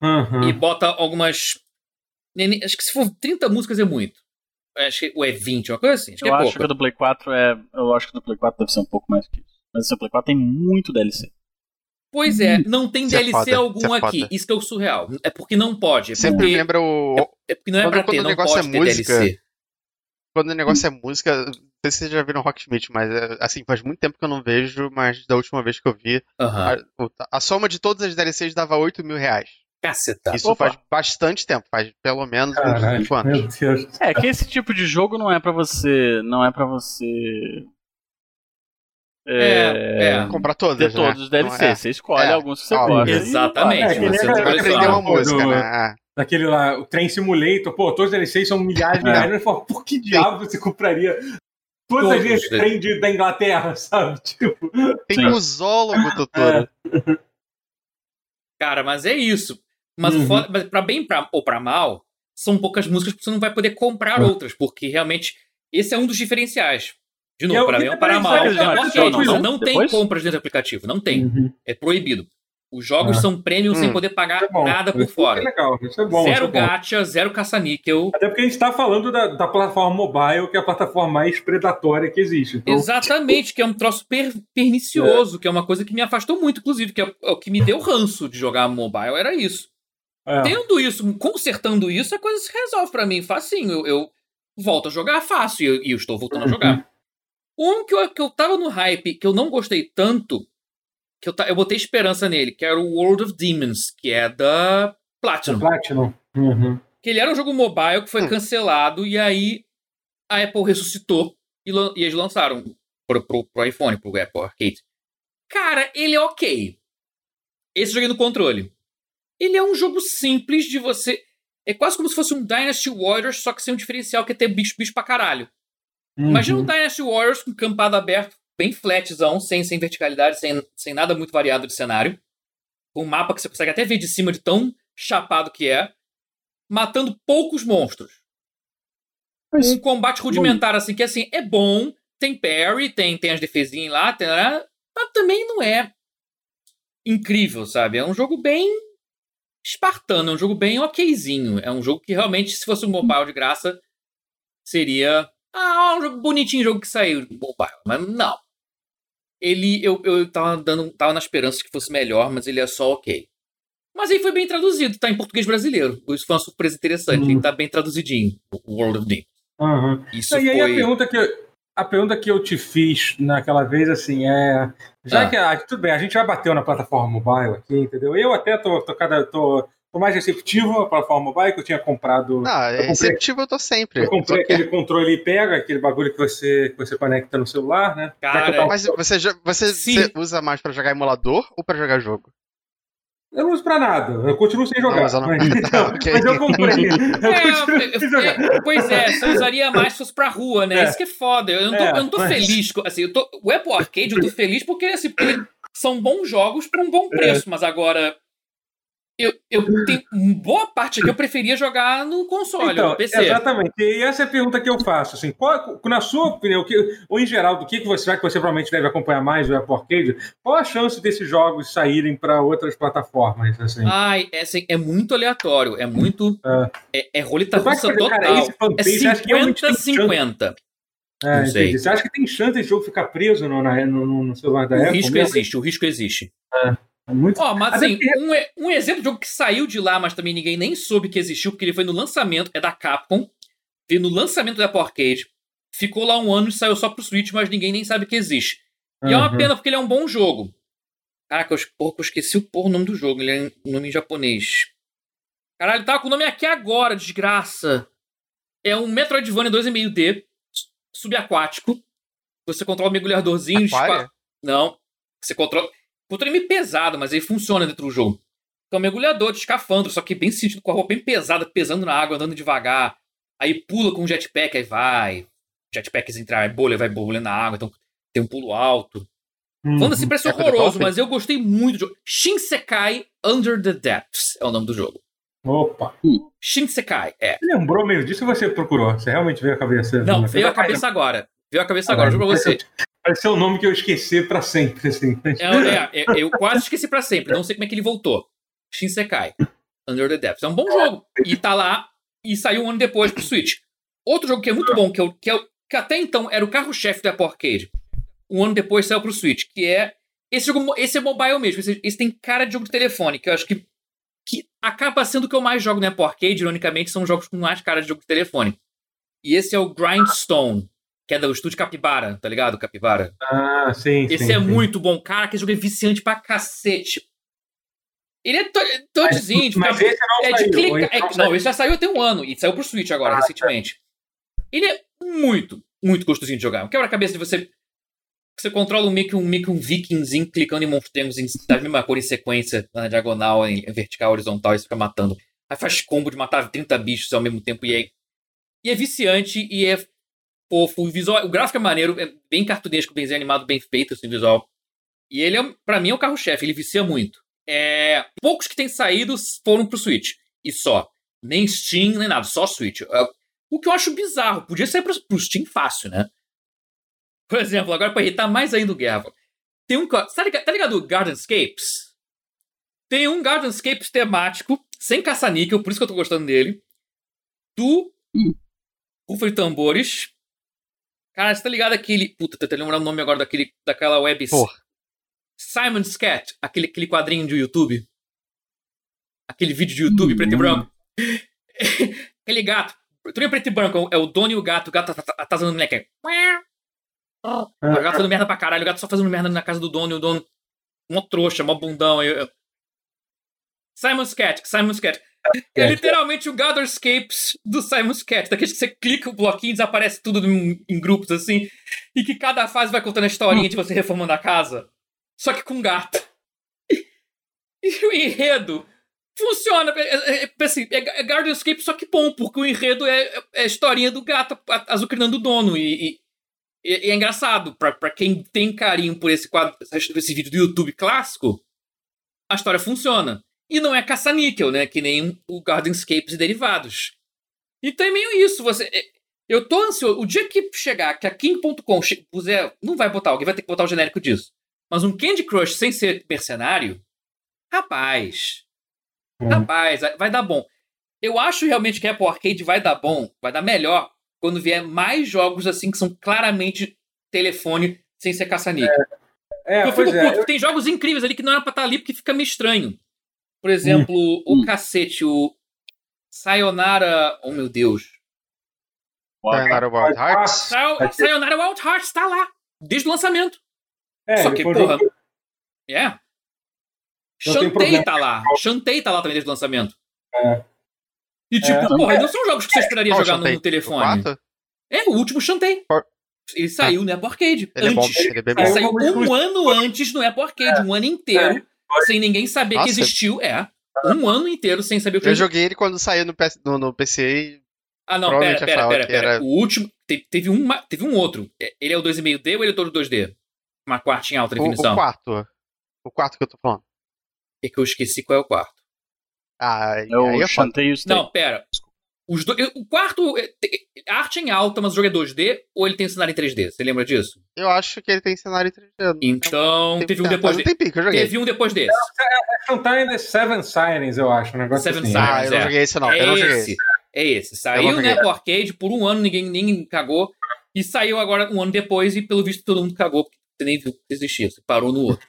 [SPEAKER 1] Uhum.
[SPEAKER 3] Hum.
[SPEAKER 2] e bota algumas. nem- nem- Acho que se for 30 músicas é muito. Acho que, ou é 20, uma coisa assim. Acho que
[SPEAKER 4] eu
[SPEAKER 2] é
[SPEAKER 4] acho que
[SPEAKER 2] pouca.
[SPEAKER 4] o do Play 4 é. Eu acho que o do Play 4 deve ser um pouco mais que isso. Mas esse Play 4 tem muito DLC.
[SPEAKER 2] Pois é, não tem
[SPEAKER 3] Isso é
[SPEAKER 2] DLC
[SPEAKER 3] foda, isso
[SPEAKER 2] algum
[SPEAKER 3] é
[SPEAKER 2] aqui.
[SPEAKER 3] foda.
[SPEAKER 2] Isso que é o surreal. É porque não pode. É
[SPEAKER 3] Sempre
[SPEAKER 2] porque,
[SPEAKER 3] lembra o.
[SPEAKER 2] é porque não é
[SPEAKER 3] Quando-
[SPEAKER 2] pra
[SPEAKER 3] quando
[SPEAKER 2] ter,
[SPEAKER 3] o
[SPEAKER 2] não
[SPEAKER 3] negócio
[SPEAKER 2] pode
[SPEAKER 3] é
[SPEAKER 2] ter
[SPEAKER 3] música,
[SPEAKER 2] DLC.
[SPEAKER 3] Quando o negócio é música. Não sei se vocês já viram Rock Smith, mas é, assim, faz muito tempo que eu não vejo, mas da última vez que eu vi,
[SPEAKER 2] Aham.
[SPEAKER 3] a, o- a soma de todas as DLCs dava 8 mil reais.
[SPEAKER 2] Caceta.
[SPEAKER 3] Isso
[SPEAKER 4] Tá, Opa.
[SPEAKER 3] faz bastante tempo, faz pelo menos uns
[SPEAKER 1] Caralho,
[SPEAKER 3] 5 anos.
[SPEAKER 1] meu Deus.
[SPEAKER 4] É que esse tipo de jogo não é pra você. Não é pra você.
[SPEAKER 2] É, é.
[SPEAKER 3] Comprar todas,
[SPEAKER 4] Ter
[SPEAKER 3] né?
[SPEAKER 4] todos os DLCs.
[SPEAKER 3] Então, é.
[SPEAKER 4] Você escolhe
[SPEAKER 3] É,
[SPEAKER 4] alguns que você
[SPEAKER 3] óbvio.
[SPEAKER 4] gosta. e-
[SPEAKER 2] Exatamente.
[SPEAKER 1] É, que nem vai
[SPEAKER 2] você não vai
[SPEAKER 3] Vai aprender
[SPEAKER 2] colecionar.
[SPEAKER 3] uma música,
[SPEAKER 1] do-
[SPEAKER 3] né? Ah,
[SPEAKER 1] Daquele lá, o Train Simulator, pô, todos os DLCs são milhares de
[SPEAKER 3] É.
[SPEAKER 1] reais. Eu falo, por que diabo você compraria todas as
[SPEAKER 2] Todos,
[SPEAKER 1] linhas de
[SPEAKER 2] né?
[SPEAKER 1] trem de- da Inglaterra, *laughs* sabe? Tipo,
[SPEAKER 3] Tem um
[SPEAKER 4] Sim.
[SPEAKER 3] musólogo, doutor.
[SPEAKER 2] Cara, mas é isso. Mas,
[SPEAKER 1] Uhum.
[SPEAKER 2] fora- mas pra bem pra- ou pra mal, são poucas músicas porque você não vai poder comprar
[SPEAKER 1] É.
[SPEAKER 2] outras, porque realmente esse é um dos diferenciais. De novo,
[SPEAKER 1] Eu-
[SPEAKER 2] para
[SPEAKER 1] e
[SPEAKER 2] bem ou
[SPEAKER 1] também
[SPEAKER 2] para mal.
[SPEAKER 1] sabe
[SPEAKER 2] É
[SPEAKER 1] que
[SPEAKER 2] um
[SPEAKER 1] eles
[SPEAKER 2] arcade,
[SPEAKER 1] não-
[SPEAKER 2] não,
[SPEAKER 1] não-
[SPEAKER 2] não tem
[SPEAKER 4] depois?
[SPEAKER 2] compras dentro do aplicativo, não tem.
[SPEAKER 1] Uhum.
[SPEAKER 2] É proibido. Os jogos
[SPEAKER 1] É.
[SPEAKER 2] são premium sem
[SPEAKER 3] Hum.
[SPEAKER 2] poder pagar
[SPEAKER 1] Isso é bom.
[SPEAKER 2] nada por
[SPEAKER 1] Isso É
[SPEAKER 2] fora.
[SPEAKER 1] legal, isso é bom. isso
[SPEAKER 2] zero
[SPEAKER 1] é bom.
[SPEAKER 2] gacha, zero caça-níquel.
[SPEAKER 1] Até porque a gente tá falando da, da plataforma mobile, que é a plataforma mais predatória que existe. Então,
[SPEAKER 2] Exatamente, que é um troço per- pernicioso, que é uma coisa que me afastou muito, inclusive, que é o- o que me deu ranço de jogar mobile, era isso.
[SPEAKER 1] é.
[SPEAKER 2] Tendo isso, consertando isso, a coisa se resolve pra mim, facinho. Eu, eu volto a jogar fácil e eu, e eu estou voltando a jogar. Um que eu, que eu tava no hype, que eu não gostei tanto, que eu, ta- eu botei esperança nele, que era o World of Demons, que é da
[SPEAKER 1] O
[SPEAKER 2] Platinum.
[SPEAKER 1] Platinum. Uhum.
[SPEAKER 2] Que ele era um jogo mobile que foi
[SPEAKER 3] Hum.
[SPEAKER 2] cancelado e aí a Apple ressuscitou e, lan- e eles lançaram pro, pro- pro iPhone, pro Apple Arcade. Cara, ele é ok. Esse joguei no controle. Ele é um jogo simples de você. É quase como se fosse um Dynasty Warriors, só que sem um diferencial que é ter bicho, bicho pra caralho. Imagina um
[SPEAKER 1] Uhum.
[SPEAKER 2] Dynasty Warriors com campado aberto, bem flatzão, sem, sem verticalidade, sem, sem nada muito variado de cenário. Um mapa que você consegue até ver de cima de tão chapado que é. Matando poucos monstros. Um combate rudimentar, assim, que assim, é bom. né, Tem parry, tem, tem as defesinhas lá, tem, mas também não é incrível, sabe? É um jogo bem espartano, é um jogo bem okzinho. É um jogo que realmente, se fosse um mobile de graça, seria. Ah, um jogo bonitinho, jogo que saiu mobile. Mas não. Ele, eu, eu tava, dando, tava na esperança que fosse melhor, mas ele é só ok. Mas aí foi bem traduzido, tá em português brasileiro. Isso foi uma surpresa interessante.
[SPEAKER 1] Uhum.
[SPEAKER 2] Ele tá bem traduzidinho, o World of Demons.
[SPEAKER 1] Uhum.
[SPEAKER 2] Isso
[SPEAKER 1] E aí a
[SPEAKER 2] foi.
[SPEAKER 1] pergunta que eu, a pergunta que eu te fiz naquela vez, assim, é. Já
[SPEAKER 2] Ah.
[SPEAKER 1] que. ah, tudo bem, a gente já bateu na plataforma mobile aqui, entendeu? Eu até tô, tô, cada, tô, tô mais receptivo à plataforma mobile, que eu tinha comprado.
[SPEAKER 3] Ah,
[SPEAKER 1] comprei-
[SPEAKER 3] receptivo eu tô sempre.
[SPEAKER 1] Eu comprei
[SPEAKER 3] Só que-
[SPEAKER 1] aquele controle e pega, aquele bagulho que você, que você conecta no celular, né? Já que eu
[SPEAKER 2] Cara,
[SPEAKER 1] tava-
[SPEAKER 3] Mas você, já- você,
[SPEAKER 2] Sim.
[SPEAKER 3] você usa mais pra jogar emulador ou pra jogar jogo?
[SPEAKER 1] Eu não uso pra nada, eu continuo sem jogar.
[SPEAKER 3] Não, mas eu não- Tá, ok.
[SPEAKER 1] mas *laughs* eu comprei. Eu continuo sem jogar.
[SPEAKER 2] É, é, pois é, você usaria mais se fosse pra rua, né?
[SPEAKER 1] É.
[SPEAKER 2] Isso que é foda. Eu não tô,
[SPEAKER 1] É,
[SPEAKER 2] eu não tô
[SPEAKER 1] mas-
[SPEAKER 2] feliz. com- Assim, eu tô, o Apple Arcade, eu tô feliz porque assim, ele- são bons jogos por um bom
[SPEAKER 1] É.
[SPEAKER 2] preço, mas agora. Eu,
[SPEAKER 1] *laughs*
[SPEAKER 2] eu tenho boa parte que eu preferia jogar no console,
[SPEAKER 1] Então,
[SPEAKER 2] no PC.
[SPEAKER 1] Exatamente. E essa é a pergunta que eu faço. Assim, qual- na sua opinião, que- ou em geral, do que, que você vai que você provavelmente deve acompanhar mais o Apple Arcade, qual a chance desses jogos saírem para outras plataformas? Assim?
[SPEAKER 2] Ai, é, assim, é muito aleatório. É muito. É, é roleta
[SPEAKER 1] Você vai
[SPEAKER 2] russa
[SPEAKER 1] fazer,
[SPEAKER 2] total.
[SPEAKER 1] cara, esse
[SPEAKER 2] é
[SPEAKER 1] fanpage, acho que um realmente tem
[SPEAKER 2] 50
[SPEAKER 1] chance.
[SPEAKER 2] 50
[SPEAKER 1] É,
[SPEAKER 2] não sei.
[SPEAKER 1] entendi. Você acha que tem chance de jogo ficar preso no, na- no- no- no celular da
[SPEAKER 2] O
[SPEAKER 1] Apple? né?
[SPEAKER 2] risco é
[SPEAKER 1] mesmo?
[SPEAKER 2] existe, o risco existe.
[SPEAKER 1] É muito...
[SPEAKER 2] Ó, mas
[SPEAKER 1] Até
[SPEAKER 2] assim,
[SPEAKER 1] porque-
[SPEAKER 2] um, e- um exemplo de jogo que saiu de lá, mas também ninguém nem soube que existiu, porque ele foi no lançamento, é da Capcom, veio no lançamento da Apple Arcade, ficou lá um ano e saiu só pro Switch, mas ninguém nem sabe que existe. E é uma
[SPEAKER 1] Uhum.
[SPEAKER 2] pena, porque ele é um bom jogo. Caraca, eu, es- porra, eu esqueci o, porra, o nome do jogo, ele é um nome em japonês. Caralho, tava com o nome aqui agora, desgraça. É um Metroidvania 2,5D, su- subaquático. Você controla o mergulhadorzinho.
[SPEAKER 3] Aquário?
[SPEAKER 2] espa- Não, você controla... Controle meio pesado, mas ele funciona dentro do jogo. Então, mergulhador de escafandro, só que bem sentido, com a roupa bem pesada, pesando na água, andando devagar. Aí pula com um jetpack, aí vai. Jetpacks entrar, aí bolha, vai bolha na água, então tem um pulo alto.
[SPEAKER 1] Uhum.
[SPEAKER 2] Falando assim, parece
[SPEAKER 3] É Pedro
[SPEAKER 2] horroroso,
[SPEAKER 3] Paulo?
[SPEAKER 2] mas eu gostei muito do jogo. Shinsekai Under the Depths é o nome do jogo.
[SPEAKER 1] Opa.
[SPEAKER 2] Shinsekai, é.
[SPEAKER 1] Você lembrou meio disso e você procurou? Você realmente veio a cabeça?
[SPEAKER 2] Não,
[SPEAKER 1] né?
[SPEAKER 2] veio a cabeça agora. Veio a cabeça agora,
[SPEAKER 1] Caralho,
[SPEAKER 2] juro pra você.
[SPEAKER 1] Pareceu um nome que eu esqueci para sempre. Assim.
[SPEAKER 2] É, é, é, eu quase esqueci pra sempre. Não sei como é que ele voltou. Shinsekai. Under the Depths. É um bom jogo. E tá lá. E saiu um ano depois pro Switch. Outro jogo que é muito bom, que, é o- que, é o- que até então era o carro-chefe da Apple Arcade. Um ano depois saiu pro Switch, que é. Esse jogo mo- esse é mobile mesmo. Esse, esse tem cara de jogo de telefone, que eu acho que, que acaba sendo o que eu mais jogo na Apple Arcade, ironicamente, são jogos com mais cara de jogo de telefone. E esse é o Grindstone, que é do estúdio Capibara, tá ligado? Capibara.
[SPEAKER 1] Ah, sim,
[SPEAKER 2] Esse
[SPEAKER 1] sim,
[SPEAKER 2] é
[SPEAKER 1] sim.
[SPEAKER 2] muito bom, cara. Que jogo é viciante pra cacete. Ele é to touchzinho, de
[SPEAKER 1] Mas
[SPEAKER 2] ficar-
[SPEAKER 1] esse não
[SPEAKER 2] é
[SPEAKER 1] saiu. Ah, tá.
[SPEAKER 2] de
[SPEAKER 1] ou
[SPEAKER 2] clicar.
[SPEAKER 1] esse
[SPEAKER 2] é que- não, ele já saiu até um ano e saiu pro Switch agora, recentemente. Ele é muito, muito gostosinho de jogar. Um quebra-cabeça de você. Você controla um meio que um, meio que um vikingzinho clicando em monstros da mesma cor em sequência, na diagonal, em em vertical, horizontal, e você fica matando. Aí faz combo de matar 30 bichos ao mesmo tempo e é, e é viciante e é fofo. O, visual, o gráfico é maneiro, é bem cartunesco, bem animado, bem feito esse visual. E ele, é, pra mim, é o carro-chefe, ele vicia muito. É, poucos que têm saído foram pro Switch. E só. Nem Steam, nem nada, só Switch. É, O que eu acho bizarro. Podia sair pro, pro Steam fácil, né? Por exemplo, agora pra irritar mais ainda o Guerra. Tem um. co- Tá ligado, tá ligado o Gardenscapes? Tem um Gardenscapes temático, sem caça-níquel, por isso que eu tô gostando dele. Do.
[SPEAKER 4] Hum.
[SPEAKER 2] Rufa de Tambores. Cara, você tá ligado aquele. Puta, tô tentando lembrar o nome agora daquele, daquela web.
[SPEAKER 3] Porra.
[SPEAKER 2] Simon Scat, aquele, aquele quadrinho do YouTube. Aquele vídeo de YouTube, preto e branco. *laughs* aquele gato. Tu lembra preto e branco? É o dono e o gato. O gato tá- tá- tá fazendo moleque. O gato fazendo merda pra caralho. O gato só fazendo merda na casa do dono e o dono. Mó trouxa, mó bundão. Eu, eu... Simon Scat, Simon Scat. É literalmente o Gatherscapes do Simon's Cat. Daqueles que você clica o bloquinho e desaparece tudo em, em grupos assim. E que cada fase vai contando a historinha de você reformando a casa. Só que com um gato. *laughs* E o enredo funciona. É, é, é, assim, é, é Gardenscape, só que bom, porque o enredo é, é- é a historinha do gato a- azucrinando o dono. E, e- e é engraçado. Pra, pra quem tem carinho por esse quadro, esse vídeo do YouTube clássico, a história funciona. E não é caça-níquel, né? Que nem o Gardenscapes e derivados. Então é meio isso. Você, é- eu tô ansioso. O dia que chegar, que a King.com che- puser. Não vai botar, alguém vai ter que botar o genérico disso. Mas um Candy Crush sem ser mercenário, Rapaz,
[SPEAKER 1] Hum.
[SPEAKER 2] rapaz, vai dar bom. Eu acho realmente que Apple Arcade vai dar bom, vai dar melhor quando vier mais jogos assim que são claramente telefone sem ser caça-níquel.
[SPEAKER 1] É,
[SPEAKER 2] eu
[SPEAKER 1] pois
[SPEAKER 2] fico
[SPEAKER 1] é.
[SPEAKER 2] puto, tem jogos incríveis ali que não era pra estar ali porque fica meio estranho. Por exemplo, o
[SPEAKER 4] Hum.
[SPEAKER 2] cacete, o Sayonara. Oh meu Deus.
[SPEAKER 3] Sayonara Wild Hearts.
[SPEAKER 2] Sayo-
[SPEAKER 1] Aqui.
[SPEAKER 2] Sayonara Wild Hearts tá lá, desde o lançamento.
[SPEAKER 1] É,
[SPEAKER 2] Só que,
[SPEAKER 1] foi um jogo
[SPEAKER 2] porra. É.
[SPEAKER 1] Não tem
[SPEAKER 2] Chantei
[SPEAKER 1] problema.
[SPEAKER 2] tá lá. Chantei tá lá também desde o lançamento.
[SPEAKER 1] É.
[SPEAKER 2] E tipo,
[SPEAKER 1] É.
[SPEAKER 2] porra, não são jogos que você esperaria
[SPEAKER 3] Qual
[SPEAKER 2] jogar
[SPEAKER 3] Shantae?
[SPEAKER 2] no, no
[SPEAKER 3] O
[SPEAKER 2] telefone.
[SPEAKER 3] quatro?
[SPEAKER 2] É, o último Chantei.
[SPEAKER 3] Qual-
[SPEAKER 2] Ele saiu no Apple Arcade.
[SPEAKER 3] Ele é bom,
[SPEAKER 2] antes.
[SPEAKER 3] ele é bem
[SPEAKER 2] Ele
[SPEAKER 1] Aí
[SPEAKER 3] bom.
[SPEAKER 1] eu
[SPEAKER 2] saiu
[SPEAKER 1] vou
[SPEAKER 2] um
[SPEAKER 1] ver isso.
[SPEAKER 2] ano antes no Apple Arcade, um ano inteiro, sem ninguém saber
[SPEAKER 3] É, Nossa.
[SPEAKER 2] que existiu. É. Um ano inteiro sem saber o que
[SPEAKER 3] Eu
[SPEAKER 2] existiu.
[SPEAKER 3] joguei ele quando saiu no, PS no- no PC.
[SPEAKER 2] Ah, não, pera,
[SPEAKER 3] Provavelmente
[SPEAKER 2] pera,
[SPEAKER 3] achava
[SPEAKER 2] pera,
[SPEAKER 3] que
[SPEAKER 2] pera.
[SPEAKER 3] era-
[SPEAKER 2] O último. Teve, teve, um, ma- teve um outro. É, Ele é o 2,5D ou ele é todo 2D? Uma quarta em alta
[SPEAKER 3] O, o
[SPEAKER 2] definição.
[SPEAKER 3] quarto. O quarto que eu tô falando.
[SPEAKER 2] É que eu esqueci qual é o quarto.
[SPEAKER 3] Ah, aí
[SPEAKER 4] É o
[SPEAKER 3] é foda.
[SPEAKER 4] Shantae Stay.
[SPEAKER 2] Não, pera. Os do... O quarto, é, te- arte em alta, mas o jogo é 2D ou ele tem cenário em 3D? Você lembra disso?
[SPEAKER 3] Eu acho que ele tem cenário 3D. eu não
[SPEAKER 2] Então,
[SPEAKER 3] lembro.
[SPEAKER 2] teve um
[SPEAKER 3] Faz
[SPEAKER 2] depois dele.
[SPEAKER 3] um tempinho que eu joguei.
[SPEAKER 2] Teve um depois desse.
[SPEAKER 1] Cantar in the tá Seven Sirens, eu acho, um negócio
[SPEAKER 2] Seven
[SPEAKER 1] assim.
[SPEAKER 2] Sirens.
[SPEAKER 3] Ah, eu não
[SPEAKER 2] é.
[SPEAKER 3] joguei esse não. eu não
[SPEAKER 2] É
[SPEAKER 3] joguei
[SPEAKER 2] esse. É esse.
[SPEAKER 3] Eu
[SPEAKER 2] Saiu
[SPEAKER 3] não
[SPEAKER 2] no
[SPEAKER 3] joguei.
[SPEAKER 2] Apple Arcade, por um ano ninguém, ninguém cagou. E saiu agora um ano depois, e pelo visto todo mundo cagou, porque você nem viu que existia. Você parou no outro.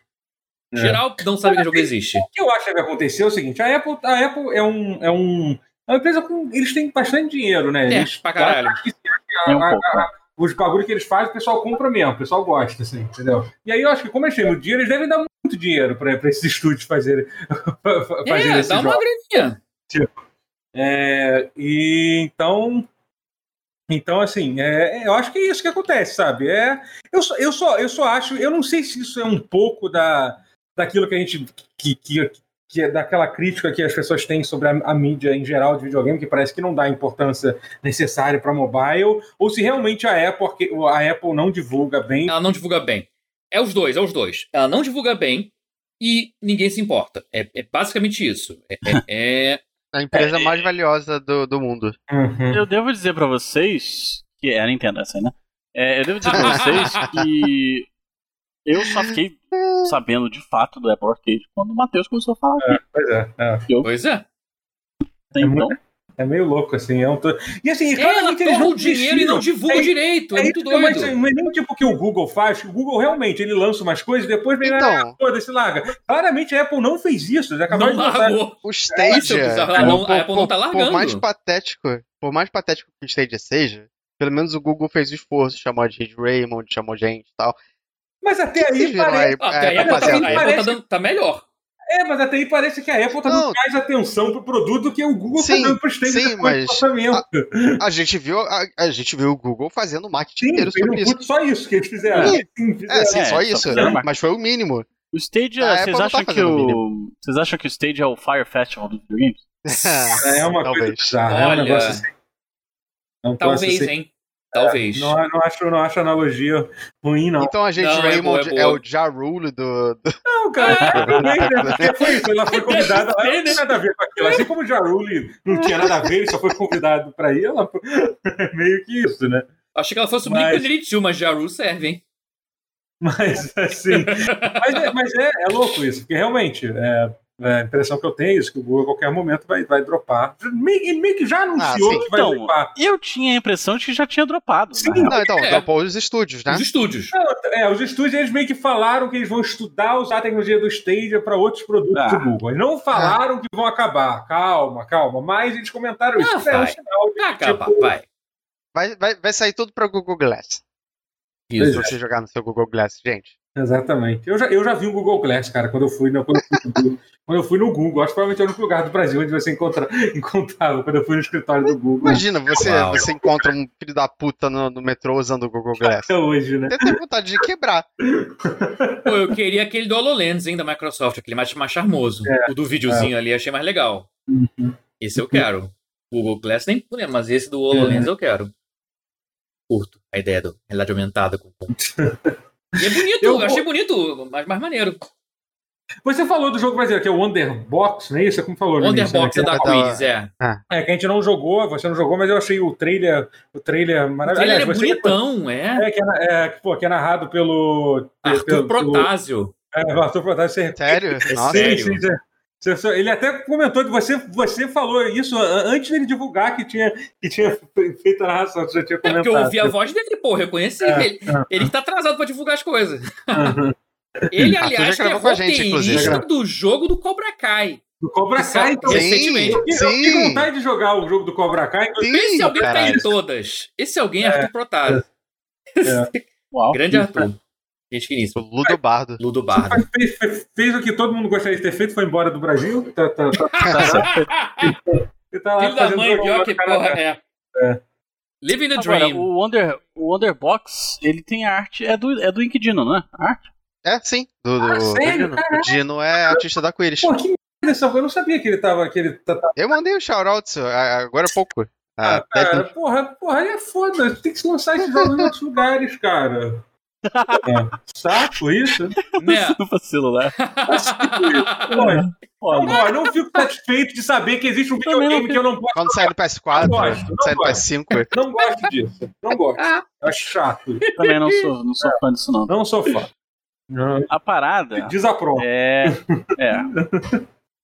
[SPEAKER 1] É.
[SPEAKER 2] Geral não sabe que jogo existe.
[SPEAKER 1] O que eu acho que vai acontecer é o seguinte: a Apple, a Apple é, um, é um. É uma empresa com. Eles têm bastante dinheiro, né?
[SPEAKER 2] É,
[SPEAKER 1] Eles,
[SPEAKER 2] pra caralho.
[SPEAKER 1] a-
[SPEAKER 4] Tem um
[SPEAKER 1] a-
[SPEAKER 4] pouco. né?
[SPEAKER 1] os bagulhos que eles fazem, o pessoal compra mesmo, o pessoal gosta, assim, entendeu? E aí eu acho que, como eles têm muito dinheiro, eles devem dar muito dinheiro pra, pra esses *laughs* estúdios fazerem, fa- fa- fazerem
[SPEAKER 2] É,
[SPEAKER 1] esse
[SPEAKER 2] dá uma graninha.
[SPEAKER 1] É, e então. Então, assim, é, é, eu acho que é isso que acontece, sabe? É, eu, só, eu, só, eu só acho, eu não sei se isso é um pouco da, daquilo que a gente. Que, que, que é daquela crítica que as pessoas têm sobre a, a mídia em geral de videogame, que parece que não dá a importância necessária para mobile, ou se realmente a Apple, arque- a Apple não divulga bem.
[SPEAKER 2] Ela não divulga bem. É os dois, é os dois. Ela não divulga bem e ninguém se importa. É, é basicamente isso. É, é- é-
[SPEAKER 3] A empresa mais valiosa do, do mundo.
[SPEAKER 1] Uhum.
[SPEAKER 4] Eu devo dizer pra vocês que é a Nintendo essa aí, né? É, eu devo dizer pra
[SPEAKER 2] *laughs*
[SPEAKER 4] vocês que eu só fiquei sabendo de fato do Apple Arcade quando o Matheus começou a falar.
[SPEAKER 1] Pois é, é. *laughs*
[SPEAKER 2] Pois é.
[SPEAKER 4] até então,
[SPEAKER 1] É meio louco, assim. É um to- E assim,
[SPEAKER 2] Ela
[SPEAKER 1] claramente eles
[SPEAKER 2] toma
[SPEAKER 1] não
[SPEAKER 2] o dinheiro e
[SPEAKER 1] desistiram.
[SPEAKER 2] não divulga
[SPEAKER 1] É-
[SPEAKER 2] direito. É,
[SPEAKER 1] É
[SPEAKER 2] muito
[SPEAKER 1] isso, mas
[SPEAKER 2] doido.
[SPEAKER 1] Não é nem tipo o que o Google faz, que o Google realmente ele lança umas coisas e depois vem
[SPEAKER 3] Então.
[SPEAKER 1] ah, foda-se, larga. Claramente a Apple não fez isso, já acabaram
[SPEAKER 2] Não
[SPEAKER 1] de lançar.
[SPEAKER 2] largou.
[SPEAKER 3] O
[SPEAKER 2] isso é
[SPEAKER 3] Stadia.
[SPEAKER 2] bizarro, ela não- a
[SPEAKER 3] por-
[SPEAKER 2] Apple não tá
[SPEAKER 3] por-
[SPEAKER 2] largando.
[SPEAKER 3] Por mais patético, por mais patético que o Stadia seja, pelo menos o Google fez o esforço, chamou a Jade Raymond, chamou gente e tal.
[SPEAKER 1] Mas até
[SPEAKER 3] Vocês
[SPEAKER 1] aí
[SPEAKER 3] viram a-
[SPEAKER 1] parece.
[SPEAKER 2] Ah,
[SPEAKER 3] a
[SPEAKER 2] Até aí a
[SPEAKER 3] Apple é,
[SPEAKER 2] Apple
[SPEAKER 1] rapaziada,
[SPEAKER 2] tá- a
[SPEAKER 3] fazendo isso?
[SPEAKER 2] Apple tá,
[SPEAKER 1] parece-
[SPEAKER 2] dando- tá melhor.
[SPEAKER 1] É, mas até aí parece que a Apple tá dando
[SPEAKER 3] Não.
[SPEAKER 1] mais atenção pro produto do que o Google
[SPEAKER 3] Sim,
[SPEAKER 1] tá dando pro stand
[SPEAKER 3] sim,
[SPEAKER 1] depois
[SPEAKER 3] mas-
[SPEAKER 1] do lançamento.
[SPEAKER 3] A gente viu, a, a gente viu o Google fazendo marketing
[SPEAKER 1] Sim,
[SPEAKER 3] inteiro
[SPEAKER 1] fez um
[SPEAKER 3] sobre isso.
[SPEAKER 1] puto só isso que eles fizeram.
[SPEAKER 3] Sim.
[SPEAKER 1] Sim,
[SPEAKER 3] É,
[SPEAKER 1] fizeram.
[SPEAKER 3] sim,
[SPEAKER 4] É,
[SPEAKER 3] só
[SPEAKER 4] só
[SPEAKER 3] isso.
[SPEAKER 2] um
[SPEAKER 4] fizeram marketing.
[SPEAKER 3] Mas foi o mínimo.
[SPEAKER 4] o Stadia,
[SPEAKER 3] A Apple
[SPEAKER 4] vocês
[SPEAKER 3] não tá
[SPEAKER 4] acham que
[SPEAKER 3] fazendo
[SPEAKER 4] o. Vocês acham que o Stadia é o Fire Festival dos videogames?
[SPEAKER 1] É uma coisa
[SPEAKER 3] Talvez.
[SPEAKER 1] bizarra. é um
[SPEAKER 2] Olha,
[SPEAKER 1] negócio assim. É um troço
[SPEAKER 2] Talvez,
[SPEAKER 1] assim.
[SPEAKER 2] hein? Talvez.
[SPEAKER 1] Não, é- não, acho, não acho analogia ruim, não.
[SPEAKER 3] *laughs* Então a gente
[SPEAKER 2] *laughs* Não, é
[SPEAKER 3] Raymond
[SPEAKER 2] boa, é
[SPEAKER 3] é,
[SPEAKER 2] boa.
[SPEAKER 3] o Ja Rule do, do-
[SPEAKER 1] Não, cara, tudo bem, né? Porque foi isso, ela foi convidada, ela não tem nada a ver com aquilo. Assim como o Jaruli não tinha nada a ver, ele só foi convidado pra ir, ela foi- *laughs* meio que isso, né?
[SPEAKER 2] Achei que ela fosse o
[SPEAKER 1] Mas-
[SPEAKER 2] Blink Elite, mas Jaru serve, hein?
[SPEAKER 1] Mas assim. Mas é, mas é- é louco isso, porque realmente. é, é, a impressão que eu tenho é isso, que o Google a qualquer momento vai, vai dropar. Meio, ele meio que já anunciou
[SPEAKER 3] sim.
[SPEAKER 1] que vai
[SPEAKER 4] Então,
[SPEAKER 1] dropar.
[SPEAKER 4] Eu tinha a impressão de que já tinha dropado. né?
[SPEAKER 1] Sim,
[SPEAKER 4] na real.
[SPEAKER 3] Não, então,
[SPEAKER 2] É.
[SPEAKER 3] dropou os estúdios, né?
[SPEAKER 2] Os estúdios.
[SPEAKER 1] É, os estúdios eles meio que falaram que eles vão estudar usar a tecnologia do Stadia para outros produtos
[SPEAKER 4] Ah.
[SPEAKER 1] do Google. Eles não falaram que vão acabar. Calma, calma. Mas eles comentaram isso.
[SPEAKER 2] Ah,
[SPEAKER 1] Isso é um
[SPEAKER 2] vai.
[SPEAKER 1] sinal
[SPEAKER 2] Tá, capa,
[SPEAKER 1] Tipo-
[SPEAKER 2] vai.
[SPEAKER 3] Vai, vai, vai sair tudo pra Google Glass.
[SPEAKER 2] Isso.
[SPEAKER 3] Se você jogar no seu Google Glass, gente.
[SPEAKER 1] Exatamente. Eu já, eu já vi um Google Glass, cara, quando eu fui, no- quando eu fui, no, Google, *laughs* quando eu fui no Google. Acho que provavelmente é o único lugar do Brasil onde você encontra, *laughs* encontrava, quando eu fui no escritório do Google.
[SPEAKER 3] Imagina, você,
[SPEAKER 2] Uau.
[SPEAKER 3] você encontra um filho da puta no, no metrô usando o Google Glass.
[SPEAKER 1] Até hoje, né?
[SPEAKER 3] Deve ter vontade de quebrar.
[SPEAKER 2] Pô, eu queria aquele do HoloLens, hein, da Microsoft, aquele mais, mais charmoso.
[SPEAKER 1] É,
[SPEAKER 2] O do videozinho ali achei mais legal.
[SPEAKER 1] Uhum.
[SPEAKER 2] Esse eu quero. O Google Glass nem lembro, mas esse do
[SPEAKER 1] É.
[SPEAKER 2] HoloLens eu quero. Curto a ideia do realidade aumentada.
[SPEAKER 1] *laughs*
[SPEAKER 2] Com... E é bonito,
[SPEAKER 1] Eu
[SPEAKER 2] eu,
[SPEAKER 1] vou-
[SPEAKER 2] achei bonito, mas mais maneiro.
[SPEAKER 1] Você falou do jogo brasileiro, que é o Wonderbox, não é isso? É como falou no início, né?
[SPEAKER 2] Wonderbox é da
[SPEAKER 3] vai dar-
[SPEAKER 2] Quiz, é.
[SPEAKER 1] É que a gente não jogou, você não jogou, mas eu achei o trailer, o trailer
[SPEAKER 2] O
[SPEAKER 1] maravilhoso.
[SPEAKER 2] trailer é
[SPEAKER 1] Aliás, você-
[SPEAKER 2] bonitão, é.
[SPEAKER 1] É, que é, na- é, que, pô, que é narrado pelo.
[SPEAKER 2] Arthur
[SPEAKER 1] pelo, pelo-
[SPEAKER 2] Protásio.
[SPEAKER 1] é, Arthur Protásio. Você...
[SPEAKER 3] Sério? Nossa.
[SPEAKER 2] sério?
[SPEAKER 1] sim, sim. Sensor- Ele até comentou que você, você falou isso a- antes dele divulgar que tinha, que tinha fe- feito a narração, você já
[SPEAKER 2] *laughs*
[SPEAKER 1] tinha
[SPEAKER 2] É
[SPEAKER 1] comentado.
[SPEAKER 2] porque eu ouvi a voz dele, pô, reconheci.
[SPEAKER 1] É.
[SPEAKER 2] Ele, ele que tá atrasado pra divulgar as coisas.
[SPEAKER 1] Uhum.
[SPEAKER 2] Ele,
[SPEAKER 3] Arthur já
[SPEAKER 2] aliás, que é
[SPEAKER 3] gravou com a gente,
[SPEAKER 2] roteirista
[SPEAKER 1] inclusive.
[SPEAKER 2] do jogo do Cobra Kai.
[SPEAKER 1] Do Cobra
[SPEAKER 2] Isso
[SPEAKER 1] Kai,
[SPEAKER 2] é-
[SPEAKER 1] então.
[SPEAKER 2] Sim,
[SPEAKER 1] Eu fiquei- eu fiquei com vontade de jogar o jogo do Cobra Kai. então-
[SPEAKER 2] Esse alguém tá
[SPEAKER 3] caralho.
[SPEAKER 2] em todas. Esse alguém é Arthur Protásio.
[SPEAKER 1] É.
[SPEAKER 4] Uau.
[SPEAKER 2] Grande Arthur. Gente finíssima.
[SPEAKER 3] O Ludobardo.
[SPEAKER 2] Ludo Bardo.
[SPEAKER 1] Fez, fez- fez o que todo mundo gostaria de ter feito, foi embora do Brasil. Tá, tá, tá,
[SPEAKER 2] Ah,
[SPEAKER 1] ele tá lá
[SPEAKER 2] Filho da
[SPEAKER 1] fazendo
[SPEAKER 2] mãe,
[SPEAKER 1] jogo
[SPEAKER 2] pior
[SPEAKER 1] lá
[SPEAKER 2] que
[SPEAKER 1] no Canadá.
[SPEAKER 2] porra é.
[SPEAKER 1] É.
[SPEAKER 2] Living the
[SPEAKER 4] Agora,
[SPEAKER 2] Dream.
[SPEAKER 4] o Wonder, o Wonderbox, ele tem a arte. É do, é do Inquidino, né? A arte?
[SPEAKER 3] É, sim. Do, do,
[SPEAKER 1] Ah,
[SPEAKER 3] do
[SPEAKER 1] sério?
[SPEAKER 3] Dino.
[SPEAKER 1] Caraca.
[SPEAKER 3] O Dino é artista da Quiris.
[SPEAKER 1] Pô, que merda, essa- eu não sabia que ele tava. Que ele tá, tá-
[SPEAKER 3] Eu mandei o shoutouts a- agora há pouco. Ah,
[SPEAKER 1] Ah, cara, porra, porra, aí é foda. Tem que se lançar esses jogos em outros lugares, cara. É. Saco isso?
[SPEAKER 2] *laughs* Né?
[SPEAKER 4] *laughs* Do celular.
[SPEAKER 1] Pô, Não,
[SPEAKER 4] Foda.
[SPEAKER 1] eu não fico satisfeito de saber que existe um
[SPEAKER 4] Também não
[SPEAKER 1] videogame que eu não gosto.
[SPEAKER 3] Quando sair no PS4,
[SPEAKER 1] Não gosto,
[SPEAKER 3] quando
[SPEAKER 1] não
[SPEAKER 3] sair no
[SPEAKER 1] gosto.
[SPEAKER 3] PS5.
[SPEAKER 1] Não gosto disso. Não gosto.
[SPEAKER 4] Ah.
[SPEAKER 1] Acho chato.
[SPEAKER 4] Também não sou, não sou fã disso, não.
[SPEAKER 1] Não sou fã. Não.
[SPEAKER 4] A parada
[SPEAKER 1] Desaprovo.
[SPEAKER 4] é. É.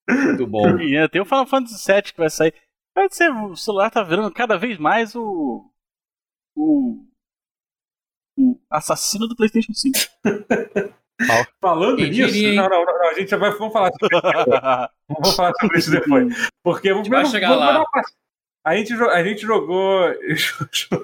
[SPEAKER 2] Muito bom.
[SPEAKER 4] E ainda tem o Final Fantasy VII que vai sair. Vai ser, o celular tá virando cada vez mais o. O. O assassino do PlayStation *laughs* 5.
[SPEAKER 1] Falando
[SPEAKER 2] Quem
[SPEAKER 1] nisso.
[SPEAKER 2] diria, hein?
[SPEAKER 1] não, não, não, não, a gente já vai. Vamos falar, vamos falar sobre isso depois. Porque vamos
[SPEAKER 2] vai chegar lá.
[SPEAKER 1] A gente, jo- a gente jogou. *laughs*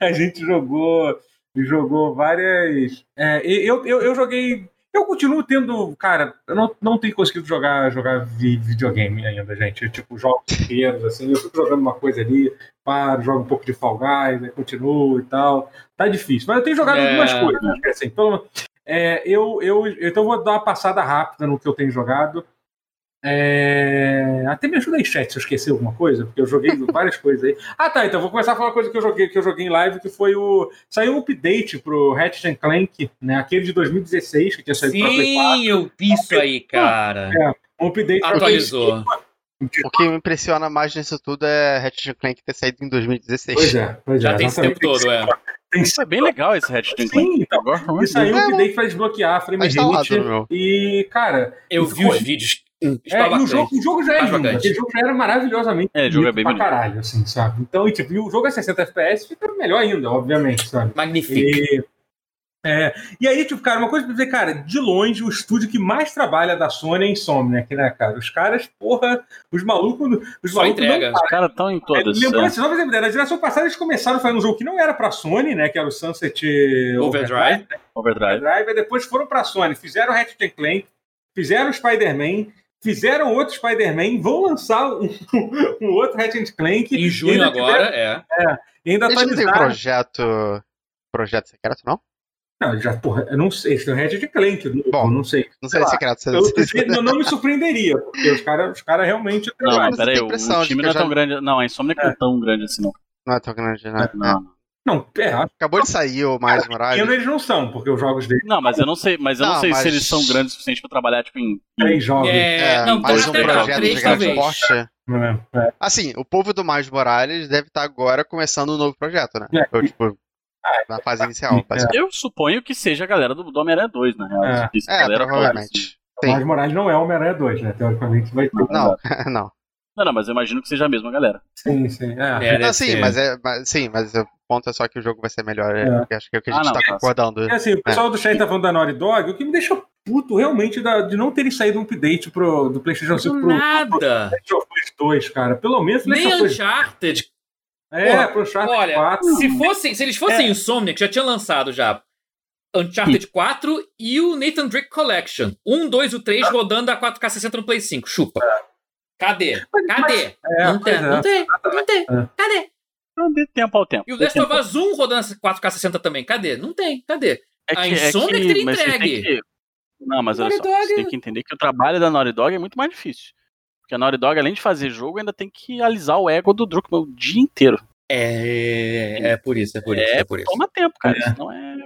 [SPEAKER 1] a gente jogou. Jogou várias. é, e- eu, eu, eu joguei. Eu continuo tendo. Cara, eu não, não tenho conseguido jogar, jogar vi- videogame ainda, gente. Tipo, jogos pequenos, assim. Eu fico jogando uma coisa ali, paro, jogo um pouco de Fall Guys, aí continuo e tal. Tá difícil. Mas eu tenho jogado
[SPEAKER 2] É.
[SPEAKER 1] algumas coisas, né? assim. Pelo, é, eu, eu, então eu vou dar uma passada rápida no que eu tenho jogado. É, Até me ajuda aí, chat, se eu esqueci alguma coisa, porque eu joguei *laughs* várias coisas aí. Ah, tá, então vou começar a falar uma coisa que eu joguei, que eu joguei em live, que foi o. Saiu um update pro Ratchet and Clank, né? Aquele de 2016 que tinha saído pra Play 4.
[SPEAKER 2] Sim, eu vi isso aí, cara.
[SPEAKER 1] Um update pra
[SPEAKER 2] Atualizou.
[SPEAKER 1] É,
[SPEAKER 3] O que me impressiona mais nisso tudo é Ratchet Clank ter saído em 2016.
[SPEAKER 1] Pois é, pois é.
[SPEAKER 2] Já tem esse tempo
[SPEAKER 1] exatamente.
[SPEAKER 2] todo, é.
[SPEAKER 1] Tem
[SPEAKER 4] Isso é bem legal esse Ratchet Clank.
[SPEAKER 1] Sim, então.
[SPEAKER 4] Agora,
[SPEAKER 1] E saiu
[SPEAKER 3] É,
[SPEAKER 1] um update pra desbloquear a frame
[SPEAKER 3] Tá instalado no
[SPEAKER 1] rate.
[SPEAKER 3] meu.
[SPEAKER 1] E, cara,
[SPEAKER 2] Eu
[SPEAKER 1] Isso
[SPEAKER 2] vi
[SPEAKER 1] foi.
[SPEAKER 2] os vídeos.
[SPEAKER 1] é,
[SPEAKER 2] Estava
[SPEAKER 1] e o, jogo, o jogo já é
[SPEAKER 2] Tá
[SPEAKER 1] lindo.
[SPEAKER 2] bacana.
[SPEAKER 1] Aquele jogo já era maravilhosamente
[SPEAKER 4] É, o jogo é
[SPEAKER 1] bonito
[SPEAKER 4] bem
[SPEAKER 1] pra
[SPEAKER 4] bonito.
[SPEAKER 1] caralho, assim, sabe? Então, e, tipo, e o jogo a 60 FPS fica melhor ainda, obviamente, sabe?
[SPEAKER 2] Magnífico.
[SPEAKER 1] E, é, e aí, tipo, cara, uma coisa pra dizer, cara, de longe, o estúdio que mais trabalha da Sony é a Insomniac, né, cara? Os caras, porra, os malucos. Os
[SPEAKER 2] Só
[SPEAKER 1] malucos
[SPEAKER 2] entrega.
[SPEAKER 4] Os caras estão em
[SPEAKER 1] Não, é,
[SPEAKER 4] todas.
[SPEAKER 1] lembrando,
[SPEAKER 4] é.
[SPEAKER 1] vocês vão lembrar, na geração passada eles começaram fazendo um jogo que não era pra Sony, né? Que era o Sunset
[SPEAKER 2] Overdrive.
[SPEAKER 4] Overdrive.
[SPEAKER 1] Overdrive, aí depois foram pra Sony, fizeram o Ratchet and Clank, fizeram o Spider-Man, fizeram outro Spider-Man, vão lançar um, *laughs* um outro Ratchet and Clank.
[SPEAKER 2] Em junho
[SPEAKER 1] ainda tiveram-
[SPEAKER 2] agora, é.
[SPEAKER 1] E ainda tá
[SPEAKER 3] Eles não têm um
[SPEAKER 1] atualizaram.
[SPEAKER 3] projeto. Projeto secreto, não?
[SPEAKER 1] Não, já, porra, eu não sei, esse é o Ratchet and Clank, eu
[SPEAKER 3] Bom,
[SPEAKER 1] não sei.
[SPEAKER 3] Não
[SPEAKER 1] Sei
[SPEAKER 3] sei
[SPEAKER 1] lá.
[SPEAKER 3] se é secreto. se-
[SPEAKER 1] Eu,
[SPEAKER 3] se-
[SPEAKER 1] eu não me surpreenderia, porque os caras os cara realmente
[SPEAKER 4] Não,
[SPEAKER 1] trabalham.
[SPEAKER 4] mas
[SPEAKER 3] Mas
[SPEAKER 4] peraí,
[SPEAKER 3] tem
[SPEAKER 4] o
[SPEAKER 3] pressão de
[SPEAKER 4] time
[SPEAKER 3] que
[SPEAKER 4] não é
[SPEAKER 3] já-
[SPEAKER 4] tão grande. Não, a Insomniac não é tão grande assim, não.
[SPEAKER 3] Não é tão grande, né?
[SPEAKER 4] Não, não.
[SPEAKER 1] Não, é, acho
[SPEAKER 3] Acabou de sair o Miles
[SPEAKER 1] que
[SPEAKER 3] Morales.
[SPEAKER 1] pequeno eles não são, porque os jogos deles
[SPEAKER 4] Não, mas eu não sei, mas eu não,
[SPEAKER 3] Não,
[SPEAKER 4] sei
[SPEAKER 3] mas-
[SPEAKER 4] se eles são grandes o suficiente pra trabalhar, tipo, em.
[SPEAKER 1] três jogos.
[SPEAKER 2] É,
[SPEAKER 3] É,
[SPEAKER 2] não,
[SPEAKER 3] mais
[SPEAKER 2] talvez
[SPEAKER 3] um
[SPEAKER 2] até não,
[SPEAKER 3] projeto de
[SPEAKER 2] três
[SPEAKER 3] grande
[SPEAKER 2] talvez.
[SPEAKER 3] porte.
[SPEAKER 1] né? É.
[SPEAKER 3] Assim, o povo do Miles Morales deve estar agora começando um novo projeto, né?
[SPEAKER 1] É.
[SPEAKER 3] Eu, tipo, na fase inicial. basicamente.
[SPEAKER 4] Eu suponho que seja a galera do, do Homem-Aranha 2, na real.
[SPEAKER 1] É.
[SPEAKER 4] Isso que essa
[SPEAKER 3] É,
[SPEAKER 4] galera assim.
[SPEAKER 3] *laughs* provavelmente. Sim.
[SPEAKER 1] Mas Morales não é Homem-Aranha 2, né? Teoricamente vai ter.
[SPEAKER 3] Não, É, não.
[SPEAKER 4] Não, não, mas eu imagino que seja a mesma galera.
[SPEAKER 1] Sim, sim. É.
[SPEAKER 2] É,
[SPEAKER 3] Não,
[SPEAKER 2] deve
[SPEAKER 3] sim,
[SPEAKER 2] ser.
[SPEAKER 3] mas é. mas- sim, mas o ponto é só que o jogo vai ser melhor.
[SPEAKER 1] É.
[SPEAKER 3] é, Acho que é o que a
[SPEAKER 4] Ah,
[SPEAKER 3] gente
[SPEAKER 4] não,
[SPEAKER 3] tá
[SPEAKER 4] tá.
[SPEAKER 3] concordando.
[SPEAKER 1] É assim, o pessoal do chat tá falando da Naughty Dog, o que me deixa puto realmente da- de não terem saído um update pro, do PlayStation 5
[SPEAKER 2] Do
[SPEAKER 1] pro
[SPEAKER 2] nada.
[SPEAKER 1] Last of Us 2, cara. Pelo menos Last
[SPEAKER 2] Nem
[SPEAKER 1] of Us.
[SPEAKER 2] Uncharted.
[SPEAKER 1] É,
[SPEAKER 2] Porra,
[SPEAKER 1] pro Charter
[SPEAKER 2] olha,
[SPEAKER 1] 4.
[SPEAKER 2] Se, fossem, se eles fossem Insomniac, já tinha lançado já Uncharted 4 e o Nathan Drake Collection. Um, dois, o três rodando a 4K 60 no Play 5. Chupa. Cadê? Cadê?
[SPEAKER 1] É,
[SPEAKER 2] não, tem,
[SPEAKER 1] pois é.
[SPEAKER 2] não tem, não tem.
[SPEAKER 1] É.
[SPEAKER 2] Cadê?
[SPEAKER 4] Não, dê tempo ao tempo.
[SPEAKER 2] E o é
[SPEAKER 4] dê
[SPEAKER 2] Last
[SPEAKER 4] tempo
[SPEAKER 2] of Us 1 rodando essa 4K 60 também. Cadê? Não tem, cadê?
[SPEAKER 4] É
[SPEAKER 2] A Insomniac teria
[SPEAKER 4] mas você
[SPEAKER 2] entregue.
[SPEAKER 4] que- Não, mas olha
[SPEAKER 2] Naughty
[SPEAKER 4] só,
[SPEAKER 2] Dog- é-
[SPEAKER 4] você tem que entender que o trabalho da Naughty Dog é muito mais difícil. Porque a Naughty Dog, além de fazer jogo, ainda tem que alisar o ego do Druckmann o dia inteiro.
[SPEAKER 2] É, é por isso, é por isso, é, por isso.
[SPEAKER 4] Toma tempo, cara. Isso não é,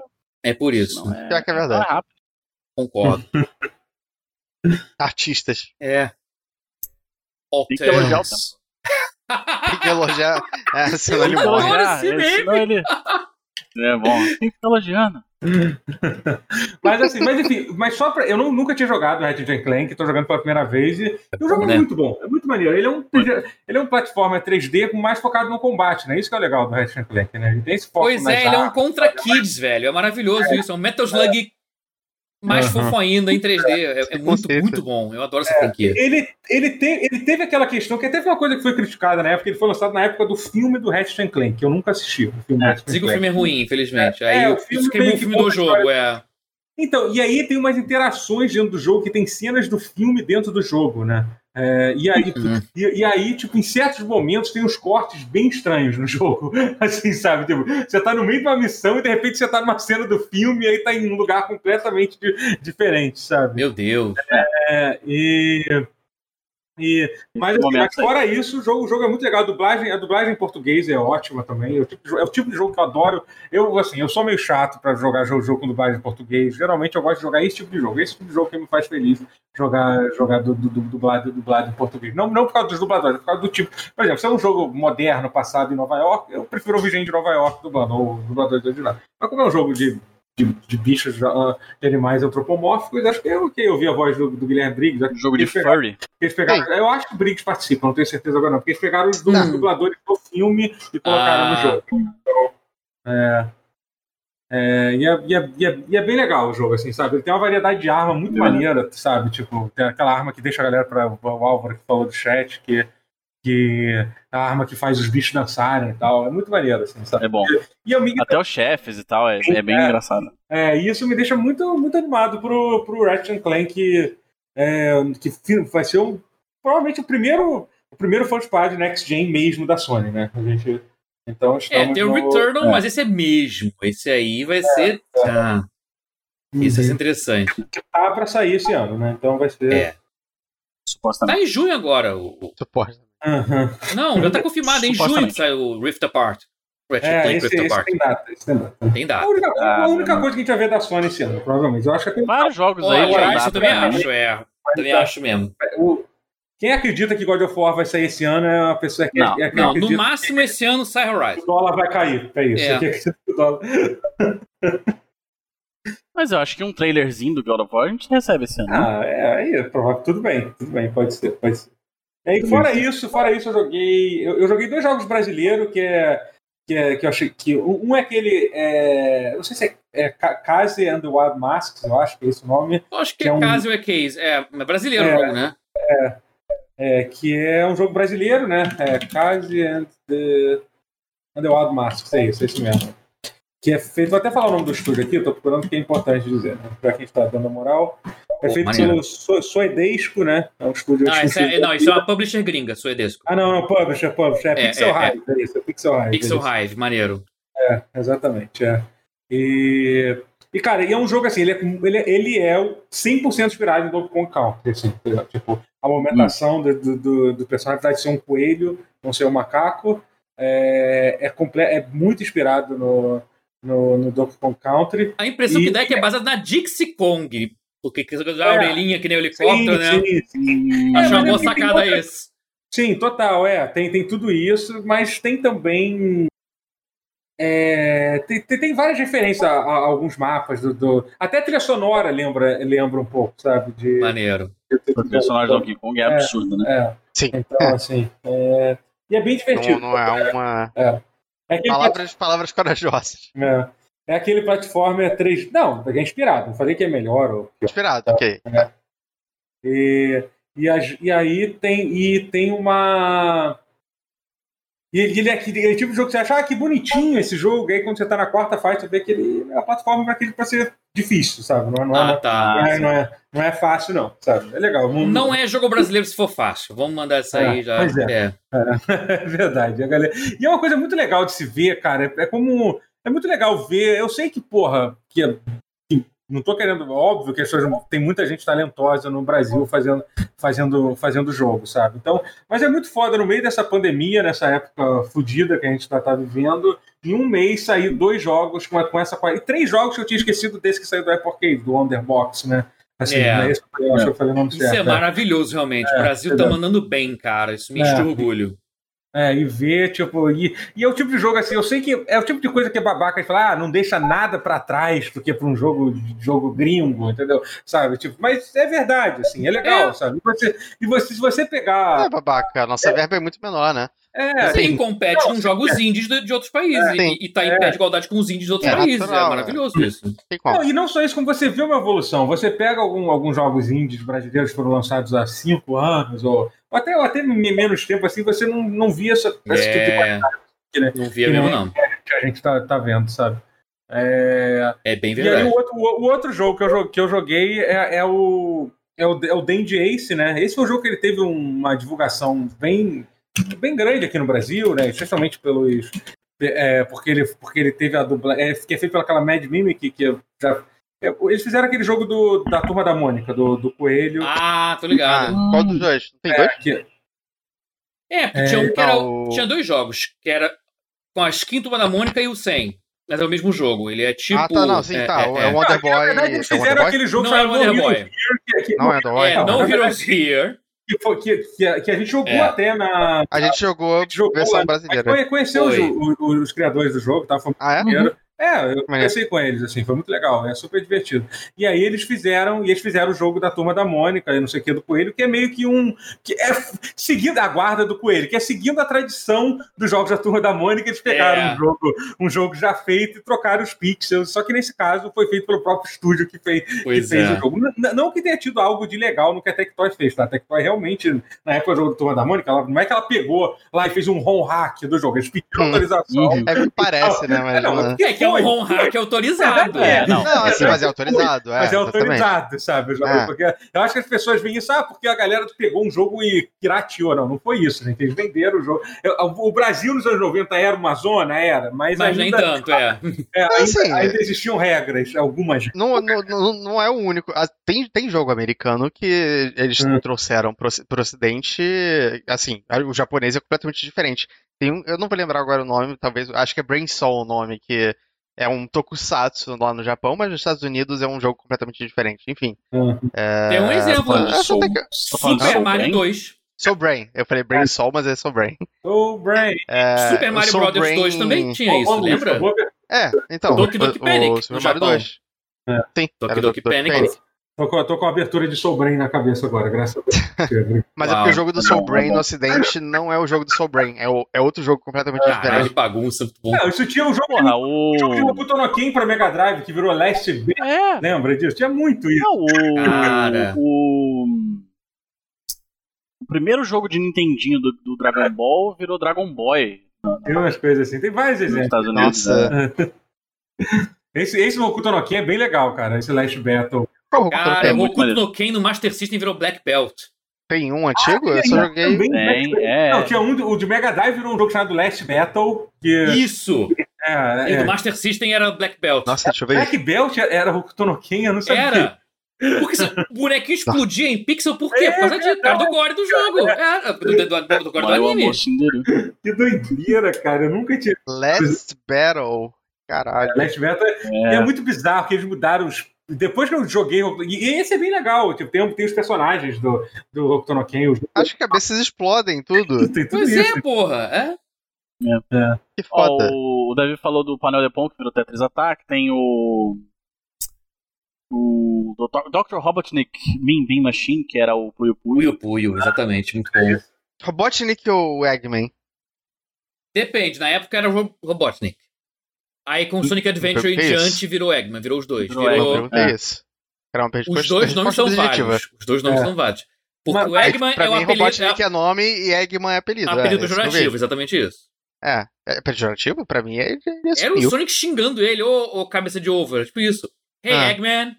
[SPEAKER 2] É por isso,
[SPEAKER 4] não é,
[SPEAKER 3] Pior que é
[SPEAKER 4] não é
[SPEAKER 3] verdade.
[SPEAKER 4] rápido.
[SPEAKER 2] concordo. Ah.
[SPEAKER 3] Artistas.
[SPEAKER 2] É.
[SPEAKER 4] Tem que
[SPEAKER 1] tá
[SPEAKER 4] elogiar o
[SPEAKER 2] Alters.
[SPEAKER 3] Tem
[SPEAKER 2] *laughs*
[SPEAKER 3] que elogiar. É, senão ele
[SPEAKER 4] Tem que
[SPEAKER 3] morre.
[SPEAKER 2] Adoro Ah,
[SPEAKER 4] elogiar,
[SPEAKER 2] esse
[SPEAKER 4] é, senão ele... É bom. Tem que ficar elogiando.
[SPEAKER 1] mas assim, mas enfim, mas só pra. Eu não, nunca tinha jogado Ratchet and Clank, tô jogando pela primeira vez e o jogo é
[SPEAKER 2] né?
[SPEAKER 1] muito bom, é muito maneiro. Ele é um, ele é um plataforma 3D mais focado no combate, né? Isso que é o legal do Ratchet and Clank, né? Ele tem esse foco
[SPEAKER 2] Pois
[SPEAKER 1] nas
[SPEAKER 2] é, ele é um
[SPEAKER 1] armas.
[SPEAKER 2] contra kids, velho. É maravilhoso isso. É um Metal Slug mais
[SPEAKER 1] Aham.
[SPEAKER 2] fofo ainda em 3D. É, é
[SPEAKER 3] Com
[SPEAKER 2] muito,
[SPEAKER 3] certeza.
[SPEAKER 2] muito bom. Eu adoro essa franquia.
[SPEAKER 1] Ele, ele, tem, ele teve aquela questão, que teve uma coisa que foi criticada na época, ele foi lançado na época do filme do Ratchet and Clank, que eu nunca assisti. O filme do Ratchet and
[SPEAKER 2] Diz que o
[SPEAKER 1] Clank.
[SPEAKER 2] filme é ruim, infelizmente. Aí
[SPEAKER 1] É, o
[SPEAKER 2] o
[SPEAKER 1] filme
[SPEAKER 2] isso queimou
[SPEAKER 1] meio
[SPEAKER 2] o
[SPEAKER 1] que
[SPEAKER 2] filme
[SPEAKER 1] conta
[SPEAKER 2] do
[SPEAKER 1] a
[SPEAKER 2] jogo, é.
[SPEAKER 1] Então, e aí tem umas interações dentro do jogo, que tem cenas do filme dentro do jogo, né? É, e, aí,
[SPEAKER 2] Uhum.
[SPEAKER 1] e, e aí, tipo, em certos momentos tem uns cortes bem estranhos no *laughs* jogo. Assim, sabe? Tipo, você tá no meio de uma missão e de repente você tá numa cena do filme e aí tá em um lugar completamente di- diferente, sabe?
[SPEAKER 2] Meu Deus.
[SPEAKER 1] É, e. e- mas assim, mas fora isso, o jogo, o jogo é muito legal. A dublagem, a dublagem em português é ótima também. É o tipo de jo- é o tipo de jogo que eu adoro. Eu, assim, eu sou meio chato pra jogar jogo, jogo com dublagem em português. Geralmente eu gosto de jogar esse tipo de jogo. Esse tipo de jogo que me faz feliz jogar, jogar du- du- du- dublado, dublado em português. Não, não por causa dos dubladores, por causa do tipo. Por exemplo, se é um jogo moderno, passado em Nova York, eu prefiro ouvir gente de Nova York dublando, ou dubladores originais. Mas como é um jogo de. De, de bichos, ah, de animais antropomórficos, acho que é ok ouvir a voz do, do Guilherme Briggs. acho
[SPEAKER 4] Um jogo de
[SPEAKER 1] que-
[SPEAKER 4] furry.
[SPEAKER 1] eles pegaram, eu acho que o Briggs participa, não tenho certeza agora não, porque eles pegaram os du-
[SPEAKER 2] Não.
[SPEAKER 1] dubladores do filme e colocaram
[SPEAKER 2] Ah.
[SPEAKER 1] no jogo. Então, é, é, e, é, e é- e é- e é bem legal o jogo, assim, sabe? Ele tem uma variedade de arma muito maneira, sabe? Tipo, tem aquela arma que deixa a galera para o Álvaro que falou do chat, que, que é a arma que faz os bichos dançarem e tal. É muito maneiro, assim, sabe?
[SPEAKER 4] É bom.
[SPEAKER 1] E eu me
[SPEAKER 4] Até os chefes e tal, é, é bem
[SPEAKER 1] É.
[SPEAKER 4] engraçado.
[SPEAKER 1] é, e isso me deixa muito, muito animado pro, pro Ratchet and Clank, é, que fi- vai ser um, provavelmente o primeiro, o primeiro first party Next Gen mesmo da Sony, né? A gente, então,
[SPEAKER 2] É,
[SPEAKER 1] estamos
[SPEAKER 2] tem o
[SPEAKER 1] no-
[SPEAKER 2] Returnal,
[SPEAKER 1] é.
[SPEAKER 2] mas esse é mesmo. Esse aí vai ser. Ah, isso
[SPEAKER 1] Uhum.
[SPEAKER 2] vai ser interessante.
[SPEAKER 1] Tá pra sair esse ano, né? Então vai ser...
[SPEAKER 2] É.
[SPEAKER 4] Supostamente.
[SPEAKER 2] Tá em junho agora. o- o-
[SPEAKER 3] Suporte.
[SPEAKER 1] Aham.
[SPEAKER 2] Não, já tá confirmado. É em junho que
[SPEAKER 4] Supostamente.
[SPEAKER 2] sai o Rift Apart. Ratchet
[SPEAKER 1] É,
[SPEAKER 2] Clank
[SPEAKER 1] esse,
[SPEAKER 2] Rift
[SPEAKER 1] esse
[SPEAKER 2] Apart.
[SPEAKER 1] tem data, esse tem data.
[SPEAKER 2] Tem data.
[SPEAKER 1] A única, a
[SPEAKER 4] Ah,
[SPEAKER 1] única
[SPEAKER 4] não.
[SPEAKER 1] coisa que a gente vai ver da Sony esse ano, provavelmente. Eu acho que tem
[SPEAKER 4] Vários jogos
[SPEAKER 2] Ó,
[SPEAKER 4] aí.
[SPEAKER 2] eu
[SPEAKER 4] já
[SPEAKER 2] acho, eu
[SPEAKER 4] dá
[SPEAKER 2] também
[SPEAKER 4] pra-
[SPEAKER 2] acho, é. Também
[SPEAKER 1] Tá.
[SPEAKER 2] acho mesmo.
[SPEAKER 1] o- Quem acredita que God of War vai sair esse ano é uma pessoa que,
[SPEAKER 4] Não,
[SPEAKER 1] é *laughs* quem
[SPEAKER 2] Não, no
[SPEAKER 1] acredita
[SPEAKER 2] máximo esse ano sai
[SPEAKER 1] que
[SPEAKER 2] Horizon.
[SPEAKER 1] o dólar vai cair. É isso.
[SPEAKER 2] É.
[SPEAKER 1] É. Quem acredita que o dólar...
[SPEAKER 4] Mas eu acho que um trailerzinho do God of War a gente recebe esse ano. né?
[SPEAKER 1] Ah, é, aí é provável. Tudo bem, tudo bem, pode ser, pode ser. E aí, fora isso, fora isso, eu joguei. Eu, eu joguei dois jogos brasileiros que é. Que, é, que eu achei que. Um é aquele. É, não sei se é, é Ca- Case and the Wild Masks, eu acho que é esse o nome.
[SPEAKER 2] Eu acho que
[SPEAKER 1] Que é
[SPEAKER 2] é
[SPEAKER 1] um-
[SPEAKER 2] caso é case. É, mas brasileiro
[SPEAKER 1] É.
[SPEAKER 2] o jogo, né?
[SPEAKER 1] É, que é um jogo brasileiro, né? É Case and the, and the Wild Masks, é isso, é isso mesmo. Que é feito. Vou até falar o nome do estúdio aqui, eu tô procurando porque é importante dizer, né? Pra quem está dando a moral. É
[SPEAKER 2] Pô,
[SPEAKER 1] feito
[SPEAKER 2] maneiro.
[SPEAKER 1] pelo So- Soedesco, né? É um estúdio.
[SPEAKER 2] Ah,
[SPEAKER 1] um
[SPEAKER 2] isso é,
[SPEAKER 1] estúdio
[SPEAKER 2] não,
[SPEAKER 1] daqui.
[SPEAKER 2] isso é uma publisher gringa, suedesco.
[SPEAKER 1] Ah, não, não, Publisher, Publisher. É,
[SPEAKER 2] É,
[SPEAKER 1] Pixel
[SPEAKER 2] é,
[SPEAKER 1] Hive, é. isso, é Pixel Hive.
[SPEAKER 2] Pixel
[SPEAKER 1] é isso.
[SPEAKER 2] Hive, maneiro.
[SPEAKER 1] É, exatamente, é. E, e, cara, e é um jogo assim, ele é, ele é, ele é o 100% inspirado em Donkey Kong Country, assim, entendeu? tipo, a movimentação
[SPEAKER 2] Hum.
[SPEAKER 1] do, do, do, do personagem, apesar de ser um coelho, não ser um macaco, é, é, comple- é muito inspirado no, no, no Donkey Kong Country.
[SPEAKER 2] A impressão
[SPEAKER 1] E-
[SPEAKER 2] que dá é que é baseado na Dixie Kong. Porque que- a
[SPEAKER 1] É.
[SPEAKER 2] orelhinha que nem o helicóptero, né?
[SPEAKER 1] sim, sim,
[SPEAKER 2] Acho
[SPEAKER 1] É,
[SPEAKER 2] uma
[SPEAKER 1] mas
[SPEAKER 2] boa
[SPEAKER 1] ele tem
[SPEAKER 2] sacada
[SPEAKER 1] outra-
[SPEAKER 2] isso.
[SPEAKER 1] Sim, total, é. Tem, tem tudo isso, mas tem também. é, tem, tem, tem várias referências a, a alguns mapas do, do- Até a trilha sonora lembra, lembra um pouco, sabe? De,
[SPEAKER 2] Maneiro.
[SPEAKER 4] O personagem do Donkey Kong é absurdo, né?
[SPEAKER 1] É,
[SPEAKER 3] Sim.
[SPEAKER 1] então, assim. é, e é bem divertido.
[SPEAKER 2] Tipo,
[SPEAKER 3] Não, não
[SPEAKER 2] *laughs*
[SPEAKER 3] é uma.
[SPEAKER 1] É aquele
[SPEAKER 3] Palavras, palavras corajosas.
[SPEAKER 1] É, é aquele platformer 3. Não, é inspirado. Não falei que é melhor ou
[SPEAKER 3] Inspirado, ok.
[SPEAKER 1] E, e, as- e aí tem, e tem uma. E ele, ele é aquele ele é tipo de jogo que você acha, ah, que bonitinho esse jogo. E aí quando você tá na quarta fase, você vê que ele é uma plataforma pra, aquele, pra ser difícil, sabe? Não, é- não, é-
[SPEAKER 2] Ah, tá.
[SPEAKER 1] não é, não, é, não é fácil, não, sabe? É legal.
[SPEAKER 2] Não é jogo brasileiro se for fácil. Vamos mandar essa aí
[SPEAKER 1] É,
[SPEAKER 2] já.
[SPEAKER 1] pois é.
[SPEAKER 2] É.
[SPEAKER 1] *laughs* É verdade, a galera. E é uma coisa muito legal de se ver, cara. É, é como. É muito legal ver. Eu sei que, porra, que, é- que não tô querendo. Óbvio que as pessoas, tem muita gente talentosa no Brasil fazendo, fazendo, fazendo jogo, sabe? Então, mas é muito foda no meio dessa pandemia, nessa época fodida que a gente tá, tá vivendo. Em um mês sair dois jogos com, com essa. E três jogos que eu tinha esquecido desse que saiu do Apple Arcade, do Underbox, né? Assim,
[SPEAKER 2] É.
[SPEAKER 1] né? Esse eu acho que eu falei o nome
[SPEAKER 2] Isso é
[SPEAKER 1] certo. né?
[SPEAKER 2] maravilhoso, realmente. o Brasil tá
[SPEAKER 1] verdade.
[SPEAKER 2] mandando bem, cara. Isso me enche
[SPEAKER 1] É.
[SPEAKER 2] de orgulho.
[SPEAKER 1] É, e ver, tipo, e, e é o tipo de jogo assim, eu sei que é o tipo de coisa que é babaca de falar, ah, não deixa nada pra trás, porque pra um jogo jogo gringo, entendeu? Sabe? Tipo, mas é verdade, assim, é legal,
[SPEAKER 2] É.
[SPEAKER 1] sabe? E, você, e você- se você
[SPEAKER 3] Não
[SPEAKER 2] Ah.
[SPEAKER 1] pegar.
[SPEAKER 3] é babaca, a nossa verba é muito menor, né?
[SPEAKER 1] É,
[SPEAKER 2] Sim, compete
[SPEAKER 1] Não,
[SPEAKER 2] com jogos indies de, de outros países.
[SPEAKER 3] É, sim.
[SPEAKER 2] e, e tá em pé de igualdade com os indies de outros
[SPEAKER 3] É
[SPEAKER 2] países.
[SPEAKER 3] natural,
[SPEAKER 2] é maravilhoso isso.
[SPEAKER 3] Tem
[SPEAKER 1] Não,
[SPEAKER 2] Hum.
[SPEAKER 3] como.
[SPEAKER 1] e não só isso, como você vê uma evolução. Você pega algum- alguns jogos indies brasileiros que foram lançados há cinco anos, ou, ou até, ou até me- menos tempo, assim, você não, não via essa, esse tipo de
[SPEAKER 2] É,
[SPEAKER 1] né?
[SPEAKER 2] não via mesmo, não.
[SPEAKER 1] coisa que a gente tá, tá vendo, sabe? É,
[SPEAKER 2] É bem
[SPEAKER 1] e aí
[SPEAKER 2] verdade.
[SPEAKER 1] o outro, o outro jogo que eu, jo- que eu joguei é, é o. É o, é o Dandy Ace, né? Esse foi um jogo que ele teve uma divulgação bem, bem grande aqui no Brasil, né? Especialmente pelos. é, porque, ele, porque ele teve a dublagem. É, que é feito pelaquela Mad Mimic, que já. é, eles fizeram aquele jogo do, da turma da Mônica, do, do Coelho. é,
[SPEAKER 2] Ah, tô
[SPEAKER 3] Ah,
[SPEAKER 2] ligado.
[SPEAKER 3] qual dos dois? Não tem dois?
[SPEAKER 1] que-
[SPEAKER 2] é, porque
[SPEAKER 1] é,
[SPEAKER 2] tinha, um que era-
[SPEAKER 3] não, o-
[SPEAKER 2] tinha dois jogos, que era com a skin Turma da Mônica e o 100. Mas é o mesmo jogo. Ele é tipo.
[SPEAKER 3] ah, tá, não, sim,
[SPEAKER 2] é,
[SPEAKER 3] tá.
[SPEAKER 2] é,
[SPEAKER 3] o-
[SPEAKER 2] é.
[SPEAKER 3] É o Wonder Boy.
[SPEAKER 1] Na verdade, eles
[SPEAKER 3] é o Wonder
[SPEAKER 1] fizeram
[SPEAKER 3] Boy?
[SPEAKER 1] aquele jogo
[SPEAKER 2] Não é o
[SPEAKER 1] chamado
[SPEAKER 2] Wonder
[SPEAKER 1] No
[SPEAKER 2] Boy.
[SPEAKER 1] Heroes, que- que-
[SPEAKER 3] Não é Wonder Boy?
[SPEAKER 2] É,
[SPEAKER 1] Não,
[SPEAKER 2] No
[SPEAKER 1] na
[SPEAKER 2] Heroes Here.
[SPEAKER 1] que, foi- que, que, que a gente jogou
[SPEAKER 2] É.
[SPEAKER 1] até na.
[SPEAKER 3] A gente jogou
[SPEAKER 1] gente jogou
[SPEAKER 3] versão
[SPEAKER 1] lá, Mas
[SPEAKER 3] brasileira.
[SPEAKER 1] conhe- conheceu os,
[SPEAKER 2] Foi.
[SPEAKER 1] os- os criadores do jogo, tá? Foi
[SPEAKER 3] Ah, é?
[SPEAKER 1] maneiro. É, eu
[SPEAKER 3] Maneiro.
[SPEAKER 1] conversei com eles, assim, foi muito legal, é super divertido. E aí eles fizeram, e eles fizeram o jogo da turma da Mônica, e não sei o que do Coelho, que é meio que um. que é f- seguindo a guarda do Coelho, que é seguindo a tradição dos jogos da turma da Mônica, eles pegaram
[SPEAKER 2] É.
[SPEAKER 1] um, jogo, um jogo já feito e trocaram os pixels. Só que nesse caso foi feito pelo próprio estúdio que fez, que
[SPEAKER 2] Pois
[SPEAKER 1] fez o
[SPEAKER 2] é.
[SPEAKER 1] jogo. N- n- Não que tenha tido algo de legal no que a Tectoy fez, tá? A Tectoy realmente, na época do jogo do Turma da Mônica, ela, não é que ela pegou lá e fez um ROM hack do jogo, eles pediram
[SPEAKER 3] Hum.
[SPEAKER 1] autorização.
[SPEAKER 4] Uhum.
[SPEAKER 3] É que parece, né? Mas
[SPEAKER 1] Não,
[SPEAKER 3] não,
[SPEAKER 1] mas
[SPEAKER 3] é.
[SPEAKER 2] É que é um
[SPEAKER 1] Foi.
[SPEAKER 2] home hack autorizado.
[SPEAKER 4] É, não.
[SPEAKER 3] Não, assim, mas é autorizado. É,
[SPEAKER 1] Mas é
[SPEAKER 3] exatamente.
[SPEAKER 1] autorizado, sabe? Eu,
[SPEAKER 3] É.
[SPEAKER 1] porque eu acho que as pessoas veem isso, ah, porque a galera pegou um jogo e pirateou. Não, não foi isso, gente. Eles venderam o jogo. Eu- O Brasil nos anos 90 era uma zona, era, mas,
[SPEAKER 2] Mas nem
[SPEAKER 1] ainda,
[SPEAKER 2] tanto, é.
[SPEAKER 1] é, ainda-
[SPEAKER 3] assim,
[SPEAKER 1] ainda existiam regras, algumas.
[SPEAKER 3] Não, não, não, não é o único. Ah, Tem, tem jogo americano que eles
[SPEAKER 1] Hum.
[SPEAKER 3] trouxeram pro, oci- pro ocidente. Assim, a- o japonês é completamente diferente. Tem um, eu não vou lembrar agora o nome, talvez. Acho que é Brain Soul o nome, que é um tokusatsu lá no Japão, mas nos Estados Unidos é um jogo completamente diferente. Enfim.
[SPEAKER 2] Tem um exemplo.
[SPEAKER 3] eu acho até que-
[SPEAKER 2] Super
[SPEAKER 4] Não,
[SPEAKER 2] Mario
[SPEAKER 4] bem.
[SPEAKER 2] 2.
[SPEAKER 3] Soul Brain. Eu falei Brain Soul, mas é Soul Brain.
[SPEAKER 1] O Brain.
[SPEAKER 3] É,
[SPEAKER 2] *laughs* Super
[SPEAKER 3] o
[SPEAKER 2] Mario
[SPEAKER 3] Soul
[SPEAKER 2] Brothers
[SPEAKER 3] Brain-
[SPEAKER 2] 2 também tinha isso,
[SPEAKER 1] Olha,
[SPEAKER 2] lembra?
[SPEAKER 1] eu vou ver-
[SPEAKER 3] É, então.
[SPEAKER 2] Doki Doki
[SPEAKER 3] o-
[SPEAKER 2] Panic,
[SPEAKER 3] O Super
[SPEAKER 2] no
[SPEAKER 3] Mario
[SPEAKER 2] Japão.
[SPEAKER 3] 2.
[SPEAKER 1] É.
[SPEAKER 3] Sim, era
[SPEAKER 2] Doki Doki Panic.
[SPEAKER 1] Tô com, tô com a abertura de Soul Brain na cabeça agora, graças a Deus.
[SPEAKER 3] Mas é
[SPEAKER 2] Uau.
[SPEAKER 3] porque o jogo do Soul Brain no ocidente não é o jogo do Soul Brain, é, o- é outro jogo completamente
[SPEAKER 2] Caralho,
[SPEAKER 3] diferente.
[SPEAKER 2] de bagunça. muito Bom.
[SPEAKER 1] Não, isso tinha um jogo,
[SPEAKER 4] Porra,
[SPEAKER 1] um jogo de
[SPEAKER 4] o.
[SPEAKER 1] Rokuto no Ken pra Mega Drive que virou Last B.
[SPEAKER 4] É,
[SPEAKER 1] Lembra disso? Tinha muito isso.
[SPEAKER 4] Não, o,
[SPEAKER 2] Cara.
[SPEAKER 4] o. o primeiro jogo de Nintendinho do, do Dragon Ball virou Dragon Boy
[SPEAKER 1] Tem umas coisas assim. Tem vários
[SPEAKER 4] nos
[SPEAKER 1] exemplos.
[SPEAKER 4] Estados Unidos.
[SPEAKER 3] Nossa.
[SPEAKER 4] né?
[SPEAKER 1] Esse, esse Rokuto no Ken é bem legal, cara. Esse Last Battle.
[SPEAKER 3] Qual o
[SPEAKER 2] Cara,
[SPEAKER 3] tem?
[SPEAKER 2] o
[SPEAKER 4] muito
[SPEAKER 2] Mokuto
[SPEAKER 4] maneiro.
[SPEAKER 2] no Ken no Master System virou Black Belt.
[SPEAKER 3] Tem um
[SPEAKER 2] Ah,
[SPEAKER 3] antigo? Eu só joguei.
[SPEAKER 1] Também,
[SPEAKER 4] Tem,
[SPEAKER 1] né?
[SPEAKER 4] é.
[SPEAKER 1] Não, tinha um, do- o de Mega Drive virou um jogo chamado Last Battle. Que,
[SPEAKER 2] Isso!
[SPEAKER 1] é,
[SPEAKER 2] E do
[SPEAKER 1] é,
[SPEAKER 2] Master System era Black Belt.
[SPEAKER 3] Nossa, deixa eu
[SPEAKER 2] É.
[SPEAKER 3] ver isso.
[SPEAKER 1] Black Belt era Rokuto no Ken, eu não sabia.
[SPEAKER 2] Era! Porque esse bonequinho explodia em pixel por quê?
[SPEAKER 1] É,
[SPEAKER 2] Por causa disso, por causa do gore do jogo. É, do, do, do- do gore do
[SPEAKER 4] Mas o
[SPEAKER 2] anime.
[SPEAKER 4] amor Cinderela.
[SPEAKER 1] Que doideira, cara. Eu nunca tinha.
[SPEAKER 3] Let's Battle. Caralho.
[SPEAKER 1] Last Battle é,
[SPEAKER 4] É.
[SPEAKER 1] muito bizarro que eles mudaram os. Depois que eu joguei. Rokuto- E e esse é bem legal. Tipo, tem, tem os personagens do, do Rokuto no Ken. Os...
[SPEAKER 3] Acho que cabeças explodem tudo.
[SPEAKER 1] Tem tudo
[SPEAKER 2] Pois
[SPEAKER 1] isso.
[SPEAKER 2] é, porra. É.
[SPEAKER 3] Que
[SPEAKER 4] Ó,
[SPEAKER 3] foda.
[SPEAKER 4] o, o Davi falou do painel de pão que virou Tetris Attack. Tem o. O Dr. Dr. Robotnik Min Bean Machine, que era o Puyo
[SPEAKER 2] Puyo
[SPEAKER 4] Puyo.
[SPEAKER 2] Puyo, exatamente. Muito bom.
[SPEAKER 3] Robotnik ou Eggman?
[SPEAKER 2] Depende, na época era Ro- Robotnik. Aí com Sonic Adventure em
[SPEAKER 3] Isso.
[SPEAKER 2] diante virou Eggman, virou os dois.
[SPEAKER 4] Virou
[SPEAKER 2] Virou-
[SPEAKER 3] Eu
[SPEAKER 4] Eggman.
[SPEAKER 3] perguntei
[SPEAKER 4] é.
[SPEAKER 3] isso. Era uma pergunta
[SPEAKER 2] Os dois nomes são vários. Os dois nomes
[SPEAKER 1] É.
[SPEAKER 2] são vários. Porque
[SPEAKER 1] Mas-
[SPEAKER 2] o Eggman
[SPEAKER 3] pra
[SPEAKER 2] é o
[SPEAKER 3] mim,
[SPEAKER 2] apelido,
[SPEAKER 3] Robotnik é nome e Eggman é
[SPEAKER 2] é,
[SPEAKER 3] apelido.
[SPEAKER 2] apelido
[SPEAKER 3] é, isso que eu vi.
[SPEAKER 2] pejorativo, exatamente isso.
[SPEAKER 3] É, é pejorativo? Pra mim, ele, ele
[SPEAKER 2] Era o
[SPEAKER 3] assumiu.
[SPEAKER 2] Sonic xingando ele, ô ô cabeça de ovo, era tipo isso. Hey,
[SPEAKER 3] Ah,
[SPEAKER 2] Eggman,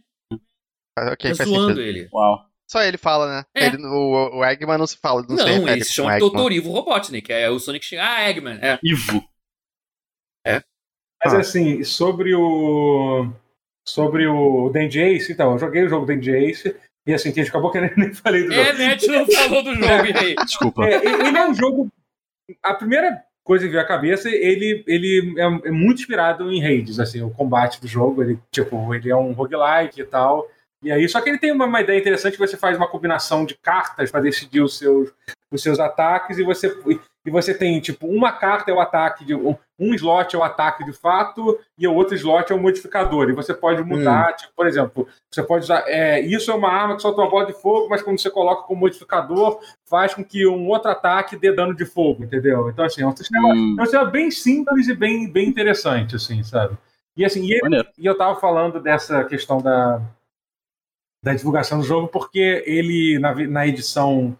[SPEAKER 3] Ah, Ok,
[SPEAKER 2] tá
[SPEAKER 3] faz
[SPEAKER 2] zoando
[SPEAKER 3] sentido.
[SPEAKER 2] ele.
[SPEAKER 4] Uau.
[SPEAKER 3] Só ele fala, né?
[SPEAKER 2] É.
[SPEAKER 3] Ele- o, o Eggman não se fala, não,
[SPEAKER 2] Não, é um
[SPEAKER 3] se refere
[SPEAKER 2] ele se
[SPEAKER 3] como
[SPEAKER 2] chama
[SPEAKER 3] Eggman.
[SPEAKER 2] Totorivo Robotnik, é o Sonic xingando. Ah, Eggman, é.
[SPEAKER 4] Ivo.
[SPEAKER 1] Mas
[SPEAKER 3] Ah.
[SPEAKER 1] assim, sobre o. Sobre o Dandy Ace, então, eu joguei o jogo Dandy Ace, e assim, que a gente acabou que eu nem- *laughs* nem falei do jogo.
[SPEAKER 2] É, né, a gente não falou do jogo, e aí?
[SPEAKER 1] *laughs*
[SPEAKER 4] Desculpa.
[SPEAKER 1] É, e- ele é um jogo. A primeira coisa que veio à cabeça, ele, ele é, é muito inspirado em raids, assim, o combate do jogo, ele, tipo, ele é um roguelike e tal. E aí, só que ele tem uma, uma ideia interessante que você faz uma combinação de cartas para decidir os seus, os seus ataques e você e você tem tipo uma carta é o ataque de um slot é o ataque de fato e o outro slot é o modificador e você pode mudar, tipo, por exemplo, você pode usar é, isso é uma arma que solta uma bola de fogo, mas quando você coloca como modificador faz com que um outro ataque dê dano de fogo, entendeu? Então assim, é um sistema,
[SPEAKER 4] Hum.
[SPEAKER 1] é um sistema bem simples e bem bem interessante assim, sabe? E assim, e, ele-
[SPEAKER 4] Maneiro.
[SPEAKER 1] e eu tava falando dessa questão da, da divulgação do jogo, porque ele, na, vi- na edição,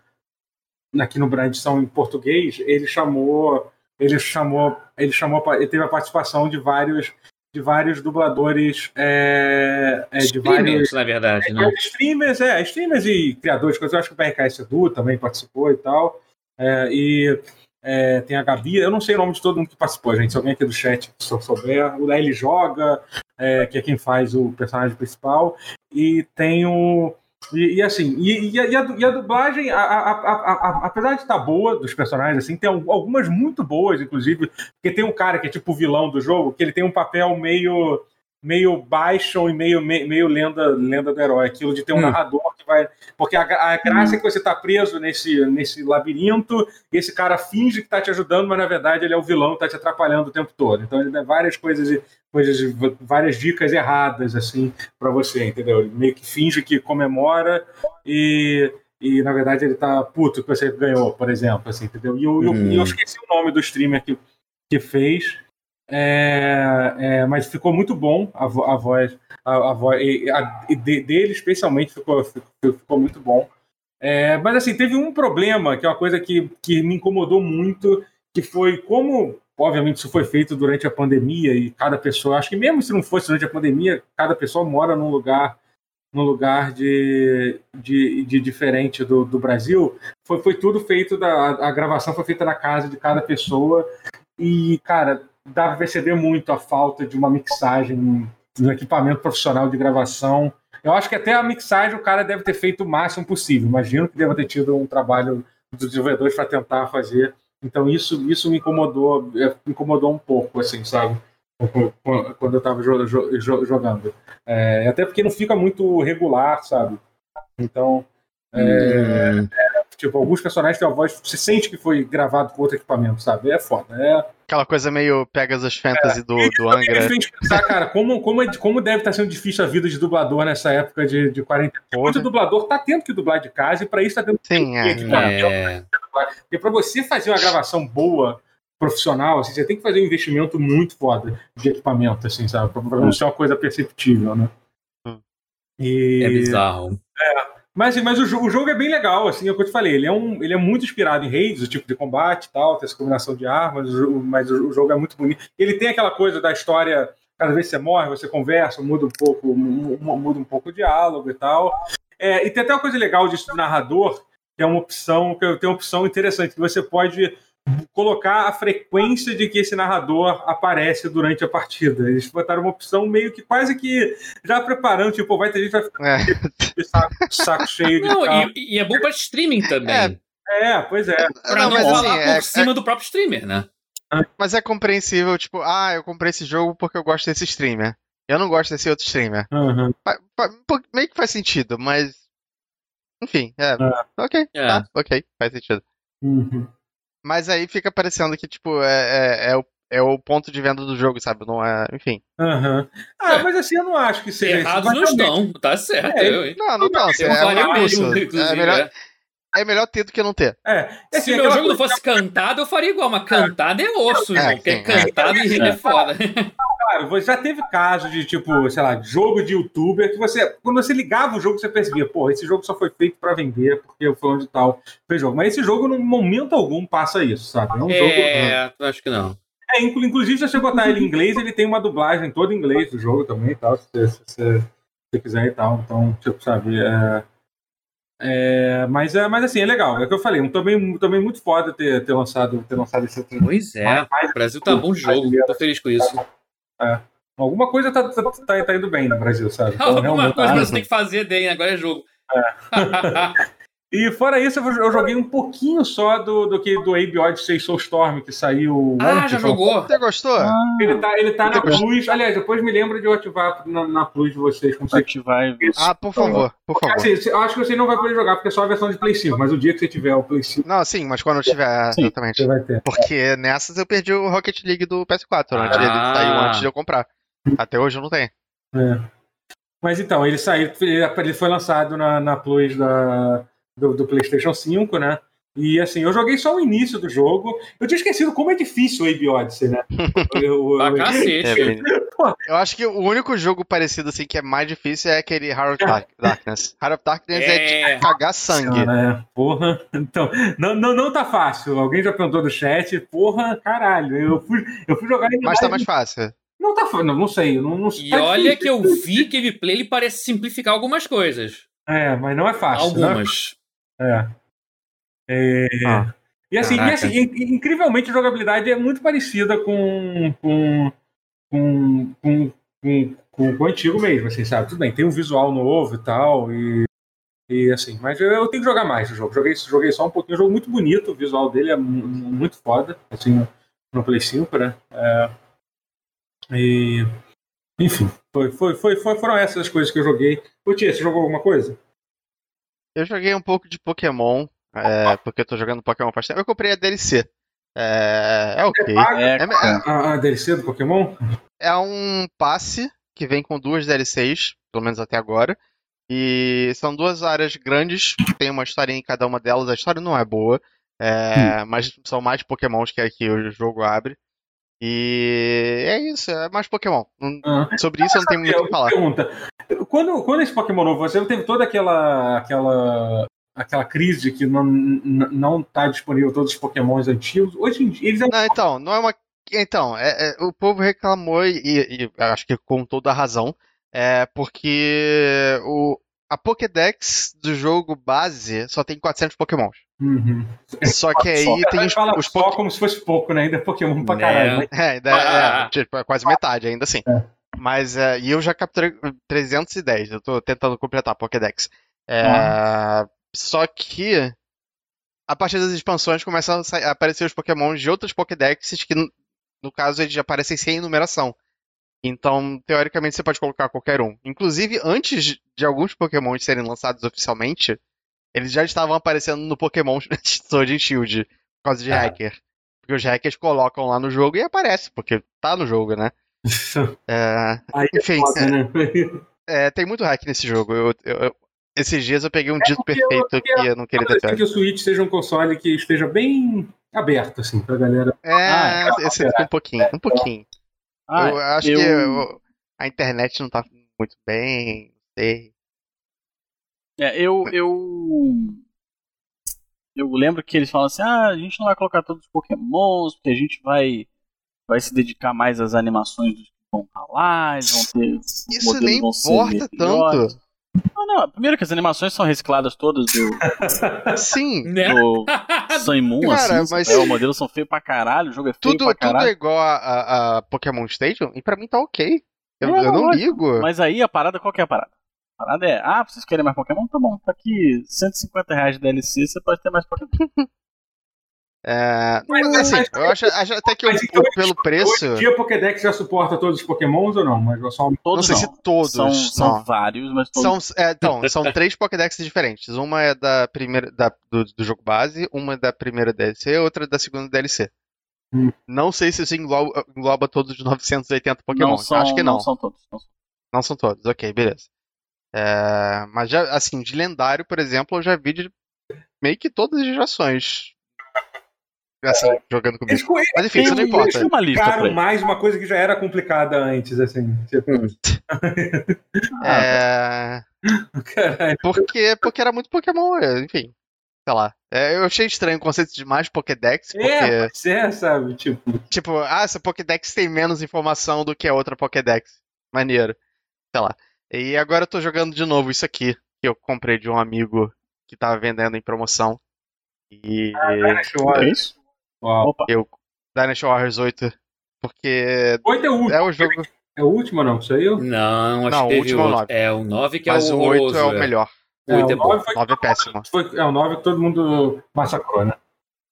[SPEAKER 1] aqui no na edição em português, ele chamou, ele chamou, ele chamou, pa- ele teve a participação de vários, de vários dubladores, é, é, de vários
[SPEAKER 2] Streamers, na verdade, né?
[SPEAKER 1] é, streamers, é, streamers e criadores de coisas. Eu acho que o PRK Edu também participou e tal. É, e é, tem a Gabi, eu não sei o nome de todo mundo que participou, gente. Se alguém aqui do chat sou- souber, o L joga, é, que é quem faz o personagem principal. E tem o. E, e assim, e, e a, e a du- e a dublagem, a- a- a- a- a- apesar de estar boa dos personagens, assim, tem al- algumas muito boas, inclusive, porque tem um cara que é tipo o vilão do jogo, que ele tem um papel meio meio baixo e meio, me- meio, lenda, lenda do herói. Aquilo de ter um
[SPEAKER 2] Hum.
[SPEAKER 1] narrador que vai. Porque a, gra- a graça é que você tá preso nesse, nesse labirinto, e esse cara finge que tá te ajudando, mas na verdade ele é o vilão, tá te atrapalhando o tempo todo. Então ele dá várias coisas, e- coisas v- várias dicas erradas, assim, para você, entendeu? Ele meio que finge que comemora e. E na verdade ele tá puto que você ganhou, por exemplo, assim, entendeu? E eu, eu-
[SPEAKER 5] Hum.
[SPEAKER 1] eu esqueci o nome do streamer que, que fez, é, é, mas ficou muito bom a, vo- a voz, a, a voz e, a- e de- dele especialmente ficou, ficou, ficou muito bom. É, mas assim, teve um problema, que é uma coisa que, que me incomodou muito, que foi como, obviamente, isso foi feito durante a pandemia e cada pessoa, acho que mesmo se não fosse durante a pandemia, cada pessoa mora num lugar num lugar de, de, de diferente do, do Brasil, foi, foi tudo feito, da, a gravação foi feita na casa de cada pessoa e, cara, dá pra perceber muito a falta de uma mixagem, de um equipamento profissional de gravação. Eu acho que até a mixagem o cara deve ter feito o máximo possível. Imagino que deva ter tido um trabalho dos desenvolvedores para tentar fazer. Então isso, isso me incomodou, é, me incomodou um pouco, assim, sabe? Quando- quando- Quando eu tava jo- jo- jo- jogando. É, até porque não fica muito regular, sabe? Então,
[SPEAKER 2] É,
[SPEAKER 5] Hum.
[SPEAKER 1] tipo, alguns personagens têm a voz. Você sente que foi gravado com outro equipamento, sabe? É foda. É,
[SPEAKER 3] Aquela coisa meio Pegasus
[SPEAKER 2] É.
[SPEAKER 3] Fantasy do, do
[SPEAKER 1] me
[SPEAKER 2] *laughs*
[SPEAKER 3] Angra.
[SPEAKER 1] fez pensar, cara, como, como, é- como deve estar sendo difícil a vida de dublador nessa época de, de quarentena. Porque Muito
[SPEAKER 3] Porra.
[SPEAKER 1] dublador tá tendo que dublar de casa e pra isso tá tendo
[SPEAKER 3] Sim, é.
[SPEAKER 1] que dublar.
[SPEAKER 2] É,
[SPEAKER 1] Porque pra você fazer uma gravação boa, profissional, assim, você tem que fazer um investimento muito foda de equipamento, assim, sabe? Pra pra
[SPEAKER 2] Hum.
[SPEAKER 1] não ser uma coisa perceptível, né?
[SPEAKER 3] Hum.
[SPEAKER 1] E...
[SPEAKER 2] é bizarro.
[SPEAKER 1] Mas, mas o, jo- o jogo é bem legal, assim, é o que eu te falei. Ele é, um, ele é muito inspirado em raids, o tipo de combate e tal, tem essa combinação de armas, o jo- mas o, o jogo é muito bonito. Ele tem aquela coisa da história, cada vez que você morre, você conversa, muda um pouco, mu- mu- muda um pouco o diálogo e tal. É, e tem até uma coisa legal disso do narrador, que é uma opção, que tem uma opção interessante, que você pode colocar a frequência de que esse narrador aparece durante a partida. Eles botaram uma opção meio que quase que já preparando, tipo, vai ter gente que vai
[SPEAKER 3] É,
[SPEAKER 1] de saco, saco cheio de
[SPEAKER 2] Não,
[SPEAKER 1] carro.
[SPEAKER 2] e, e é bom pra streaming também.
[SPEAKER 3] É,
[SPEAKER 1] É, pois é.
[SPEAKER 2] pra não,
[SPEAKER 3] mas
[SPEAKER 2] falar
[SPEAKER 3] assim,
[SPEAKER 2] por
[SPEAKER 3] é-
[SPEAKER 2] cima do próprio streamer, né?
[SPEAKER 3] mas é compreensível, tipo, ah, eu comprei esse jogo porque eu gosto desse streamer. Eu não gosto desse outro streamer. Fa- fa- um pouco- Meio que faz sentido, mas. Enfim, é. Ok,
[SPEAKER 2] É.
[SPEAKER 3] tá, ok, faz sentido.
[SPEAKER 1] Uhum.
[SPEAKER 3] Mas aí fica parecendo que, tipo, é, é, é o, é o ponto de venda do jogo, sabe? Não é. Enfim.
[SPEAKER 1] Uhum. Ah,
[SPEAKER 2] É.
[SPEAKER 1] mas assim, eu não acho que seja
[SPEAKER 2] Errados não
[SPEAKER 1] isso. Mas também-
[SPEAKER 2] estão, tá certo.
[SPEAKER 1] É,
[SPEAKER 2] eu, hein?
[SPEAKER 3] Não, não, não.
[SPEAKER 2] Eu
[SPEAKER 3] É, um
[SPEAKER 2] faria o
[SPEAKER 3] recurso.
[SPEAKER 2] mesmo, inclusive,
[SPEAKER 3] É melhor,
[SPEAKER 2] é.
[SPEAKER 3] é melhor ter do que não ter.
[SPEAKER 1] É, assim,
[SPEAKER 2] Se meu
[SPEAKER 1] aquela
[SPEAKER 2] jogo não
[SPEAKER 1] coisa-
[SPEAKER 2] fosse cantado, eu faria igual. Mas cantada é osso,
[SPEAKER 3] É,
[SPEAKER 2] irmão. Porque
[SPEAKER 3] sim, é.
[SPEAKER 2] cantado é, é foda.
[SPEAKER 1] Claro, ah, já teve caso de, tipo, sei lá, jogo de youtuber que você, quando você ligava o jogo, você percebia, porra, esse jogo só foi feito pra vender, porque o fulano de tal fez jogo. Mas esse jogo, em momento algum, passa isso, sabe? É um jogo.
[SPEAKER 2] É, acho que não.
[SPEAKER 1] É, inclu- inclusive, se você botar ele em inglês, ele tem uma dublagem toda em inglês do jogo também e tal, se você, se você- se você quiser e tal. Então, tipo, sabe. É, é, mas, é, mas assim, é legal. É o que eu falei. um- Também, também muito foda ter, ter, lançado, ter lançado esse outro jogo.
[SPEAKER 2] Pois é. O Brasil tá bom de jogo. Tô feliz com isso.
[SPEAKER 1] Alguma coisa tá, tá, tá- tá indo bem no Brasil, sabe? Então,
[SPEAKER 2] Alguma
[SPEAKER 1] realmente-
[SPEAKER 2] coisa
[SPEAKER 1] Ah,
[SPEAKER 3] É.
[SPEAKER 2] você tem que fazer, daí, agora é jogo.
[SPEAKER 1] E fora isso, eu eu joguei um pouquinho só do, do que do Abe Odyssey Soulstorm, que saiu
[SPEAKER 2] *laughs* Ah,
[SPEAKER 1] ontem,
[SPEAKER 2] já
[SPEAKER 1] foi um
[SPEAKER 2] jogou?
[SPEAKER 3] Você gostou?
[SPEAKER 1] Ele tá, ele tá na
[SPEAKER 3] Eu gosto.
[SPEAKER 1] Plus. Aliás, depois me lembra de eu ativar na, na Plus de vocês. Como vocês...
[SPEAKER 4] Ativar e ver.
[SPEAKER 3] Ah, por favor, por favor.
[SPEAKER 1] Assim, eu acho que você não vai poder jogar, porque é só a versão de Play 5. Mas o dia que você tiver o Play 5,
[SPEAKER 3] Não, sim, mas quando eu tiver.
[SPEAKER 4] Sim.
[SPEAKER 3] Exatamente.
[SPEAKER 1] você vai ter.
[SPEAKER 3] Porque nessas eu perdi o Rocket League do PS4, né? antes dele
[SPEAKER 2] Ah.
[SPEAKER 3] saiu antes de eu comprar. Até hoje eu não tenho.
[SPEAKER 1] É. Mas então, ele saiu, ele foi lançado na, na Plus da, do, do PlayStation 5, né? E assim, eu joguei só o início do jogo. Eu tinha esquecido como é difícil o Abe Odyssey,
[SPEAKER 3] *laughs*
[SPEAKER 1] né? Eu-
[SPEAKER 2] Pra
[SPEAKER 1] eu-
[SPEAKER 2] Ah, cacete.
[SPEAKER 3] É, Eu acho que o único jogo parecido assim que é mais difícil é aquele Heart of Dark- Darkness. Heart of Darkness é,
[SPEAKER 2] É.
[SPEAKER 3] de cagar sangue.
[SPEAKER 1] Cara, é, porra. Então, não, não, não tá fácil. Alguém já perguntou no chat. Porra, caralho. Eu fui, eu fui jogar ele
[SPEAKER 3] Mas tá
[SPEAKER 1] mais-
[SPEAKER 3] mais fácil.
[SPEAKER 1] Não tá fácil. Não, não sei. Não, não
[SPEAKER 2] E
[SPEAKER 1] tá
[SPEAKER 2] olha
[SPEAKER 1] difícil.
[SPEAKER 2] que eu vi gameplay, ele parece simplificar algumas coisas.
[SPEAKER 1] É, mas não é fácil. Né?
[SPEAKER 2] Algumas.
[SPEAKER 1] É. É,
[SPEAKER 3] Ah,
[SPEAKER 1] e assim, e
[SPEAKER 2] caraca.
[SPEAKER 1] assim, in- in- incrivelmente a jogabilidade é muito parecida com com com, com, com, com- com o antigo mesmo, assim, sabe? Tudo bem, tem um visual novo e tal, e, e assim, mas eu, eu tenho que jogar mais o jogo. Joguei, joguei só um pouquinho, o jogo muito bonito, o visual dele é mu- mu- muito foda, assim, no Play 5, né? É, e, enfim, foi, foi, foi, foi- foram essas as coisas que eu joguei. Ô Tia, você jogou alguma coisa?
[SPEAKER 3] Eu joguei um pouco de Pokémon, é, porque eu tô jogando Pokémon faz tempo. Eu comprei a DLC. É, é ok.
[SPEAKER 4] É,
[SPEAKER 3] É, é-
[SPEAKER 1] A, a DLC do Pokémon?
[SPEAKER 3] é um passe que vem com duas DLCs, pelo menos até agora. E são duas áreas grandes, tem uma historinha em cada uma delas. A história não é boa, é, mas são mais Pokémons que, que o jogo abre. E é isso, é mais Pokémon. Não-
[SPEAKER 1] Ah.
[SPEAKER 3] Sobre isso eu não tenho muito o que falar.
[SPEAKER 1] Pergunta. Quando, quando esse Pokémon novo, você teve toda aquela aquela aquela crise de que não n- não tá disponível todos os Pokémons antigos. Hoje em dia eles
[SPEAKER 3] Não, então, não é uma. Então, é- é, o povo reclamou, e, e- e acho que com toda a razão, é porque o, a Pokédex do jogo base só tem 400 Pokémons.
[SPEAKER 1] uhum.
[SPEAKER 3] Só que aí tem os,
[SPEAKER 1] fala
[SPEAKER 3] os
[SPEAKER 1] só
[SPEAKER 3] Poké-
[SPEAKER 1] como se fosse pouco, né? Ainda é Pokémon pra
[SPEAKER 2] Né.
[SPEAKER 1] caralho.
[SPEAKER 3] *laughs*
[SPEAKER 1] Mas,
[SPEAKER 3] É, ainda é, é, tipo, é quase metade, ainda assim. Mas, é, e eu já capturei 310, eu tô tentando completar a Pokédex. É, Só que, a partir das expansões, começam a sa- a aparecer os Pokémon de outras Pokédexes, que no- no caso eles aparecem sem enumeração. Então, teoricamente, você pode colocar qualquer um. Inclusive, antes de- de alguns Pokémon serem lançados oficialmente, eles já estavam aparecendo no Pokémon *laughs* Sword and Shield, por causa de
[SPEAKER 1] Ah.
[SPEAKER 3] hacker. Porque os hackers colocam lá no jogo e aparece, porque tá no jogo, né? É,
[SPEAKER 1] Aí é
[SPEAKER 3] enfim,
[SPEAKER 1] foda, né?
[SPEAKER 3] é, tem muito hack nesse jogo. Eu- eu- eu- esses dias eu peguei um dito
[SPEAKER 1] porque eu-
[SPEAKER 3] perfeito
[SPEAKER 1] porque
[SPEAKER 3] que eu não queria ter
[SPEAKER 1] Parece
[SPEAKER 3] pego.
[SPEAKER 1] que o Switch seja um console que esteja bem aberto, assim, pra
[SPEAKER 3] *laughs*
[SPEAKER 1] galera.
[SPEAKER 3] É,
[SPEAKER 1] Ah, é,
[SPEAKER 3] esse um pouquinho, um pouquinho.
[SPEAKER 4] Ah,
[SPEAKER 3] eu acho
[SPEAKER 4] eu-
[SPEAKER 3] que eu- a internet não tá muito bem, não
[SPEAKER 1] *laughs*
[SPEAKER 3] sei.
[SPEAKER 4] É, eu, eu. Eu lembro que eles falam assim: ah, a gente não vai colocar todos os Pokémons, porque a gente vai, vai se dedicar mais às animações dos que vão estar lá, eles vão ter. os
[SPEAKER 3] Isso
[SPEAKER 4] modelos
[SPEAKER 3] nem
[SPEAKER 4] vão ser
[SPEAKER 3] importa
[SPEAKER 4] melhores." Não, não, primeiro que as animações são recicladas todas do,
[SPEAKER 3] Sim,
[SPEAKER 2] Né?
[SPEAKER 4] do Sun Moon,
[SPEAKER 3] Cara,
[SPEAKER 4] assim,
[SPEAKER 3] mas-
[SPEAKER 4] é, os modelos são feios pra caralho, o jogo é feio
[SPEAKER 3] tudo,
[SPEAKER 4] pra
[SPEAKER 3] tudo
[SPEAKER 4] caralho.
[SPEAKER 3] é igual a, a- a Pokémon Stadium e pra mim tá ok. Eu,
[SPEAKER 4] É,
[SPEAKER 3] eu
[SPEAKER 4] não,
[SPEAKER 3] não
[SPEAKER 4] lógico.
[SPEAKER 3] ligo.
[SPEAKER 4] Mas aí a parada, qual que é a parada? A parada é, ah, vocês querem mais Pokémon? Tá bom, tá aqui 150 reais de DLC, você pode ter mais Pokémon.
[SPEAKER 3] É,
[SPEAKER 1] Mas-
[SPEAKER 3] mas assim,
[SPEAKER 1] mas-
[SPEAKER 3] eu acho, acho até que o-
[SPEAKER 1] Mas então
[SPEAKER 3] o- pelo preço,
[SPEAKER 1] Hoje em dia a Pokédex já suporta todos os Pokémons ou não? Mas só um.
[SPEAKER 3] não
[SPEAKER 4] Todos
[SPEAKER 3] sei se todos.
[SPEAKER 4] são, são
[SPEAKER 3] não.
[SPEAKER 4] vários, mas todos
[SPEAKER 3] São, é, então, são três Pokédexes diferentes. Uma é da primeira da- do, do jogo base, uma é da primeira DLC, outra é da segunda DLC.
[SPEAKER 1] Hum.
[SPEAKER 3] Não sei se isso engloba, engloba todos os 980 Pokémon.
[SPEAKER 4] não são,
[SPEAKER 3] Acho que não.
[SPEAKER 4] não são todos. não são.
[SPEAKER 3] Não são todos. Ok, beleza. É, mas já, assim, de lendário, por exemplo, eu já vi de meio que todas as gerações. Assim, jogando comigo.
[SPEAKER 1] Eles, eles
[SPEAKER 3] Mas enfim, isso não
[SPEAKER 4] Tem- um
[SPEAKER 3] importa.
[SPEAKER 4] tem é uma lista pra
[SPEAKER 1] complicaram
[SPEAKER 4] ele.
[SPEAKER 1] mais uma coisa que já era complicada antes, assim. *laughs* Tipo,
[SPEAKER 4] Ah,
[SPEAKER 3] É.
[SPEAKER 1] caralho.
[SPEAKER 3] Porque, porque era muito Pokémon, é, enfim. Sei lá. É, eu achei estranho o conceito de mais Pokédex, porque,
[SPEAKER 1] É, pois é, sabe? Tipo,
[SPEAKER 3] tipo, ah, essa Pokédex tem menos informação do que a outra Pokédex. Maneiro. Sei lá. E agora eu tô jogando de novo isso aqui, que eu comprei de um amigo que tava vendendo em promoção. E
[SPEAKER 1] Dynasty Warriors.
[SPEAKER 4] é isso?
[SPEAKER 1] Uau.
[SPEAKER 4] Opa,
[SPEAKER 3] eu. Dynasty Warriors 8, porque
[SPEAKER 1] Oito é o último.
[SPEAKER 3] é o jogo.
[SPEAKER 1] É o último, não? que Saiu?
[SPEAKER 2] Não, acho que
[SPEAKER 3] Não, o
[SPEAKER 2] teve
[SPEAKER 3] último é o
[SPEAKER 2] outro.
[SPEAKER 3] nove.
[SPEAKER 2] É, o 9 que
[SPEAKER 3] Mas
[SPEAKER 2] é
[SPEAKER 3] o
[SPEAKER 2] horroroso.
[SPEAKER 3] 8 é o melhor.
[SPEAKER 2] O 8 é,
[SPEAKER 1] o
[SPEAKER 2] bom.
[SPEAKER 1] 9 foi,
[SPEAKER 3] 9 é péssimo.
[SPEAKER 1] foi- é, o 9 que todo mundo massacrou, né?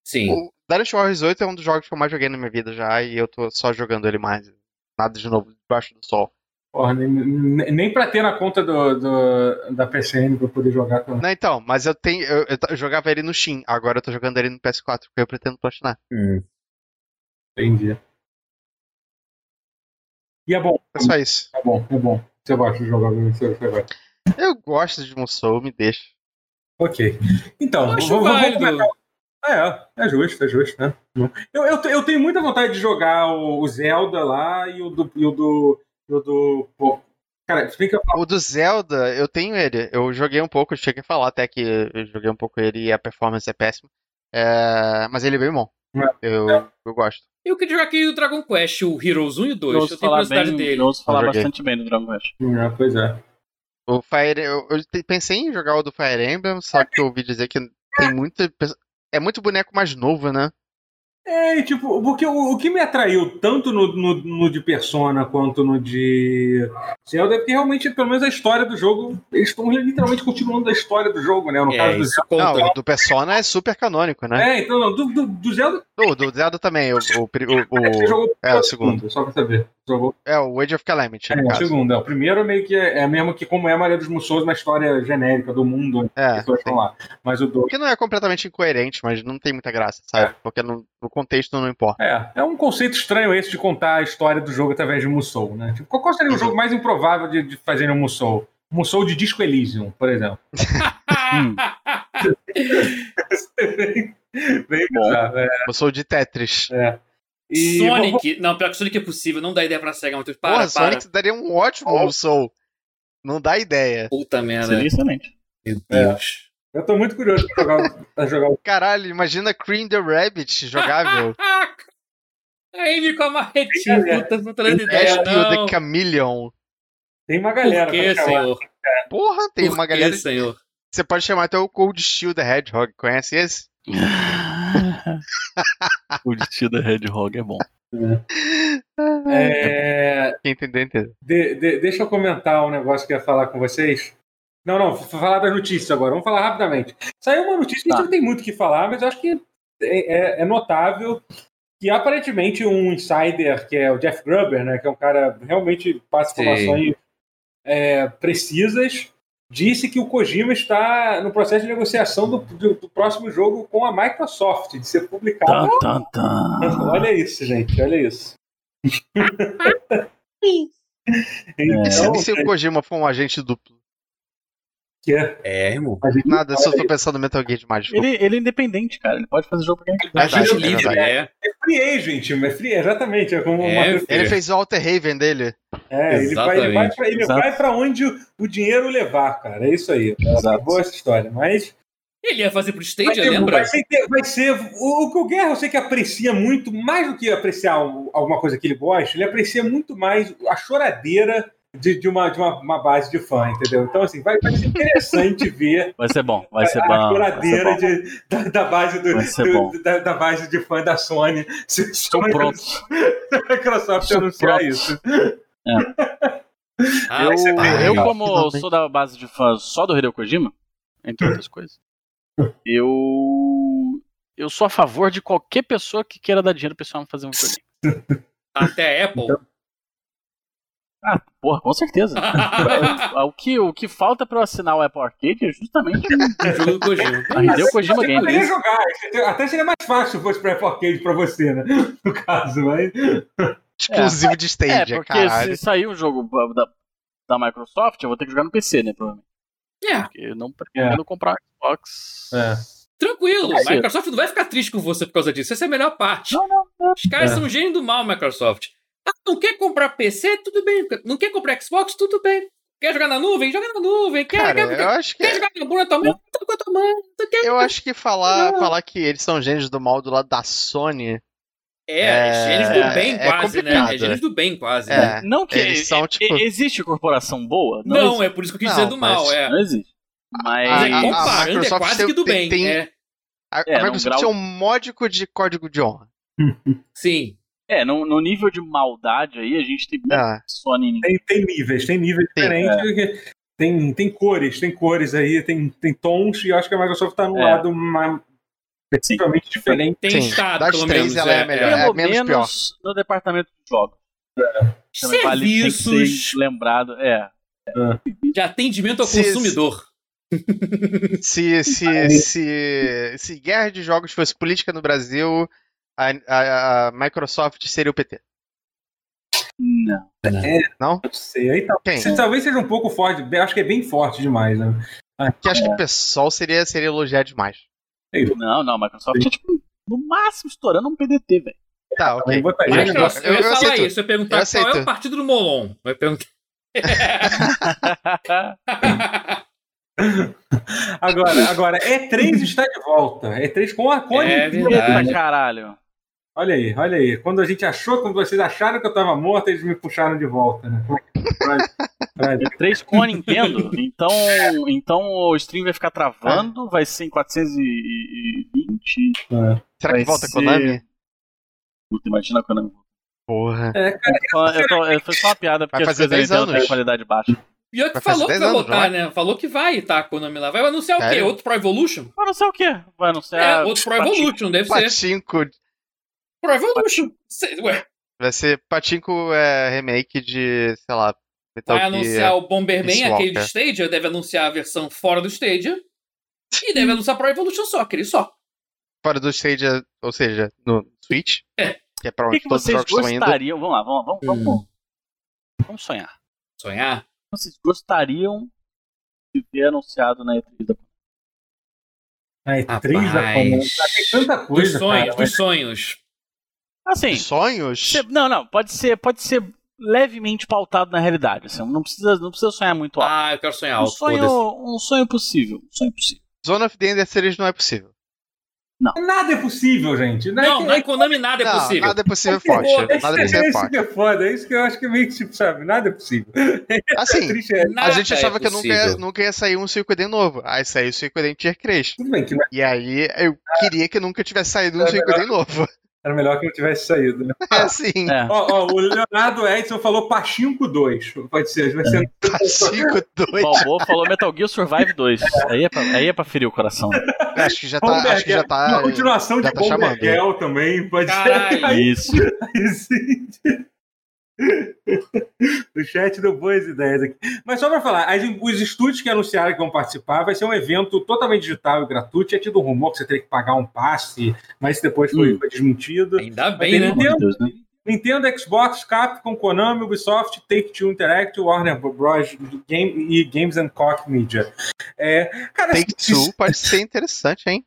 [SPEAKER 2] Sim.
[SPEAKER 3] O Dynasty Warriors 8 é um dos jogos que eu mais joguei na minha vida já, e eu tô só jogando ele mais. Nada de novo debaixo do sol.
[SPEAKER 1] Porra, nem, nem nem pra ter na conta do, do- da PCN pra eu poder jogar com.
[SPEAKER 3] Não, então, mas eu tenho. Eu, eu t- eu jogava ele no Steam, agora eu tô jogando ele no PS4, porque eu pretendo platinar.
[SPEAKER 2] Hum.
[SPEAKER 1] Entendi. E é bom,
[SPEAKER 3] É só isso.
[SPEAKER 1] é bom, é bom. Você gosta de jogar, você, você gosta.
[SPEAKER 3] Eu gosto de Musou, me deixa.
[SPEAKER 1] Ok. Então,
[SPEAKER 2] Eu acho
[SPEAKER 1] vou- vou- vou
[SPEAKER 2] válido.
[SPEAKER 1] comentar É, é justo, é justo, né? Eu, eu, eu tenho muita vontade de jogar o, o Zelda lá e o do. E o do, e o do pô, cara, explica.
[SPEAKER 3] O do Zelda, eu tenho ele. Eu joguei um pouco, eu cheguei a falar até que eu joguei um pouco ele e a performance é péssima. É, mas ele é bem bom. Eu, eu gosto.
[SPEAKER 2] Eu queria jogar aqui o Dragon Quest, o Heroes 1 e o 2.
[SPEAKER 4] Eu
[SPEAKER 2] Eu,
[SPEAKER 4] ouço
[SPEAKER 2] tenho
[SPEAKER 4] falar,
[SPEAKER 2] curiosidade
[SPEAKER 4] bem,
[SPEAKER 2] dele.
[SPEAKER 4] eu ouço falar
[SPEAKER 3] joguei.
[SPEAKER 4] bastante bem do Dragon Quest.
[SPEAKER 1] É, pois é.
[SPEAKER 3] O Fire, eu, eu te- pensei em jogar o do Fire Emblem, só que eu ouvi dizer que tem muita. pe- É muito boneco mais novo, né?
[SPEAKER 1] É, e tipo, porque o, o que me atraiu tanto no, no, no de Persona quanto no de Zelda é porque realmente, pelo menos a história do jogo, eles estão literalmente continuando a história do jogo, né? No caso
[SPEAKER 2] É,
[SPEAKER 1] do
[SPEAKER 2] isso
[SPEAKER 1] Zelda.
[SPEAKER 2] conta.
[SPEAKER 3] Não, o do Persona é super canônico,
[SPEAKER 1] É,
[SPEAKER 3] né?
[SPEAKER 1] então, não, do, do, do Zelda,
[SPEAKER 3] O do Zelda também, o, o, pri- o,
[SPEAKER 1] você
[SPEAKER 3] o-
[SPEAKER 1] jogou
[SPEAKER 3] é, o segundo.
[SPEAKER 1] só pra saber. Jogou
[SPEAKER 3] É o Age of Calamity,
[SPEAKER 1] É,
[SPEAKER 3] no
[SPEAKER 1] o
[SPEAKER 3] caso.
[SPEAKER 1] segundo. é. O primeiro meio que é, é mesmo que como é a maioria dos Musous uma história genérica do mundo onde as
[SPEAKER 3] É.
[SPEAKER 1] pessoas estão lá. Mas o dois
[SPEAKER 3] Porque não é completamente incoerente, mas não tem muita graça, sabe? Porque no, no contexto não importa.
[SPEAKER 1] é, é um conceito estranho esse de contar a história do jogo através de Musou, né? Tipo, qual- qual seria o jogo mais improvável de, de fazer um Musou? Musou de Disco Elysium, por exemplo.
[SPEAKER 4] Hum.
[SPEAKER 1] Bem bizarro, é.
[SPEAKER 3] Eu sou de Tetris.
[SPEAKER 1] E, bom,
[SPEAKER 2] Sonic. Não, pior que Sonic é possível. Não dá ideia pra SEGA, Matheus. Para,
[SPEAKER 3] Porra,
[SPEAKER 2] para.
[SPEAKER 3] Sonic daria um ótimo
[SPEAKER 1] Oh.
[SPEAKER 3] Soul. Não dá ideia.
[SPEAKER 2] Puta merda.
[SPEAKER 4] Seria excelente.
[SPEAKER 2] Meu Deus.
[SPEAKER 1] eu tô muito curioso pra jogar, pra jogar o
[SPEAKER 3] Caralho, imagina Cream the Rabbit jogável.
[SPEAKER 2] *laughs* Aí me com a marretinha.
[SPEAKER 1] É.
[SPEAKER 2] Puta, não tô dando
[SPEAKER 3] Ash
[SPEAKER 2] ideia,
[SPEAKER 3] the
[SPEAKER 2] não.
[SPEAKER 3] Chameleon.
[SPEAKER 1] Tem uma galera
[SPEAKER 2] Por que,
[SPEAKER 1] pra chamar.
[SPEAKER 2] senhor?
[SPEAKER 3] Porra, tem
[SPEAKER 2] Por
[SPEAKER 3] uma
[SPEAKER 2] que,
[SPEAKER 3] galera.
[SPEAKER 2] senhor?
[SPEAKER 3] Você pode chamar até o Cold Steel the Hedgehog. Conhece esse?
[SPEAKER 4] *laughs* o destino da Red Hog é bom.
[SPEAKER 1] É,
[SPEAKER 3] Quem entendeu, entendeu.
[SPEAKER 1] De- de- deixa eu comentar um negócio que eu ia falar com vocês. Não, não, vou falar das notícias agora. Vamos falar rapidamente. Saiu uma notícia que a
[SPEAKER 4] Tá.
[SPEAKER 1] gente não tem muito o que falar, mas eu acho que é, é- é notável que aparentemente um insider, que é o Jeff Gruber, né, que é um cara que realmente passa
[SPEAKER 2] Sim.
[SPEAKER 1] informações é, precisas, disse que o Kojima está no processo de negociação do, do- do próximo jogo com a Microsoft, de ser
[SPEAKER 4] Tá.
[SPEAKER 1] publicado.
[SPEAKER 4] Tan, tan.
[SPEAKER 1] *laughs* Olha isso, gente, olha isso. então,
[SPEAKER 3] E se, e se é o Kojima for um agente duplo?
[SPEAKER 1] que é-
[SPEAKER 2] É, irmão.
[SPEAKER 1] a gente-
[SPEAKER 3] Nada, eu só tô pensando no Metal Gear demais. desculpa.
[SPEAKER 4] Ele, ele é independente, cara. Ele pode fazer jogo pra quem
[SPEAKER 3] Verdade,
[SPEAKER 2] Agente
[SPEAKER 3] é
[SPEAKER 2] livre,
[SPEAKER 3] verdade.
[SPEAKER 2] é.
[SPEAKER 1] free agent, mas free, exatamente. É como
[SPEAKER 2] É,
[SPEAKER 1] uma-
[SPEAKER 3] Ele
[SPEAKER 2] É.
[SPEAKER 3] fez o Alter Haven dele.
[SPEAKER 1] é, ele vai, ele vai
[SPEAKER 2] exatamente.
[SPEAKER 1] pra, ele
[SPEAKER 4] Exato.
[SPEAKER 1] vai pra onde o, o dinheiro o levar, cara. É isso aí. Boa essa história. Mas
[SPEAKER 2] Ele ia fazer pro
[SPEAKER 1] vai,
[SPEAKER 2] Stadia,
[SPEAKER 1] ter- um
[SPEAKER 2] lembra?
[SPEAKER 1] vai ser, vai ser- o, o que o Guerra eu sei que aprecia muito, mais do que apreciar o- alguma coisa que ele gosta, ele aprecia muito mais a choradeira de, de uma, de uma, uma base de fã, entendeu? Então, assim, vai, vai ser interessante *laughs* ver
[SPEAKER 4] Vai ser bom, vai ser bom.
[SPEAKER 1] a
[SPEAKER 4] vai ser
[SPEAKER 1] choradeira
[SPEAKER 4] bom.
[SPEAKER 1] de- da, da base do,
[SPEAKER 4] Vai ser
[SPEAKER 1] do-
[SPEAKER 4] bom.
[SPEAKER 1] da, da base de fã da Sony. *laughs* Se, se
[SPEAKER 4] Estou
[SPEAKER 1] a
[SPEAKER 4] pronto.
[SPEAKER 1] Microsoft
[SPEAKER 4] Estou
[SPEAKER 1] anunciar
[SPEAKER 4] pronto.
[SPEAKER 1] isso.
[SPEAKER 2] Ah,
[SPEAKER 4] eu,
[SPEAKER 2] pai.
[SPEAKER 4] eu,
[SPEAKER 3] legal.
[SPEAKER 4] como
[SPEAKER 3] Finalmente.
[SPEAKER 4] sou da base de fãs só do Hideo Kojima, entre outras coisas, eu. Eu sou a favor de qualquer pessoa que queira dar dinheiro pro pessoal fazer um videogame.
[SPEAKER 2] Até a Apple.
[SPEAKER 4] Ah, porra, com certeza. Ah, o, que, o que falta pra eu assinar o Apple Arcade é justamente
[SPEAKER 2] o *laughs* jogo do Kojima.
[SPEAKER 4] a Hideo Kojima
[SPEAKER 1] Você
[SPEAKER 4] Game.
[SPEAKER 1] poderia jogar, até seria mais fácil se fosse pra Apple Arcade pra você, né? *laughs* No caso, mas.
[SPEAKER 3] Exclusivo de
[SPEAKER 4] É,
[SPEAKER 3] Stadia,
[SPEAKER 4] porque
[SPEAKER 3] caralho.
[SPEAKER 4] se sair um jogo da, da Microsoft, eu vou ter que jogar no PC, né, provavelmente.
[SPEAKER 2] É,
[SPEAKER 4] Porque eu não pretendo comprar um Xbox.
[SPEAKER 1] É.
[SPEAKER 2] tranquilo.
[SPEAKER 4] Sim.
[SPEAKER 2] Microsoft não vai ficar triste com você por causa disso. Essa é a melhor parte.
[SPEAKER 4] Não, não, não.
[SPEAKER 2] Os caras
[SPEAKER 1] É.
[SPEAKER 2] são gênio do mal, Microsoft. Ah, não quer comprar PC? Tudo bem. Não quer comprar Xbox? Tudo bem. Quer jogar na nuvem? Joga na nuvem.
[SPEAKER 4] é
[SPEAKER 2] Quer,
[SPEAKER 3] Cara,
[SPEAKER 2] quer, quer,
[SPEAKER 3] eu acho que
[SPEAKER 2] quer jogar na bunda também? Tá com a tua mãe. Tu quer-
[SPEAKER 3] Eu acho que falar, falar que eles são gênios do mal do lado da Sony.
[SPEAKER 2] É, é gênios do
[SPEAKER 3] é-
[SPEAKER 2] bem,
[SPEAKER 3] é
[SPEAKER 2] quase, né? É
[SPEAKER 3] complicado.
[SPEAKER 2] gênios do bem, quase. né?
[SPEAKER 3] É.
[SPEAKER 4] Não que
[SPEAKER 3] Eles são,
[SPEAKER 4] e-
[SPEAKER 3] tipo-
[SPEAKER 4] e- existe corporação boa?
[SPEAKER 2] Não,
[SPEAKER 4] Não,
[SPEAKER 2] é por isso que eu quis
[SPEAKER 3] Não,
[SPEAKER 2] dizer do mal.
[SPEAKER 3] mas-
[SPEAKER 2] É.
[SPEAKER 4] existe. Não existe.
[SPEAKER 2] Mas é,
[SPEAKER 4] Mas
[SPEAKER 3] a- a-
[SPEAKER 2] comparando, é
[SPEAKER 3] Microsoft
[SPEAKER 2] quase
[SPEAKER 3] tem-
[SPEAKER 2] que do
[SPEAKER 3] tem-
[SPEAKER 2] bem.
[SPEAKER 3] tem-
[SPEAKER 2] é.
[SPEAKER 3] A,
[SPEAKER 4] É,
[SPEAKER 3] a
[SPEAKER 4] num
[SPEAKER 3] Microsoft
[SPEAKER 4] grau-
[SPEAKER 3] é um módico de código de honra.
[SPEAKER 2] Sim.
[SPEAKER 4] é, no, no nível de maldade aí, a gente tem muito
[SPEAKER 3] Ah,
[SPEAKER 4] Sony e Nintendo.
[SPEAKER 1] Tem, tem níveis, tem níveis
[SPEAKER 3] Tem,
[SPEAKER 1] diferentes. Tem, tem cores, tem cores aí, tem, tem tons, e eu acho que a Microsoft tá no
[SPEAKER 4] É.
[SPEAKER 1] lado mais, principalmente diferente.
[SPEAKER 2] Tem
[SPEAKER 3] Sim,
[SPEAKER 2] estado,
[SPEAKER 3] das
[SPEAKER 2] pelo
[SPEAKER 3] três,
[SPEAKER 2] menos.
[SPEAKER 3] ela é a melhor.
[SPEAKER 4] Pelo
[SPEAKER 3] menos
[SPEAKER 4] menos no departamento de jogos. Então, vale- tem que ser
[SPEAKER 2] Serviços
[SPEAKER 4] lembrado. É.
[SPEAKER 2] de atendimento ao
[SPEAKER 3] Se-
[SPEAKER 2] consumidor.
[SPEAKER 3] Se, se, se, se guerra de jogos fosse política no Brasil, a, a- a Microsoft seria o PT.
[SPEAKER 4] Não.
[SPEAKER 1] Não
[SPEAKER 3] Não?
[SPEAKER 1] sei, aí tá.
[SPEAKER 3] Quem?
[SPEAKER 1] Se- talvez seja um pouco forte, bem- acho que é bem forte demais, né?
[SPEAKER 3] Que acho que o pessoal seria, seria elogiar demais.
[SPEAKER 4] Não, não. A Microsoft é tipo, no máximo, estourando um
[SPEAKER 2] *laughs*
[SPEAKER 4] PDT, velho.
[SPEAKER 3] Tá,
[SPEAKER 1] Aí
[SPEAKER 3] ok.
[SPEAKER 1] botaria.
[SPEAKER 3] Eu-
[SPEAKER 2] Mas,
[SPEAKER 3] eu-
[SPEAKER 2] eu, eu,
[SPEAKER 3] eu
[SPEAKER 2] ia falar
[SPEAKER 3] aceito.
[SPEAKER 2] isso, eu ia perguntar
[SPEAKER 3] Eu
[SPEAKER 2] qual é
[SPEAKER 3] aceito.
[SPEAKER 2] o partido do Molon. Vai perguntar.
[SPEAKER 1] Agora, agora, E3 está de volta. E3 com a Cone.
[SPEAKER 2] É
[SPEAKER 4] Eita
[SPEAKER 2] verdade.
[SPEAKER 4] caralho.
[SPEAKER 1] Olha aí, olha aí. Quando a gente achou, quando vocês acharam que eu tava morto, eles me puxaram de volta, né? Como é que- Pra- pra-
[SPEAKER 4] Três com
[SPEAKER 2] *laughs*
[SPEAKER 4] a Nintendo. Então, então o stream vai ficar travando. Vai ser em 420.
[SPEAKER 1] né?
[SPEAKER 3] Será que
[SPEAKER 4] Vai
[SPEAKER 3] volta a
[SPEAKER 4] ser-
[SPEAKER 3] Konami?
[SPEAKER 4] Puta, imagina quando eu
[SPEAKER 3] Porra.
[SPEAKER 4] Fala- eu tô- eu- Foi só uma piada porque
[SPEAKER 3] Vai
[SPEAKER 4] as
[SPEAKER 3] fazer
[SPEAKER 4] coisas da
[SPEAKER 3] 10
[SPEAKER 4] Nintendo têm
[SPEAKER 3] anos.
[SPEAKER 4] qualidade baixa.
[SPEAKER 2] Pior que
[SPEAKER 3] Vai fazer
[SPEAKER 2] falou que
[SPEAKER 3] 10
[SPEAKER 2] vai
[SPEAKER 3] anos,
[SPEAKER 2] botar,
[SPEAKER 3] não
[SPEAKER 2] né? Falou que vai, tá, a Konami lá. Vai anunciar o quê?
[SPEAKER 3] Sério?
[SPEAKER 2] Outro Pro Evolution?
[SPEAKER 4] Vai anunciar o quê? Vai anunciar.
[SPEAKER 2] É, outro Pro Evolution, deve ser.
[SPEAKER 3] Patinco.
[SPEAKER 2] Pro Evolution. Cê-
[SPEAKER 3] É
[SPEAKER 2] Ué,
[SPEAKER 3] Vai ser Patinco é, remake de, sei lá, Metal
[SPEAKER 2] vai anunciar
[SPEAKER 3] Gear.
[SPEAKER 2] o Bomberman,
[SPEAKER 3] Peace
[SPEAKER 2] aquele do
[SPEAKER 3] Walker.
[SPEAKER 2] Stadia, deve anunciar a versão fora do Stadia. E deve anunciar Pro Evolution só, aquele só.
[SPEAKER 3] Fora do stage, ou seja, no Switch.
[SPEAKER 2] É.
[SPEAKER 3] Que é pra
[SPEAKER 4] O
[SPEAKER 3] onde
[SPEAKER 4] que, que
[SPEAKER 3] todos os
[SPEAKER 4] vocês
[SPEAKER 3] jogos estão indo.
[SPEAKER 4] gostariam? Vamos lá, vamos, vamos, vamos, vamos, vamos sonhar.
[SPEAKER 2] Sonhar.
[SPEAKER 4] Vocês gostariam de ver anunciado na E3 da
[SPEAKER 1] A E3 da
[SPEAKER 2] Rapaz.
[SPEAKER 1] Cone. Ah, Tem tanta
[SPEAKER 2] Dos
[SPEAKER 1] coisa.
[SPEAKER 2] sonhos,
[SPEAKER 1] cara, é.
[SPEAKER 2] dos sonhos.
[SPEAKER 4] Assim,
[SPEAKER 3] Sonhos?
[SPEAKER 4] cê- não, não, pode ser, pode ser levemente pautado na realidade. assim, não, precisa, não precisa sonhar muito alto.
[SPEAKER 2] Ah, eu quero sonhar
[SPEAKER 4] um,
[SPEAKER 2] alto.
[SPEAKER 4] sonho,
[SPEAKER 2] foda-se.
[SPEAKER 4] um sonho possível. Um sonho possível.
[SPEAKER 3] Zone of the Ender Series não é possível.
[SPEAKER 1] Nada é possível, gente.
[SPEAKER 2] Não,
[SPEAKER 1] é
[SPEAKER 2] na Konami nada é
[SPEAKER 3] não,
[SPEAKER 2] possível.
[SPEAKER 3] nada é possível,
[SPEAKER 1] Pô,
[SPEAKER 3] Focha.
[SPEAKER 1] esse-
[SPEAKER 3] Nada é possível,
[SPEAKER 1] esse que
[SPEAKER 3] Focha.
[SPEAKER 1] é foda, é isso que eu acho que é meio que tipo, sabe, nada é possível. É
[SPEAKER 3] Assim,
[SPEAKER 1] triste, é.
[SPEAKER 3] a gente
[SPEAKER 2] Nada
[SPEAKER 3] achava
[SPEAKER 2] é
[SPEAKER 3] que nunca
[SPEAKER 2] possível.
[SPEAKER 3] ia, nunca ia sair um Suicoden novo. Aí saiu o Suicoden Tier 3.
[SPEAKER 1] Tudo bem que não
[SPEAKER 3] E aí eu queria que nunca tivesse saído um
[SPEAKER 1] É
[SPEAKER 3] Suicoden novo. *laughs*
[SPEAKER 1] era melhor que não tivesse saído. né?
[SPEAKER 3] É assim,
[SPEAKER 4] É.
[SPEAKER 1] Ó, ó, o Leonardo Edson falou Pachinko 2. Pode ser, vai ser.
[SPEAKER 3] É. Patinco 2.
[SPEAKER 4] Balboa falou Metal Gear Survive 2. Aí é pra, aí é pra ferir o coração. né?
[SPEAKER 3] Acho que já tá. Acho que já tá.
[SPEAKER 1] Uma continuação
[SPEAKER 3] já
[SPEAKER 1] de
[SPEAKER 3] tá
[SPEAKER 1] Bomber
[SPEAKER 3] chamando.
[SPEAKER 1] Girl também, pode ser.
[SPEAKER 2] Caralho.
[SPEAKER 1] Aí
[SPEAKER 4] Isso.
[SPEAKER 1] sim. O chat deu boas ideias aqui. Mas só pra falar, as- os estúdios que anunciaram que vão participar vai ser um evento totalmente digital e gratuito. Tinha tido um rumor que você teria que pagar um passe, mas isso depois foi,
[SPEAKER 4] Hum.
[SPEAKER 1] foi desmentido.
[SPEAKER 2] Ainda
[SPEAKER 1] Mas
[SPEAKER 2] bem,
[SPEAKER 1] tem
[SPEAKER 2] né?
[SPEAKER 4] Pelo amor de Deus, né?
[SPEAKER 1] Nintendo, Xbox, Capcom, Konami, Ubisoft, Take-Two Interactive, Warner Bros. Game, e Games and Cock Media. É, cara,
[SPEAKER 3] Take
[SPEAKER 1] se-
[SPEAKER 3] Two pode ser interessante, hein?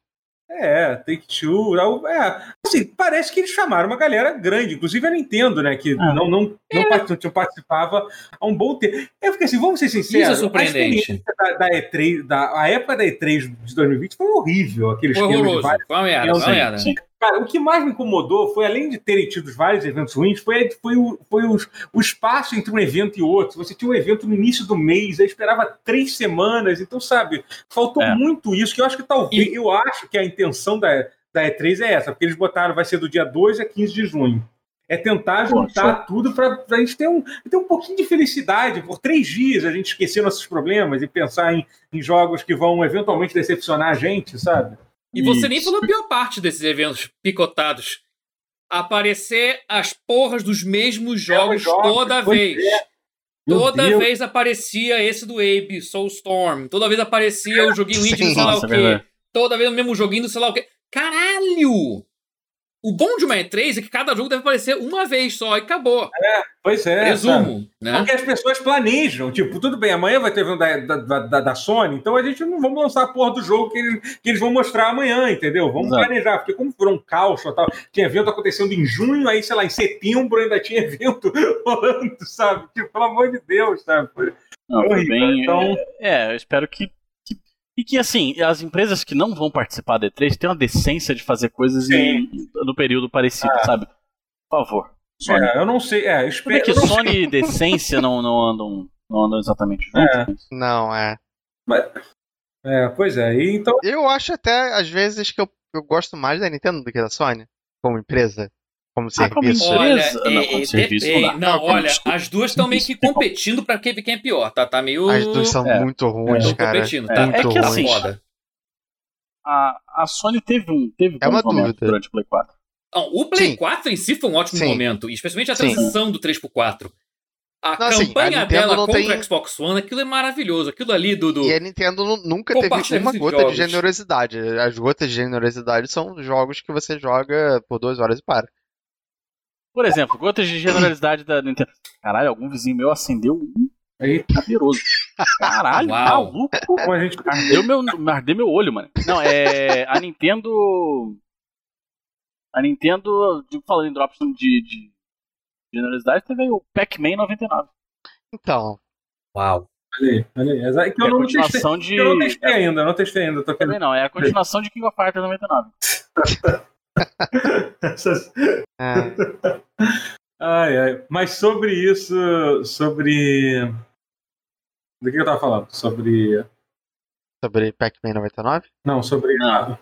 [SPEAKER 1] É, Take-Two. É, assim, parece que eles chamaram uma galera grande, inclusive a Nintendo, né, que
[SPEAKER 4] Ah.
[SPEAKER 1] não, não,
[SPEAKER 2] É.
[SPEAKER 1] não, part- não participava há um bom tempo. Eu fiquei assim, vamos ser sinceros.
[SPEAKER 2] Isso é surpreendente.
[SPEAKER 1] a experiência Da, da E3, da, a época da E3 de 2020 foi horrível, aquele
[SPEAKER 2] Foi
[SPEAKER 1] esquema de
[SPEAKER 2] horroroso.
[SPEAKER 1] vários
[SPEAKER 2] Foi uma merda,
[SPEAKER 1] Eu
[SPEAKER 2] foi uma
[SPEAKER 1] sei,
[SPEAKER 2] merda.
[SPEAKER 4] sim.
[SPEAKER 1] Então, assim, Cara, o que mais me incomodou foi, além de terem tido vários eventos ruins, foi, foi, o, foi os- o espaço entre um evento e outro. Você tinha um evento no início do mês, aí esperava três semanas, então, sabe, faltou
[SPEAKER 4] É.
[SPEAKER 1] muito isso, que eu acho que talvez, eu acho que a intenção da, da E3 é essa, porque eles botaram, vai ser do dia 2 a 15 de junho. É tentar
[SPEAKER 4] Pô,
[SPEAKER 1] juntar tudo para a gente ter um, ter um pouquinho de felicidade. Por três dias a gente esquecer nossos problemas e pensar em, em jogos que vão eventualmente decepcionar a gente, sabe?
[SPEAKER 2] E você nem
[SPEAKER 4] Isso.
[SPEAKER 2] falou a pior parte desses eventos picotados. Aparecer as porras dos mesmos jogos
[SPEAKER 1] jogos,
[SPEAKER 2] toda
[SPEAKER 1] pois
[SPEAKER 2] vez.
[SPEAKER 1] é. Meu
[SPEAKER 2] Toda
[SPEAKER 1] Deus.
[SPEAKER 2] vez aparecia esse do Abe, Soulstorm. Toda vez aparecia o joguinho indie do
[SPEAKER 3] Sim.
[SPEAKER 2] sei lá
[SPEAKER 4] Nossa,
[SPEAKER 2] o
[SPEAKER 4] é
[SPEAKER 2] quê.
[SPEAKER 4] verdade.
[SPEAKER 2] Toda vez o mesmo joguinho do sei lá o quê. Caralho! O bom de uma E3 é que cada jogo deve aparecer uma vez só e acabou.
[SPEAKER 1] Pois é. sabe?
[SPEAKER 2] Resumo, né?
[SPEAKER 1] Porque as pessoas planejam, tipo, tudo bem, amanhã vai ter evento da, da, da, da Sony, então a gente não vamos lançar a porra do jogo que eles, que eles vão mostrar amanhã, entendeu? Vamos
[SPEAKER 4] Exato.
[SPEAKER 1] planejar, porque como foram um caos tal, tinha evento acontecendo em junho, aí, sei lá, em setembro ainda tinha *laughs* evento rolando, sabe? Tipo, pelo amor de Deus, sabe? Foi
[SPEAKER 4] Não, foi
[SPEAKER 1] horrível.
[SPEAKER 4] Tá bem.
[SPEAKER 1] Então,
[SPEAKER 4] É, eu espero que, que- E que, assim, as empresas que não vão participar da E3 tenham a decência de fazer coisas em, no período parecido, sabe? Por favor. Sony.
[SPEAKER 1] é, eu não sei, é,
[SPEAKER 4] Tudo bem
[SPEAKER 1] espero...
[SPEAKER 4] que
[SPEAKER 1] Ah. eu não-
[SPEAKER 4] Sony e decência não, não, andam, não andam exatamente juntos.
[SPEAKER 1] É.
[SPEAKER 4] mas-
[SPEAKER 3] Não, é.
[SPEAKER 1] É, pois é, e então...
[SPEAKER 3] Eu acho até, às vezes, que eu, eu gosto mais da Nintendo do que da Sony, como empresa. como
[SPEAKER 4] como
[SPEAKER 3] serviço.
[SPEAKER 4] empresa.
[SPEAKER 2] Olha,
[SPEAKER 4] Beleza. Não,
[SPEAKER 2] é,
[SPEAKER 4] como
[SPEAKER 2] é,
[SPEAKER 5] serviço,
[SPEAKER 2] depende.
[SPEAKER 5] não.
[SPEAKER 2] não,
[SPEAKER 3] Não, como
[SPEAKER 2] olha,
[SPEAKER 5] estudo.
[SPEAKER 2] as duas estão meio que competindo pra quem quem é pior, tá? Tá meio.
[SPEAKER 3] As duas são
[SPEAKER 5] É,
[SPEAKER 3] muito ruins,
[SPEAKER 2] tão
[SPEAKER 3] cara.
[SPEAKER 2] competindo, tá?
[SPEAKER 3] muito
[SPEAKER 2] tá
[SPEAKER 4] É que assim,
[SPEAKER 2] foda.
[SPEAKER 4] A, a Sony teve um. Teve
[SPEAKER 3] É uma
[SPEAKER 4] bons momentos
[SPEAKER 3] dúvida.
[SPEAKER 4] durante o Play 4.
[SPEAKER 2] Não, o Play
[SPEAKER 3] Sim.
[SPEAKER 2] 4 em si foi um ótimo
[SPEAKER 3] Sim.
[SPEAKER 2] momento, e especialmente a
[SPEAKER 3] Sim.
[SPEAKER 2] transição do 3 pro 4. A
[SPEAKER 3] Não, assim,
[SPEAKER 2] campanha
[SPEAKER 3] a Nintendo
[SPEAKER 2] dela
[SPEAKER 3] não
[SPEAKER 2] contra
[SPEAKER 3] tem-
[SPEAKER 2] o Xbox One, aquilo é maravilhoso. Aquilo ali do. do-
[SPEAKER 3] E é a Nintendo nu- nunca teve
[SPEAKER 2] Compartilha
[SPEAKER 3] uma
[SPEAKER 2] esses
[SPEAKER 3] gota
[SPEAKER 2] jogos.
[SPEAKER 3] de generosidade. As gotas de generosidade são jogos que você joga por duas horas e para.
[SPEAKER 4] Por exemplo, gotas de generalidade da Nintendo. Caralho, algum vizinho meu acendeu um
[SPEAKER 1] Aí, *laughs*
[SPEAKER 4] caberoso. Caralho,
[SPEAKER 2] Uau.
[SPEAKER 4] maluco.
[SPEAKER 1] como a gente.
[SPEAKER 4] Ardeu meu, ardeu meu olho, mano. Não, é. A Nintendo. A Nintendo, de- falando em drops de, de generalidade, teve aí o Pac-Man 99.
[SPEAKER 3] Então,
[SPEAKER 2] Uau.
[SPEAKER 1] Olha aí, olha aí. Exato, Que
[SPEAKER 4] É
[SPEAKER 1] eu
[SPEAKER 4] a
[SPEAKER 1] não testei.
[SPEAKER 4] continuação de.
[SPEAKER 1] que Eu não testei
[SPEAKER 4] é,
[SPEAKER 1] ainda, eu não testei ainda. eu Tô querendo.
[SPEAKER 4] Também não, é a continuação de King of Fighters 99.
[SPEAKER 3] é,
[SPEAKER 1] Ai, ai. Mas sobre isso, sobre. Do que eu tava falando? Sobre.
[SPEAKER 3] sobre Pac-Man 99?
[SPEAKER 1] Não, sobre.
[SPEAKER 2] Ah,
[SPEAKER 4] Não.
[SPEAKER 2] tá.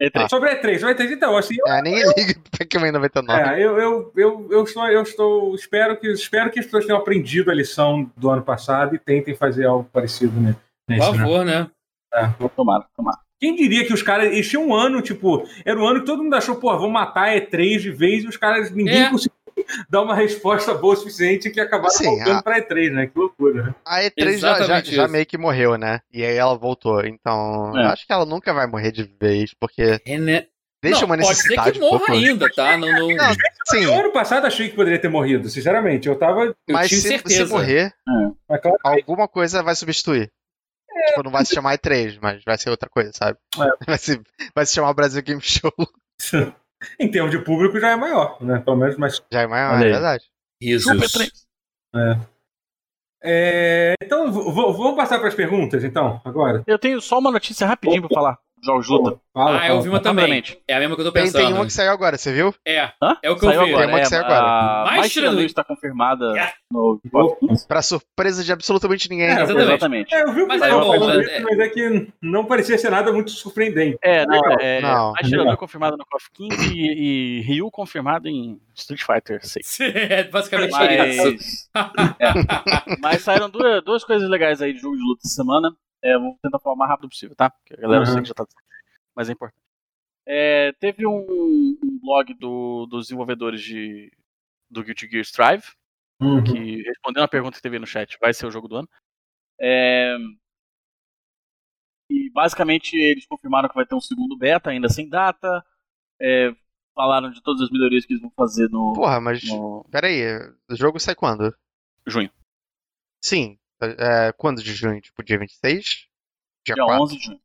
[SPEAKER 4] E3.
[SPEAKER 1] Sobre E3, sobre E3. Então, assim,
[SPEAKER 3] É, ninguém *laughs* liga pro Pac-Man 99.
[SPEAKER 2] Ah.
[SPEAKER 1] É, eu, eu, eu, eu estou, eu estou espero, que, espero que as pessoas tenham aprendido a lição do ano passado e tentem fazer algo parecido né,
[SPEAKER 2] Por
[SPEAKER 1] nesse, né?
[SPEAKER 2] favor, né?
[SPEAKER 3] Ah.
[SPEAKER 4] Tomara, tomara.
[SPEAKER 1] Quem diria que os caras. Eles tinham um ano, tipo, era um ano que todo mundo achou, pô, vão matar a E3 de vez, e os caras, ninguém
[SPEAKER 2] É.
[SPEAKER 1] conseguiu *laughs* dar uma resposta boa o suficiente que acabaram
[SPEAKER 3] Sim,
[SPEAKER 1] voltando
[SPEAKER 2] ah.
[SPEAKER 3] a-
[SPEAKER 1] pra E3, né? Que loucura. né?
[SPEAKER 3] A E3 já, já,
[SPEAKER 2] Exatamente
[SPEAKER 3] já
[SPEAKER 2] isso.
[SPEAKER 3] meio que morreu, né? E aí ela voltou. Então,
[SPEAKER 4] É.
[SPEAKER 3] eu acho que ela nunca vai morrer de vez, porque
[SPEAKER 2] É, né?
[SPEAKER 3] deixa
[SPEAKER 2] Não,
[SPEAKER 3] uma
[SPEAKER 2] pode ser
[SPEAKER 3] necessidade. um
[SPEAKER 2] que morra
[SPEAKER 3] pouco-
[SPEAKER 2] ainda, tá? Não, não-
[SPEAKER 3] Não, sim,
[SPEAKER 1] Eu, ano passado achei que poderia ter morrido, sinceramente. Eu
[SPEAKER 3] *laughs*
[SPEAKER 1] tava.
[SPEAKER 2] eu
[SPEAKER 3] mas
[SPEAKER 2] tive
[SPEAKER 3] se, se
[SPEAKER 2] certeza.
[SPEAKER 3] morrer,
[SPEAKER 4] É.
[SPEAKER 1] mas claro,
[SPEAKER 3] alguma coisa vai substituir. Tipo, não vai se chamar E3, mas vai ser outra coisa, sabe?
[SPEAKER 2] É.
[SPEAKER 3] *laughs* Vai, se, vai se chamar Brasil Game Show. *laughs*
[SPEAKER 1] Em termos de público já é maior, né? Pelo menos, mas
[SPEAKER 3] Já é maior,
[SPEAKER 4] Olha
[SPEAKER 3] é
[SPEAKER 4] aí.
[SPEAKER 3] verdade.
[SPEAKER 2] Isso.
[SPEAKER 4] Chupa E3.
[SPEAKER 1] É, então, v- v- vamos passar para as perguntas, então, agora.
[SPEAKER 4] Eu tenho só uma notícia rapidinho pra falar. Jogos de luta.
[SPEAKER 1] Fala,
[SPEAKER 2] Ah, eu vi uma também.
[SPEAKER 4] Rapidamente.
[SPEAKER 2] É a mesma que eu tô
[SPEAKER 3] Tem, um
[SPEAKER 2] pensando.
[SPEAKER 3] tem uma que saiu agora, você viu?
[SPEAKER 2] É. *laughs*
[SPEAKER 4] Hã?
[SPEAKER 2] É o que eu
[SPEAKER 4] Saiu
[SPEAKER 2] vi.
[SPEAKER 4] agora.
[SPEAKER 3] Tem uma que
[SPEAKER 4] é,
[SPEAKER 3] saiu agora.
[SPEAKER 4] A
[SPEAKER 2] Mais
[SPEAKER 4] mais tirando
[SPEAKER 2] tirando- É.
[SPEAKER 4] está confirmada
[SPEAKER 2] Yeah.
[SPEAKER 4] no
[SPEAKER 1] Opa.
[SPEAKER 3] Pra surpresa de absolutamente ninguém.
[SPEAKER 1] É,
[SPEAKER 2] exatamente.
[SPEAKER 4] Exatamente.
[SPEAKER 1] É, eu vi o
[SPEAKER 2] Mas
[SPEAKER 1] pessoal
[SPEAKER 4] é bom,
[SPEAKER 1] falando
[SPEAKER 2] mas
[SPEAKER 1] isso,
[SPEAKER 2] é-
[SPEAKER 1] mas é que não parecia ser nada muito surpreendente.
[SPEAKER 4] É, não, é,
[SPEAKER 3] não.
[SPEAKER 4] mais tirador confirmado no KOF 15 e, e Ryu confirmado em Street Fighter 6.
[SPEAKER 2] É, basicamente isso.
[SPEAKER 4] Mas, é. *laughs* Mas saíram duas, duas coisas legais aí de jogo de luta essa semana. É, vou tentar falar o mais rápido possível, tá? Porque a galera eu
[SPEAKER 3] Uhum.
[SPEAKER 4] sei que já tá. Mas é importante. É, teve um, um blog do- dos desenvolvedores de, do Guilty Gear Strive,
[SPEAKER 1] Uhum.
[SPEAKER 3] Uhum.
[SPEAKER 4] que respondendo a pergunta que teve no chat, vai ser o jogo do ano. É, E basicamente eles confirmaram que vai ter um segundo beta, ainda sem data. É, Falaram de todas as melhorias que eles vão fazer no,
[SPEAKER 3] Porra, mas.
[SPEAKER 4] no
[SPEAKER 3] Peraí, o jogo sai quando?
[SPEAKER 4] junho.
[SPEAKER 3] Sim. É, quando de junho? Tipo, dia 26? Dia,
[SPEAKER 4] Dia
[SPEAKER 3] 4?
[SPEAKER 4] 11 de junho.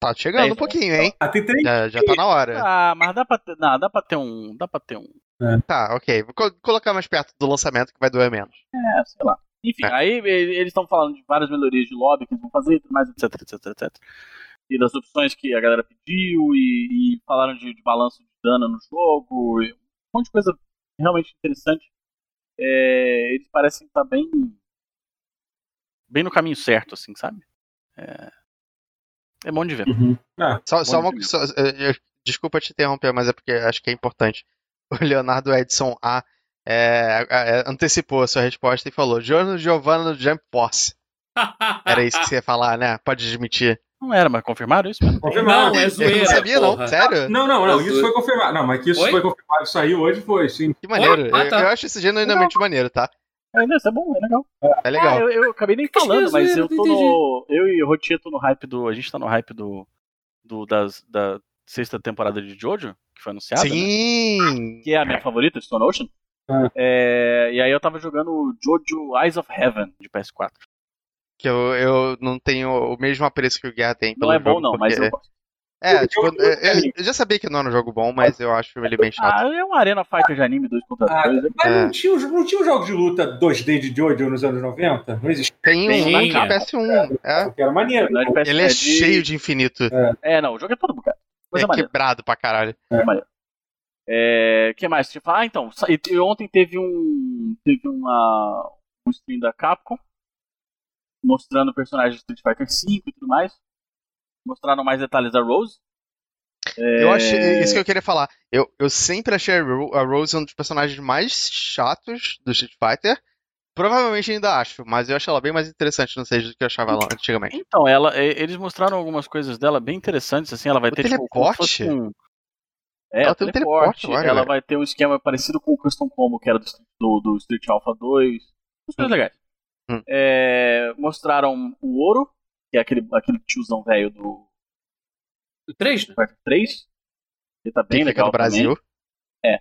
[SPEAKER 3] Tá chegando
[SPEAKER 4] É,
[SPEAKER 3] um pouquinho, hein?
[SPEAKER 1] Ah, tem três.
[SPEAKER 3] Já, já tá na
[SPEAKER 4] *laughs*
[SPEAKER 3] hora.
[SPEAKER 4] Ah, mas dá pra ter, não, dá pra ter um. Dá pra ter um.
[SPEAKER 3] Tá, ok. Vou co- colocar mais perto do lançamento que vai doer menos.
[SPEAKER 4] É, sei lá. Enfim,
[SPEAKER 3] É.
[SPEAKER 4] aí e- eles estão falando de várias melhorias de lobby que eles vão fazer, e tudo mais, etc, etc, etc. E das opções que a galera pediu, e, e falaram de, de balanço de dano no jogo, e um monte de coisa realmente interessante. É, eles parecem estar bem. bem no caminho certo, assim, sabe? É, é bom de ver.
[SPEAKER 1] Ah,
[SPEAKER 3] Só, só
[SPEAKER 4] Bom
[SPEAKER 3] uma.
[SPEAKER 4] dia.
[SPEAKER 3] só- eu- eu- desculpa te interromper, mas é porque acho que é importante. O Leonardo Edson A é, é, antecipou a sua resposta e falou: Giorno Giovanna Jump Force. Era isso que você ia falar, né? Pode admitir.
[SPEAKER 4] Não era, mas confirmaram isso? mano?
[SPEAKER 1] confirmado.
[SPEAKER 2] *laughs* Não, é
[SPEAKER 3] Eu
[SPEAKER 2] zoeira.
[SPEAKER 3] não sabia, não.
[SPEAKER 2] porra.
[SPEAKER 3] Sério?
[SPEAKER 1] Não, não, não,
[SPEAKER 2] Eu
[SPEAKER 1] isso
[SPEAKER 2] tô-
[SPEAKER 1] foi confirmado. Não, mas que isso
[SPEAKER 2] Oi?
[SPEAKER 1] foi confirmado, saiu hoje, foi, sim.
[SPEAKER 3] Que maneiro.
[SPEAKER 2] Ah, tá.
[SPEAKER 3] eu, eu acho isso genuinamente maneiro, tá?
[SPEAKER 4] É, não, isso é bom, é legal.
[SPEAKER 3] É
[SPEAKER 4] Ah,
[SPEAKER 3] legal.
[SPEAKER 4] eu, eu acabei nem
[SPEAKER 2] que
[SPEAKER 4] falando,
[SPEAKER 2] zoeira,
[SPEAKER 4] mas eu
[SPEAKER 2] não
[SPEAKER 4] tô
[SPEAKER 2] entendi.
[SPEAKER 4] no. Eu e o Rotier tô no hype do. A gente tá no hype do. do das, da sexta temporada de Jojo, que foi anunciada. né?
[SPEAKER 3] Sim!
[SPEAKER 4] Que é a minha favorita, Stone Ocean.
[SPEAKER 1] Ah.
[SPEAKER 4] É, e aí eu tava jogando o Jojo Eyes of Heaven de PS4.
[SPEAKER 3] Que eu, eu não tenho o mesmo apreço que o Guerra tem.
[SPEAKER 4] Não
[SPEAKER 3] pelo
[SPEAKER 4] é bom,
[SPEAKER 3] jogo,
[SPEAKER 4] não, mas
[SPEAKER 3] porque-
[SPEAKER 4] eu gosto.
[SPEAKER 3] É, tipo, eu, eu- eu já sabia que não era um jogo bom, mas eu acho ele bem chato.
[SPEAKER 4] Ah, é um Arena Fighter de anime 2 contra
[SPEAKER 1] Ah,
[SPEAKER 4] 2.
[SPEAKER 1] Mas
[SPEAKER 3] É.
[SPEAKER 1] não, tinha, os- não tinha os jogos de luta 2D de Jojo nos anos 90? Não existia,
[SPEAKER 3] Tem um
[SPEAKER 2] Tem,
[SPEAKER 3] de
[SPEAKER 2] é.
[SPEAKER 3] PS1. É.
[SPEAKER 1] que era maneiro.
[SPEAKER 4] Não é de PS4.
[SPEAKER 3] Ele é cheio de infinito.
[SPEAKER 4] É, não, o jogo é todo bugado.
[SPEAKER 3] É
[SPEAKER 4] Coisa maneira.
[SPEAKER 3] quebrado pra caralho.
[SPEAKER 4] É, que mais? Tipo, ah, então, sa- e- e ontem teve um teve uma um stream da Capcom mostrando personagens do Street Fighter V e tudo mais. Mostraram mais detalhes da Rose. É,
[SPEAKER 3] Eu achei, isso que eu queria falar. Eu, eu sempre achei a Ro- a Rose um dos personagens mais chatos do Street Fighter. Provavelmente ainda acho, mas eu acho ela bem mais interessante no seja do que eu achava ela antigamente.
[SPEAKER 4] Então, ela, e- eles mostraram algumas coisas dela bem interessantes, assim, ela vai
[SPEAKER 3] O
[SPEAKER 4] ter tipo, como se
[SPEAKER 3] teleporte?
[SPEAKER 4] fosse um- É,
[SPEAKER 3] Ela
[SPEAKER 4] ela
[SPEAKER 3] tem um
[SPEAKER 4] teleporte,
[SPEAKER 3] teleporte agora,
[SPEAKER 4] ela
[SPEAKER 3] velho.
[SPEAKER 4] vai ter um esquema parecido com o Custom Combo, que era do, do, do Street Alpha 2. Umas coisas legais.
[SPEAKER 3] Hum.
[SPEAKER 4] É, mostraram o Ouro, que é aquele, aquele tiozão velho do
[SPEAKER 2] O 3, né?
[SPEAKER 4] Street Fighter 3. Ele tá
[SPEAKER 3] Quem
[SPEAKER 4] bem
[SPEAKER 3] fica
[SPEAKER 4] legal
[SPEAKER 3] no Brasil.
[SPEAKER 4] também.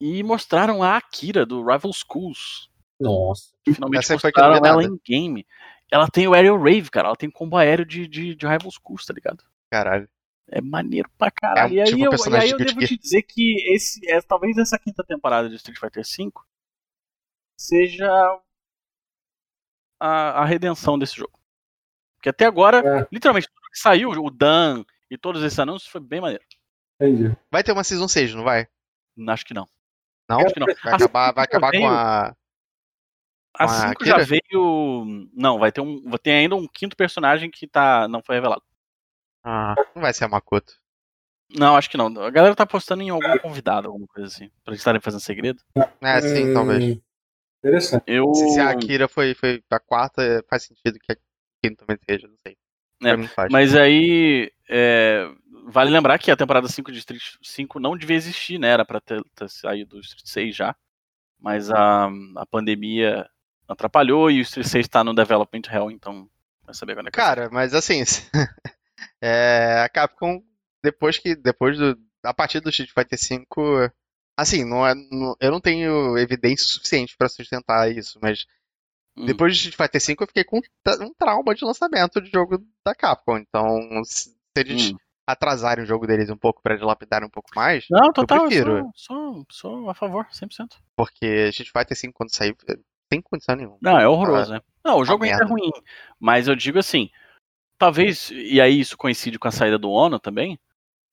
[SPEAKER 4] E mostraram a Akira, do Rival Schools.
[SPEAKER 2] Nossa.
[SPEAKER 4] Finalmente
[SPEAKER 3] Essa foi a que eu não
[SPEAKER 4] mostraram ela
[SPEAKER 3] vi nada.
[SPEAKER 4] em game. Ela tem o Aerial Rave, cara. Ela tem combo aéreo de, de, de Rival Schools, tá ligado?
[SPEAKER 3] Caralho.
[SPEAKER 4] É maneiro pra
[SPEAKER 3] É
[SPEAKER 4] caralho.
[SPEAKER 3] um
[SPEAKER 4] e aí,
[SPEAKER 3] tipo
[SPEAKER 4] eu, e
[SPEAKER 3] personagem
[SPEAKER 4] aí eu
[SPEAKER 3] de
[SPEAKER 4] devo
[SPEAKER 3] Guilty
[SPEAKER 4] te dizer que esse, é, talvez essa quinta temporada de Street Fighter V seja a, a redenção desse jogo. Porque até agora,
[SPEAKER 1] É.
[SPEAKER 4] literalmente, tudo que saiu, o Dan e todos esses anúncios foi bem maneiro.
[SPEAKER 1] Entendi.
[SPEAKER 3] Vai ter uma Season 6, não vai?
[SPEAKER 4] Acho que não.
[SPEAKER 3] Não?
[SPEAKER 4] Acho que não.
[SPEAKER 3] Vai
[SPEAKER 4] A
[SPEAKER 3] acabar, vai
[SPEAKER 4] cinco
[SPEAKER 3] acabar
[SPEAKER 4] veio-
[SPEAKER 3] com a.
[SPEAKER 4] A
[SPEAKER 3] com a
[SPEAKER 4] 5 Assim já
[SPEAKER 3] Akira?
[SPEAKER 4] veio. Não, vai ter um. Tem ainda um quinto personagem que tá, não foi revelado.
[SPEAKER 3] Ah, não vai ser a Makoto.
[SPEAKER 4] Não, acho que não. A galera tá postando em algum convidado, alguma coisa assim. Pra eles estarem fazendo segredo.
[SPEAKER 3] É, sim, talvez.
[SPEAKER 1] Hum, Interessante.
[SPEAKER 4] Eu.
[SPEAKER 3] Se, se a Akira foi, foi a quarta, faz sentido que a quinta também seja, não sei. Pra
[SPEAKER 4] É,
[SPEAKER 3] mim faz.
[SPEAKER 4] Mas aí, é, vale lembrar que a temporada 5 de Street 5 não devia existir, né? Era pra ter, ter saído do Street 6 já. Mas a, a pandemia atrapalhou e o Street 6 tá no Development Hell, então vai saber quando é que vai
[SPEAKER 3] Cara, mas assim, *laughs* é, a Capcom, depois que. Depois do. A partir do Street Fighter V, assim, não é, não- eu não tenho evidência suficiente pra sustentar isso, mas
[SPEAKER 4] sair. Hum.
[SPEAKER 3] depois do Street Fighter V eu fiquei com tra- um trauma de lançamento de jogo da Capcom. Então, se se eles
[SPEAKER 4] Hum.
[SPEAKER 3] atrasarem o jogo deles um pouco pra dilapidarem um pouco mais,
[SPEAKER 4] Não, total, eu
[SPEAKER 3] prefiro.
[SPEAKER 4] sou, sou, sou a favor, 100%.
[SPEAKER 3] porque Street Fighter V quando sair, sem condição nenhuma.
[SPEAKER 4] Não, é horroroso, né? Não, o jogo
[SPEAKER 3] Ah, uma
[SPEAKER 4] ainda é
[SPEAKER 3] merda.
[SPEAKER 4] ruim. Mas eu digo assim, talvez, e aí isso coincide com a saída do Ono também,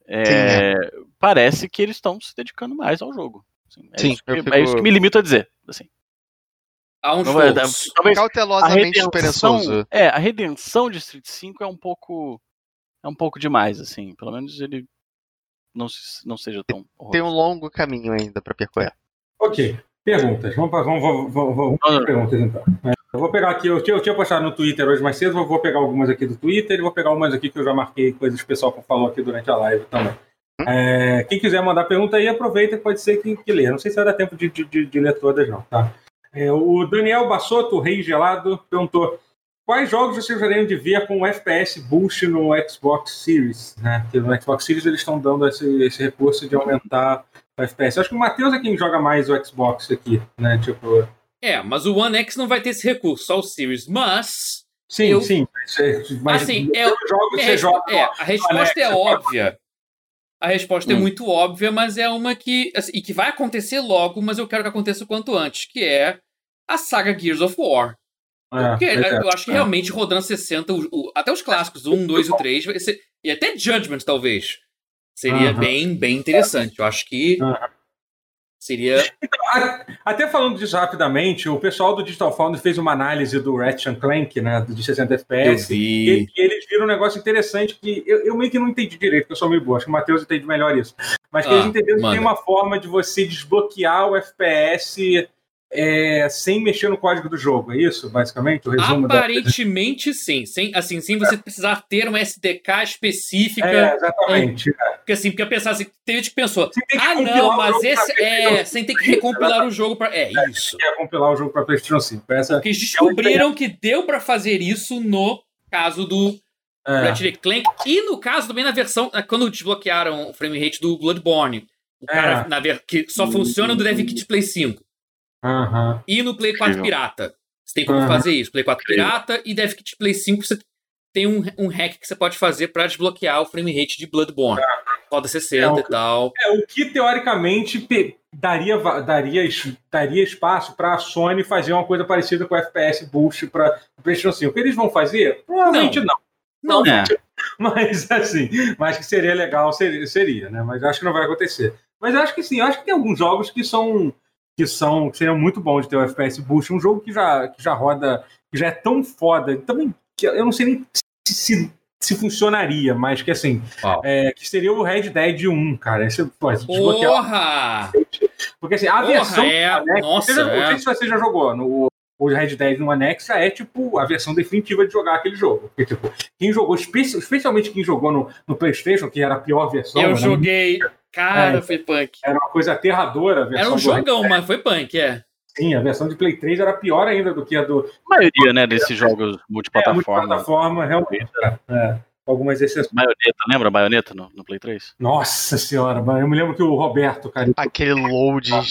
[SPEAKER 4] é,
[SPEAKER 3] Sim, é.
[SPEAKER 4] parece que eles estão se dedicando mais ao jogo. Assim, é,
[SPEAKER 3] Sim,
[SPEAKER 4] isso que,
[SPEAKER 3] eu
[SPEAKER 4] é
[SPEAKER 3] fico-
[SPEAKER 4] isso que me limita a dizer. assim.
[SPEAKER 2] Há um uns
[SPEAKER 4] Não vai-
[SPEAKER 2] poucos.
[SPEAKER 4] talvez a
[SPEAKER 3] Cautelosamente
[SPEAKER 4] redenção,
[SPEAKER 3] esperançoso.
[SPEAKER 4] é, a redenção de Street 5 é um pouco é um pouco demais, assim. Pelo menos ele não, se- não seja tão
[SPEAKER 3] Tem um
[SPEAKER 4] horroroso.
[SPEAKER 3] longo caminho ainda pra percorrer.
[SPEAKER 1] Ok. Perguntas. Vamos para vamos, vamos, vamos, vamos
[SPEAKER 4] Ah.
[SPEAKER 1] para as perguntas então. É, Eu vou pegar aqui, eu tinha, eu tinha postado no Twitter hoje mais cedo, eu vou pegar algumas aqui do Twitter e vou pegar algumas aqui que eu já marquei coisas que o pessoal falou aqui durante a live também. É, quem quiser mandar pergunta aí, aproveita, que pode ser que, que lê. Não sei se vai dar tempo de, de, de, de ler todas, não, tá? É, o Daniel Bassotto, Rei Gelado, perguntou: Quais jogos vocês gostariam de ver com FPS boost no Xbox Series? Né? Porque no Xbox Series eles estão dando esse, esse recurso de aumentar o FPS. Eu acho que o Matheus é quem joga mais o Xbox aqui, né? Tipo.
[SPEAKER 2] É, mas o One X não vai ter esse recurso, só o Series. Mas,
[SPEAKER 1] Sim,
[SPEAKER 2] Eu-
[SPEAKER 1] sim. Mas
[SPEAKER 2] assim,
[SPEAKER 1] eu
[SPEAKER 2] é,
[SPEAKER 1] jogo, você
[SPEAKER 2] É, respo-
[SPEAKER 1] joga.
[SPEAKER 2] é, a resposta é óbvia. A resposta é
[SPEAKER 4] Hum.
[SPEAKER 2] muito óbvia, mas é uma que. assim, e que vai acontecer logo, mas eu quero que aconteça o quanto antes, que é a saga Gears of War.
[SPEAKER 1] É,
[SPEAKER 2] Porque né,
[SPEAKER 1] pois é.
[SPEAKER 2] eu acho que realmente rodando 60, o- o- até os clássicos, 1, 2 e 3, vai ser- e até Judgment, talvez. Seria
[SPEAKER 1] Aham.
[SPEAKER 2] bem, bem interessante. Eu acho que.
[SPEAKER 1] Aham.
[SPEAKER 2] Seria.
[SPEAKER 1] A- Até falando disso rapidamente, o pessoal do Digital Foundry fez uma análise do Ratchet Clank, né? De 60
[SPEAKER 2] Eu
[SPEAKER 1] FPS. E,
[SPEAKER 2] vi.
[SPEAKER 1] e eles viram um negócio interessante que eu, eu meio que não entendi direito, porque eu sou meio boa, acho que o Matheus entende melhor isso. Mas que
[SPEAKER 2] Ah,
[SPEAKER 1] eles entenderam que
[SPEAKER 2] manda.
[SPEAKER 1] tem uma forma de você desbloquear o FPS é, sem mexer no código do jogo, é isso, basicamente? O resumo da.
[SPEAKER 2] Aparentemente sim. Sem, assim, sem você precisar ter um uma SDK específica.
[SPEAKER 1] É, exatamente.
[SPEAKER 2] Porque assim, porque eu pensava assim, teve gente que pensou,
[SPEAKER 1] Você tem que
[SPEAKER 2] ah
[SPEAKER 1] compilar o
[SPEAKER 2] não, mas
[SPEAKER 1] jogo pra
[SPEAKER 2] esse é, sem ter que recompilar o jogo pra. é isso.
[SPEAKER 1] que é compilar o jogo para PlayStation 5. Essa,
[SPEAKER 2] Porque eles descobriram que deu pra fazer isso no caso do
[SPEAKER 1] é,
[SPEAKER 2] Ratchet Clank e no caso também na versão na- quando desbloquearam o frame rate do Bloodborne, o
[SPEAKER 1] É.
[SPEAKER 2] cara na ver- que só funciona do Dev Kit Play 5
[SPEAKER 1] aham.
[SPEAKER 2] e no Play 4
[SPEAKER 4] Incrível.
[SPEAKER 2] pirata. Você tem como
[SPEAKER 1] Uhum.
[SPEAKER 2] fazer isso, Play 4
[SPEAKER 4] Incrível.
[SPEAKER 2] pirata e Dev Kit Play 5 você tem um, um hack que você pode fazer pra desbloquear o frame rate de Bloodborne. Roda 60
[SPEAKER 1] É,
[SPEAKER 2] e tal.
[SPEAKER 1] É, o que teoricamente pe- daria, va- daria, es- daria espaço para a Sony fazer uma coisa parecida com o FPS Boost para PlayStation 5. O que eles vão fazer? Provavelmente não. *laughs*
[SPEAKER 2] Não,
[SPEAKER 4] É.
[SPEAKER 1] Mas assim, mas que seria legal, seria, seria, né? Mas acho que não vai acontecer. Mas eu acho que sim, eu acho que tem alguns jogos que são que são que seriam muito bom de ter o FPS Boost, um jogo que já que já roda, que já é tão foda, também que eu não sei nem se, se, se funcionaria, mas que assim,
[SPEAKER 2] Uau.
[SPEAKER 1] é, que seria o Red Dead 1, cara. Esse, pô, esse desbloquear-
[SPEAKER 2] Porra!
[SPEAKER 1] Porque assim, a
[SPEAKER 2] Porra,
[SPEAKER 1] versão
[SPEAKER 2] é.
[SPEAKER 1] do Anex,
[SPEAKER 2] Nossa,
[SPEAKER 1] você já-
[SPEAKER 2] é.
[SPEAKER 1] não sei se você já jogou no o Red Dead no Anex já é tipo a versão definitiva de jogar aquele jogo. Porque, tipo, quem jogou, especi- especialmente quem jogou no, no PlayStation, que era a pior versão,
[SPEAKER 2] Eu
[SPEAKER 1] era,
[SPEAKER 2] joguei. Cara,
[SPEAKER 1] né? É.
[SPEAKER 2] foi punk.
[SPEAKER 1] era uma coisa aterradora a
[SPEAKER 2] Era
[SPEAKER 1] versão
[SPEAKER 2] um
[SPEAKER 1] do-
[SPEAKER 2] jogão, mas foi punk, é.
[SPEAKER 1] Sim, a versão de Play 3 era pior ainda do que a do
[SPEAKER 4] A maioria, né, desses jogos
[SPEAKER 1] é,
[SPEAKER 4] multiplataforma.
[SPEAKER 1] multiplataforma, realmente. né? É, algumas exceções.
[SPEAKER 4] Maioneta, lembra a maioneta no, no Play 3?
[SPEAKER 1] Nossa senhora, mano, eu me lembro que o Roberto, cara,
[SPEAKER 3] Aquele load
[SPEAKER 1] Caralho,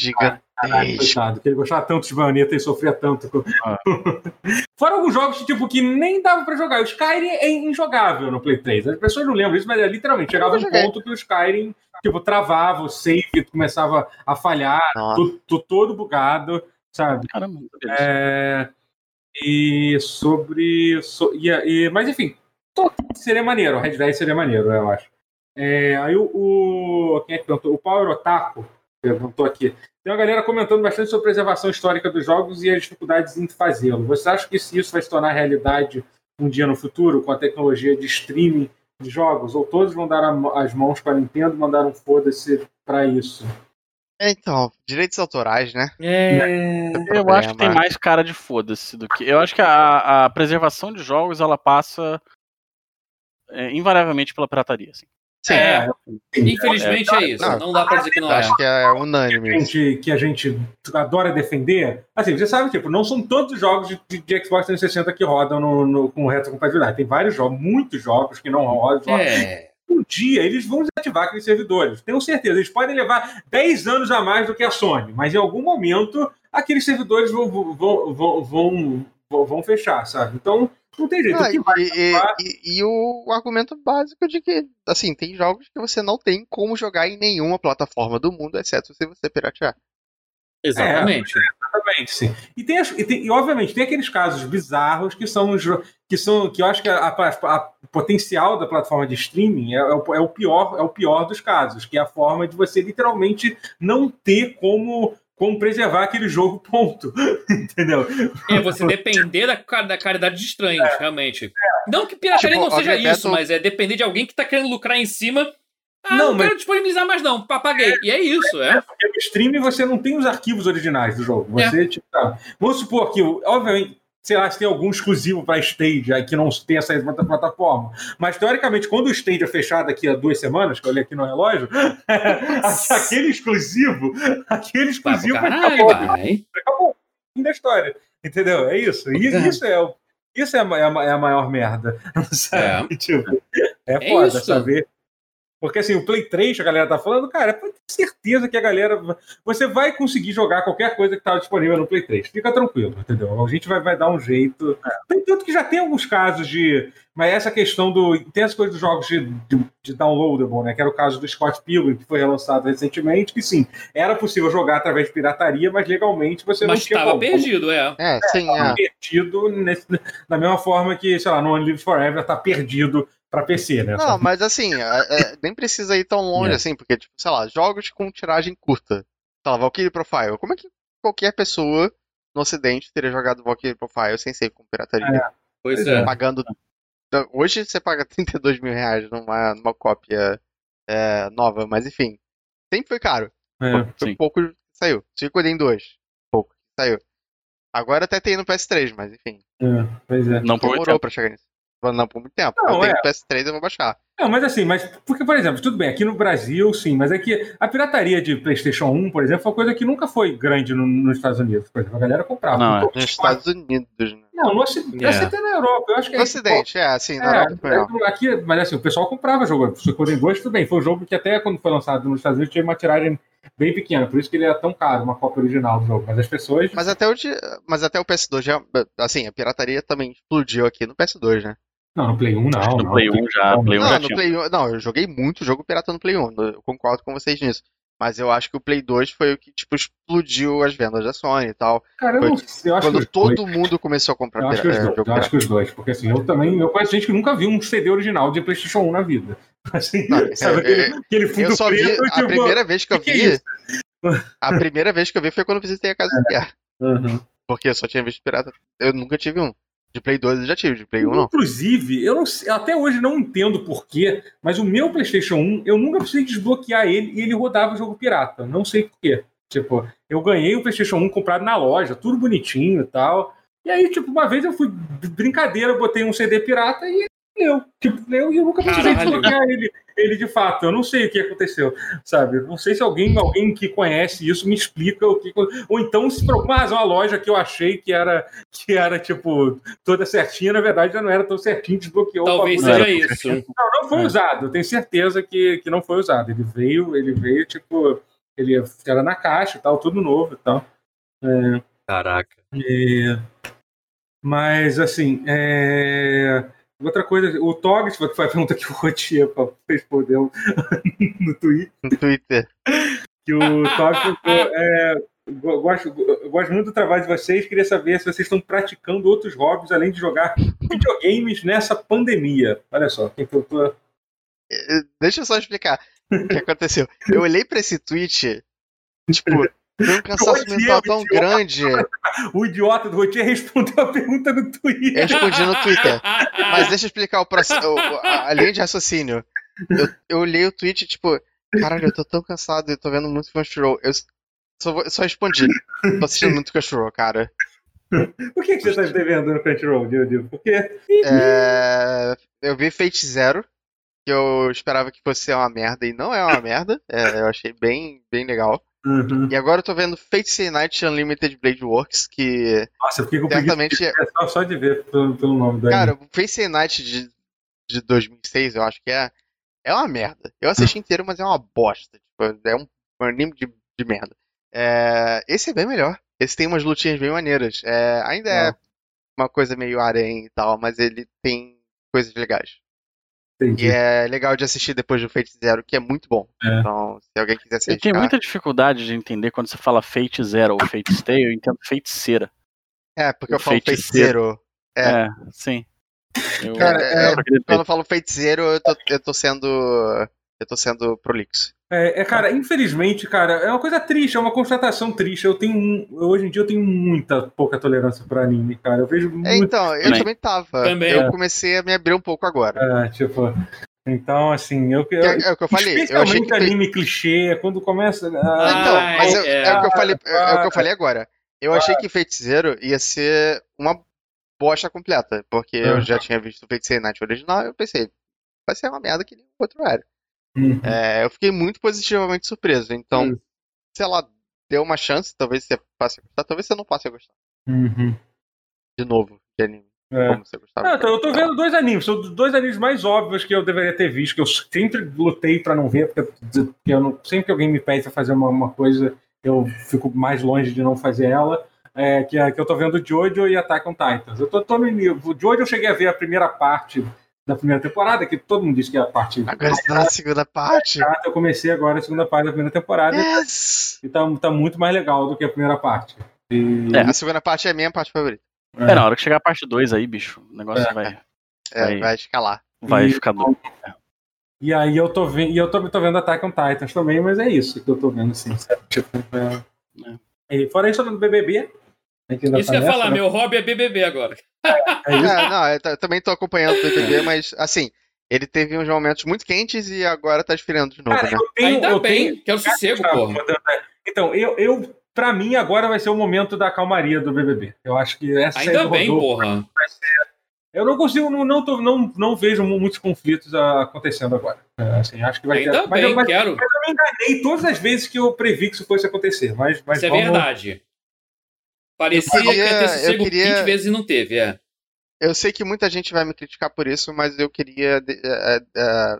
[SPEAKER 3] gigantesco.
[SPEAKER 1] coitado, que ele gostava tanto de baioneta e sofria tanto. com- *laughs*
[SPEAKER 4] Ah.
[SPEAKER 1] Foram alguns jogos que, tipo, que nem dava pra jogar. O Skyrim é injogável no Play 3. As pessoas não lembram disso, mas é, literalmente chegava
[SPEAKER 3] Eu
[SPEAKER 1] um
[SPEAKER 3] joguei.
[SPEAKER 1] ponto que o Skyrim, tipo, travava o save, começava a falhar,
[SPEAKER 3] Nossa.
[SPEAKER 1] tu, tu todo bugado, sabe?
[SPEAKER 4] Caramba, não sabia disso.
[SPEAKER 1] É, E sobre. so- e, e- mas enfim, to- seria maneiro. Red Dead seria maneiro, eu acho. É, aí o, o- Quem é que perguntou? O Power Otaku perguntou aqui. Tem uma galera comentando bastante sobre a preservação histórica dos jogos e as dificuldades em fazê-lo. Você acha que se isso vai se tornar realidade um dia no futuro, com a tecnologia de streaming de jogos? Ou todos vão dar a mão- as mãos para a Nintendo e mandar um foda-se para isso?
[SPEAKER 3] É, Então, direitos autorais, né?
[SPEAKER 2] É.
[SPEAKER 4] Eu acho que tem mais cara de foda-se do que. Eu acho que a, a preservação de jogos ela passa é, invariavelmente pela pirataria. assim.
[SPEAKER 3] Sim.
[SPEAKER 2] É. Infelizmente é isso.
[SPEAKER 3] Não.
[SPEAKER 2] Não dá pra dizer que não
[SPEAKER 3] Eu
[SPEAKER 2] é.
[SPEAKER 3] acho que é unânime. isso.
[SPEAKER 1] gente- que a gente adora defender, assim, você sabe, tipo, não são todos os jogos de, de- de Xbox 360 que rodam no, no, com retrocompatibilidade. Tem vários jogos, muitos jogos que não rodam.
[SPEAKER 2] É.
[SPEAKER 1] Um dia eles vão desativar aqueles servidores. Tenho certeza. Eles podem levar 10 anos a mais do que a Sony, mas em algum momento aqueles servidores vão, vão, vão, vão, vão, vão fechar, sabe? Então, não tem jeito.
[SPEAKER 3] Ah,
[SPEAKER 1] O que vai
[SPEAKER 3] e, e-
[SPEAKER 1] acabar-
[SPEAKER 3] e- e o argumento básico de que, assim, tem jogos que você não tem como jogar em nenhuma plataforma do mundo, exceto se você piratear.
[SPEAKER 2] Exatamente.
[SPEAKER 1] Exatamente, sim. E, tem as- e tem- e, obviamente tem aqueles casos bizarros que são os jo- que são que eu acho que a, a- a potencial da plataforma de streaming é, é o, é o pior é o pior dos casos, que é a forma de você literalmente não ter como como preservar aquele jogo ponto, *laughs* entendeu?
[SPEAKER 2] É você depender da, ca- da caridade de estranhos, realmente. Não que pirataria
[SPEAKER 3] Tipo,
[SPEAKER 2] não seja
[SPEAKER 3] objeto-
[SPEAKER 2] isso, mas é depender de alguém que tá querendo lucrar em cima. Ah,
[SPEAKER 1] Não,
[SPEAKER 2] não,
[SPEAKER 1] mas-
[SPEAKER 2] quero disponibilizar mais, não. Papaguei. E é isso, é.
[SPEAKER 1] Porque no streaming um você não tem os arquivos originais do jogo. Você,
[SPEAKER 2] É.
[SPEAKER 1] tipo, sabe? Vamos supor que, obviamente, sei lá, se tem algum exclusivo para Stage aí que não tem essa outra plataforma. Mas, teoricamente, quando o Stage é fechado aqui há duas semanas, que eu olhei aqui no relógio, *laughs* aquele exclusivo, aquele
[SPEAKER 2] Vai pro
[SPEAKER 1] exclusivo é
[SPEAKER 2] caralho, vai.
[SPEAKER 1] acabou. Fim da história. Entendeu? É isso. E
[SPEAKER 2] É.
[SPEAKER 1] isso é o. Isso é a, ma- é a ma- é a maior merda. *laughs* Sabe? Tipo, é
[SPEAKER 2] É
[SPEAKER 1] foda
[SPEAKER 2] isso.
[SPEAKER 1] saber. Porque assim, o Play 3 que a galera tá falando, cara, pode ter certeza que a galera. Você vai conseguir jogar qualquer coisa que tava disponível no Play 3. Fica tranquilo, entendeu? A gente vai, vai dar um jeito. Tem tanto que já tem alguns casos de. Mas essa questão do. Tem as coisas dos jogos de, de, de downloadable, né? Que era o caso do Scott Pilgrim, que foi relançado recentemente, que sim, era possível jogar através de pirataria, mas legalmente você não
[SPEAKER 2] Mas
[SPEAKER 1] tinha
[SPEAKER 2] tava
[SPEAKER 1] como. tá
[SPEAKER 2] perdido, é.
[SPEAKER 3] É, sim, é.
[SPEAKER 1] Perdido nesse- da mesma forma que, sei lá, no One Lives Forever tá perdido pra PC, né?
[SPEAKER 3] Não, mas assim, é- é, nem precisa ir tão longe assim, porque, tipo, sei lá, jogos com tiragem curta. Sei lá, Valkyrie Profile. Como é que qualquer pessoa no ocidente teria jogado Valkyrie Profile sem ser com pirataria?
[SPEAKER 2] Pois
[SPEAKER 1] Pois é.
[SPEAKER 2] é.
[SPEAKER 3] Pagando. Então, Hoje você paga *laughs* 32 mil reais numa, numa cópia é, nova, mas enfim. Sempre foi caro.
[SPEAKER 1] É.
[SPEAKER 3] Foi
[SPEAKER 4] Sim.
[SPEAKER 3] pouco que saiu. Cinco em dois. Pouco que saiu. Agora até tem no PS3, mas enfim.
[SPEAKER 1] É, pois é.
[SPEAKER 4] Não por muito
[SPEAKER 3] Demorou
[SPEAKER 4] tempo.
[SPEAKER 3] pra chegar nisso. Não, por muito tempo.
[SPEAKER 1] Não,
[SPEAKER 3] eu tenho
[SPEAKER 1] é.
[SPEAKER 3] PS3 eu vou baixar.
[SPEAKER 1] Não, mas assim, mas porque, por exemplo, tudo bem, aqui no Brasil, sim, mas é que a pirataria de PlayStation 1, por exemplo, foi uma coisa que nunca foi grande no- nos Estados Unidos. Por exemplo, a galera comprava. Então,
[SPEAKER 4] Não, é.
[SPEAKER 1] Comprou-
[SPEAKER 3] Nos Estados Unidos, né?
[SPEAKER 1] Não, no Ocidente,
[SPEAKER 2] É.
[SPEAKER 1] até na Europa. Eu acho que
[SPEAKER 3] No
[SPEAKER 1] é-
[SPEAKER 3] Ocidente, é, assim, na
[SPEAKER 1] É,
[SPEAKER 3] Europa foi não.
[SPEAKER 1] é, aqui, mas assim, o pessoal comprava jogo. Se em dois, tudo bem. Foi um jogo que até quando foi lançado nos Estados Unidos teve uma tiragem bem pequena, por isso que ele era tão caro, uma cópia original do jogo. Mas as pessoas.
[SPEAKER 3] Mas até, o, de- mas até o PS2 já. Assim, a pirataria também explodiu aqui no PS2, né?
[SPEAKER 1] Não, no Play 1 não.
[SPEAKER 4] No
[SPEAKER 1] não.
[SPEAKER 4] Play 1 já,
[SPEAKER 1] não.
[SPEAKER 4] Play 1
[SPEAKER 3] Não,
[SPEAKER 4] já
[SPEAKER 3] Ah, no
[SPEAKER 4] tinha.
[SPEAKER 3] Play 1. Não, eu joguei muito jogo pirata no Play 1. no- Eu concordo com vocês nisso. Mas eu acho que o Play 2 foi o que, tipo, explodiu as vendas da Sony e tal.
[SPEAKER 1] Cara, eu não sei. Eu acho que
[SPEAKER 3] Quando
[SPEAKER 1] os dois.
[SPEAKER 3] todo mundo começou a comprar
[SPEAKER 1] Eu acho que os
[SPEAKER 3] pira- é,
[SPEAKER 1] dois.
[SPEAKER 3] jogo
[SPEAKER 1] Eu acho
[SPEAKER 3] pirata.
[SPEAKER 1] que os dois. Porque assim, eu também. Eu conheço gente que nunca viu um CD original de PlayStation 1 na vida. *laughs* Assim,
[SPEAKER 3] Não,
[SPEAKER 1] sabe?
[SPEAKER 3] é-
[SPEAKER 1] Aquele,
[SPEAKER 3] é-
[SPEAKER 1] aquele fundo
[SPEAKER 3] Eu só vi.
[SPEAKER 1] preto.
[SPEAKER 3] A primeira vez que eu
[SPEAKER 1] tipo "Que que é
[SPEAKER 3] vi.
[SPEAKER 1] isso?"
[SPEAKER 3] A primeira vez que eu vi foi quando eu visitei a casa do Pierre.
[SPEAKER 1] Uhum.
[SPEAKER 3] Porque eu só tinha visto pirata. Eu nunca tive um. De Play 2 eu já tive, de Play 1
[SPEAKER 1] *laughs*
[SPEAKER 3] não.
[SPEAKER 1] Inclusive, eu não sei- até hoje não entendo porquê, mas o meu PlayStation 1, eu nunca precisei desbloquear ele e ele rodava o jogo pirata. Não sei porquê. Tipo, eu ganhei o PlayStation 1 comprado na loja, tudo bonitinho e tal. E aí, tipo, uma vez eu fui de brincadeira, eu botei um CD pirata e ele leu. Tipo, leu e eu nunca precisei
[SPEAKER 2] Caralho.
[SPEAKER 1] desbloquear ele, ele de fato. Eu não sei o que aconteceu, sabe? Não sei se alguém, alguém que conhece isso me explica o que. Ou então, se por alguma razão a loja que eu achei que era, que era tipo, toda certinha, na verdade já não era tão certinho, desbloqueou
[SPEAKER 2] Talvez
[SPEAKER 3] um
[SPEAKER 1] o bagulho.
[SPEAKER 2] seja isso.
[SPEAKER 1] Não, não foi
[SPEAKER 5] É.
[SPEAKER 1] usado. Eu tenho certeza que, que não foi usado. Ele veio, ele veio, tipo, ele era na caixa e tal, tudo novo e tal.
[SPEAKER 5] Caraca.
[SPEAKER 1] É, Mas, assim, é, outra coisa, o Togs, que foi a pergunta que o Rotia *laughs* respondeu *laughs* no Twitter,
[SPEAKER 3] No Twitter.
[SPEAKER 1] que o Togs perguntou, é, go- gosto, go- gosto muito do trabalho de vocês, queria saber se vocês estão praticando outros hobbies além de jogar *laughs* videogames nessa pandemia. Olha só, quem perguntou...
[SPEAKER 3] Eh, Deixa eu só explicar o que aconteceu. Eu olhei pra esse tweet, tipo, foi um cansaço
[SPEAKER 1] Odiei,
[SPEAKER 3] mental tão
[SPEAKER 1] idiota.
[SPEAKER 3] grande, eu
[SPEAKER 1] O idiota do Rotier respondeu a pergunta no Twitter.
[SPEAKER 3] respondi no
[SPEAKER 2] Ah,
[SPEAKER 3] Twitter. Mas deixa eu explicar o processo, o- a, a linha de raciocínio. Eu, eu olhei o tweet, tipo, caralho, eu tô tão cansado, eu tô vendo muito Crunchyroll. Eu s- só, vou- só respondi. Tô assistindo muito Crunchyroll, cara.
[SPEAKER 1] Por que, que você tá devendo no Crunchyroll, Dildo? Porque
[SPEAKER 3] É, eu vi Fate Zero, que eu esperava que fosse ser uma merda, e não é uma merda. É, eu achei bem, bem legal. E agora eu tô vendo Fate Stay Night Unlimited Blade Works, que
[SPEAKER 1] Nossa, eu fiquei com preguiça
[SPEAKER 3] certamente.
[SPEAKER 1] de ver, só, só de ver pelo, pelo nome da
[SPEAKER 3] Cara, o Fate Stay Night de, de 2006, eu acho que é. É uma merda. Eu assisti inteiro, mas é uma bosta. Tipo, é um, um anime de, de merda. É, esse é bem melhor. Esse tem umas lutinhas bem maneiras. É, ainda é uma coisa meio arém e tal, mas ele tem coisas legais. E
[SPEAKER 1] entendi.
[SPEAKER 3] é legal de assistir depois do Fate Zero, que é muito bom.
[SPEAKER 1] É.
[SPEAKER 3] Então, se alguém quiser
[SPEAKER 4] *laughs* Eu
[SPEAKER 3] assistir.
[SPEAKER 4] tenho muita dificuldade de entender quando você fala Fate Zero ou Fate Stay, eu entendo feiticeira.
[SPEAKER 3] É, porque eu falo feiticeiro.
[SPEAKER 4] Feiticeiro.
[SPEAKER 3] É.
[SPEAKER 4] sim. Eu,
[SPEAKER 3] Cara, é-
[SPEAKER 4] eu só queria
[SPEAKER 3] Quando
[SPEAKER 4] dizer.
[SPEAKER 3] eu falo feiticeiro, eu tô, eu tô sendo. Eu tô sendo prolixo.
[SPEAKER 1] É, é, cara, infelizmente, cara, é uma coisa triste, é uma constatação triste. Eu tenho. um- Hoje em dia eu tenho muita pouca tolerância pra anime, cara. Eu vejo
[SPEAKER 3] É,
[SPEAKER 1] muito.
[SPEAKER 3] então, eu
[SPEAKER 4] Também.
[SPEAKER 3] também tava.
[SPEAKER 2] Também.
[SPEAKER 3] Eu comecei a me abrir um pouco agora.
[SPEAKER 1] é, tipo. Então, assim, eu. eu
[SPEAKER 3] É, é o que eu falei. Eu achei
[SPEAKER 1] especialmente
[SPEAKER 3] que. fe-
[SPEAKER 1] anime clichê, é quando começa.
[SPEAKER 3] Ah,
[SPEAKER 1] ah,
[SPEAKER 3] Então, mas
[SPEAKER 2] Ai,
[SPEAKER 3] eu- é, o que eu falei, é, é o que
[SPEAKER 1] para,
[SPEAKER 3] eu falei agora. Eu achei que feiticeiro ia ser uma bosta completa, porque eu
[SPEAKER 1] Ah.
[SPEAKER 3] já tinha visto o feiticeiro Night original eu pensei, vai ser uma merda que nem o outro era.
[SPEAKER 1] uhum.
[SPEAKER 3] É, eu fiquei muito positivamente surpreso. Então,
[SPEAKER 1] Hum.
[SPEAKER 3] se ela deu uma chance, talvez você passe a gostar, talvez você não passe a gostar
[SPEAKER 1] Uhum.
[SPEAKER 3] de novo de anime.
[SPEAKER 1] É.
[SPEAKER 3] Como você gostava.
[SPEAKER 1] Ah, então, eu tô vendo dois animes, são os dois animes mais óbvios que eu deveria ter visto, que eu sempre lutei pra não ver, porque, porque eu não- sempre que alguém me pede pra fazer uma, uma coisa, eu fico mais longe de não fazer ela. É, que, é- que eu tô vendo Jojo e Attack on Titans. Eu tô, tô no nível. O Jojo eu cheguei a ver a primeira parte da primeira temporada, que todo mundo disse que é a parte
[SPEAKER 3] Agora você tá na segunda parte.
[SPEAKER 1] chata. Eu comecei agora a segunda parte da primeira temporada
[SPEAKER 3] Yes!
[SPEAKER 1] e tá, tá muito mais legal do que a primeira parte. E-
[SPEAKER 4] É.
[SPEAKER 3] A segunda parte é a minha parte favorita.
[SPEAKER 4] É, na hora que chegar a parte 2 aí, bicho, o negócio vai,
[SPEAKER 3] É,
[SPEAKER 4] Aí.
[SPEAKER 3] vai escalar.
[SPEAKER 4] vai
[SPEAKER 1] E-
[SPEAKER 4] ficar doido.
[SPEAKER 1] E aí eu tô vendo, e eu tô, tô vendo Attack on Titans também, mas é isso que eu tô vendo, assim, sabe? Tipo, é- E fora isso, eu tô no BBB. né, que ainda
[SPEAKER 2] Isso
[SPEAKER 1] tá
[SPEAKER 2] que eu ia
[SPEAKER 1] nessa,
[SPEAKER 2] falar,
[SPEAKER 1] né?
[SPEAKER 2] meu hobby é BBB agora.
[SPEAKER 1] É
[SPEAKER 3] É,
[SPEAKER 1] isso.
[SPEAKER 3] não, eu, t- eu também tô acompanhando o BBB, mas assim, ele teve uns momentos muito quentes e agora tá esfriando de novo,
[SPEAKER 1] Cara,
[SPEAKER 3] né?
[SPEAKER 1] eu tenho,
[SPEAKER 2] Ainda
[SPEAKER 1] eu
[SPEAKER 2] bem,
[SPEAKER 1] tenho-
[SPEAKER 2] quero sossego,
[SPEAKER 1] Tá,
[SPEAKER 2] porra.
[SPEAKER 1] mudando, né? Então, eu, eu, pra mim, agora vai ser o momento da calmaria do BBB. Eu acho que essa saída
[SPEAKER 2] Ainda
[SPEAKER 1] é do
[SPEAKER 2] bem,
[SPEAKER 1] Rodolfo- né?
[SPEAKER 2] porra.
[SPEAKER 1] Eu não consigo, não, não, tô- não, não vejo mu- muitos conflitos ah, acontecendo agora. É, assim, acho que vai ter.
[SPEAKER 2] Ainda
[SPEAKER 1] mas, eu,
[SPEAKER 2] bem,
[SPEAKER 1] mas,
[SPEAKER 2] quero.
[SPEAKER 1] mas eu me enganei todas as vezes que eu previ que isso fosse acontecer. Mas, mas
[SPEAKER 2] Isso é
[SPEAKER 1] vamos-
[SPEAKER 2] verdade. Parecia
[SPEAKER 3] Eu
[SPEAKER 2] que ia
[SPEAKER 3] queria-
[SPEAKER 2] ter
[SPEAKER 3] eu
[SPEAKER 2] sossego
[SPEAKER 3] queria-
[SPEAKER 2] 20 vezes e não teve, é.
[SPEAKER 3] Eu sei que muita gente vai me criticar por isso, mas eu queria de- eh, eh,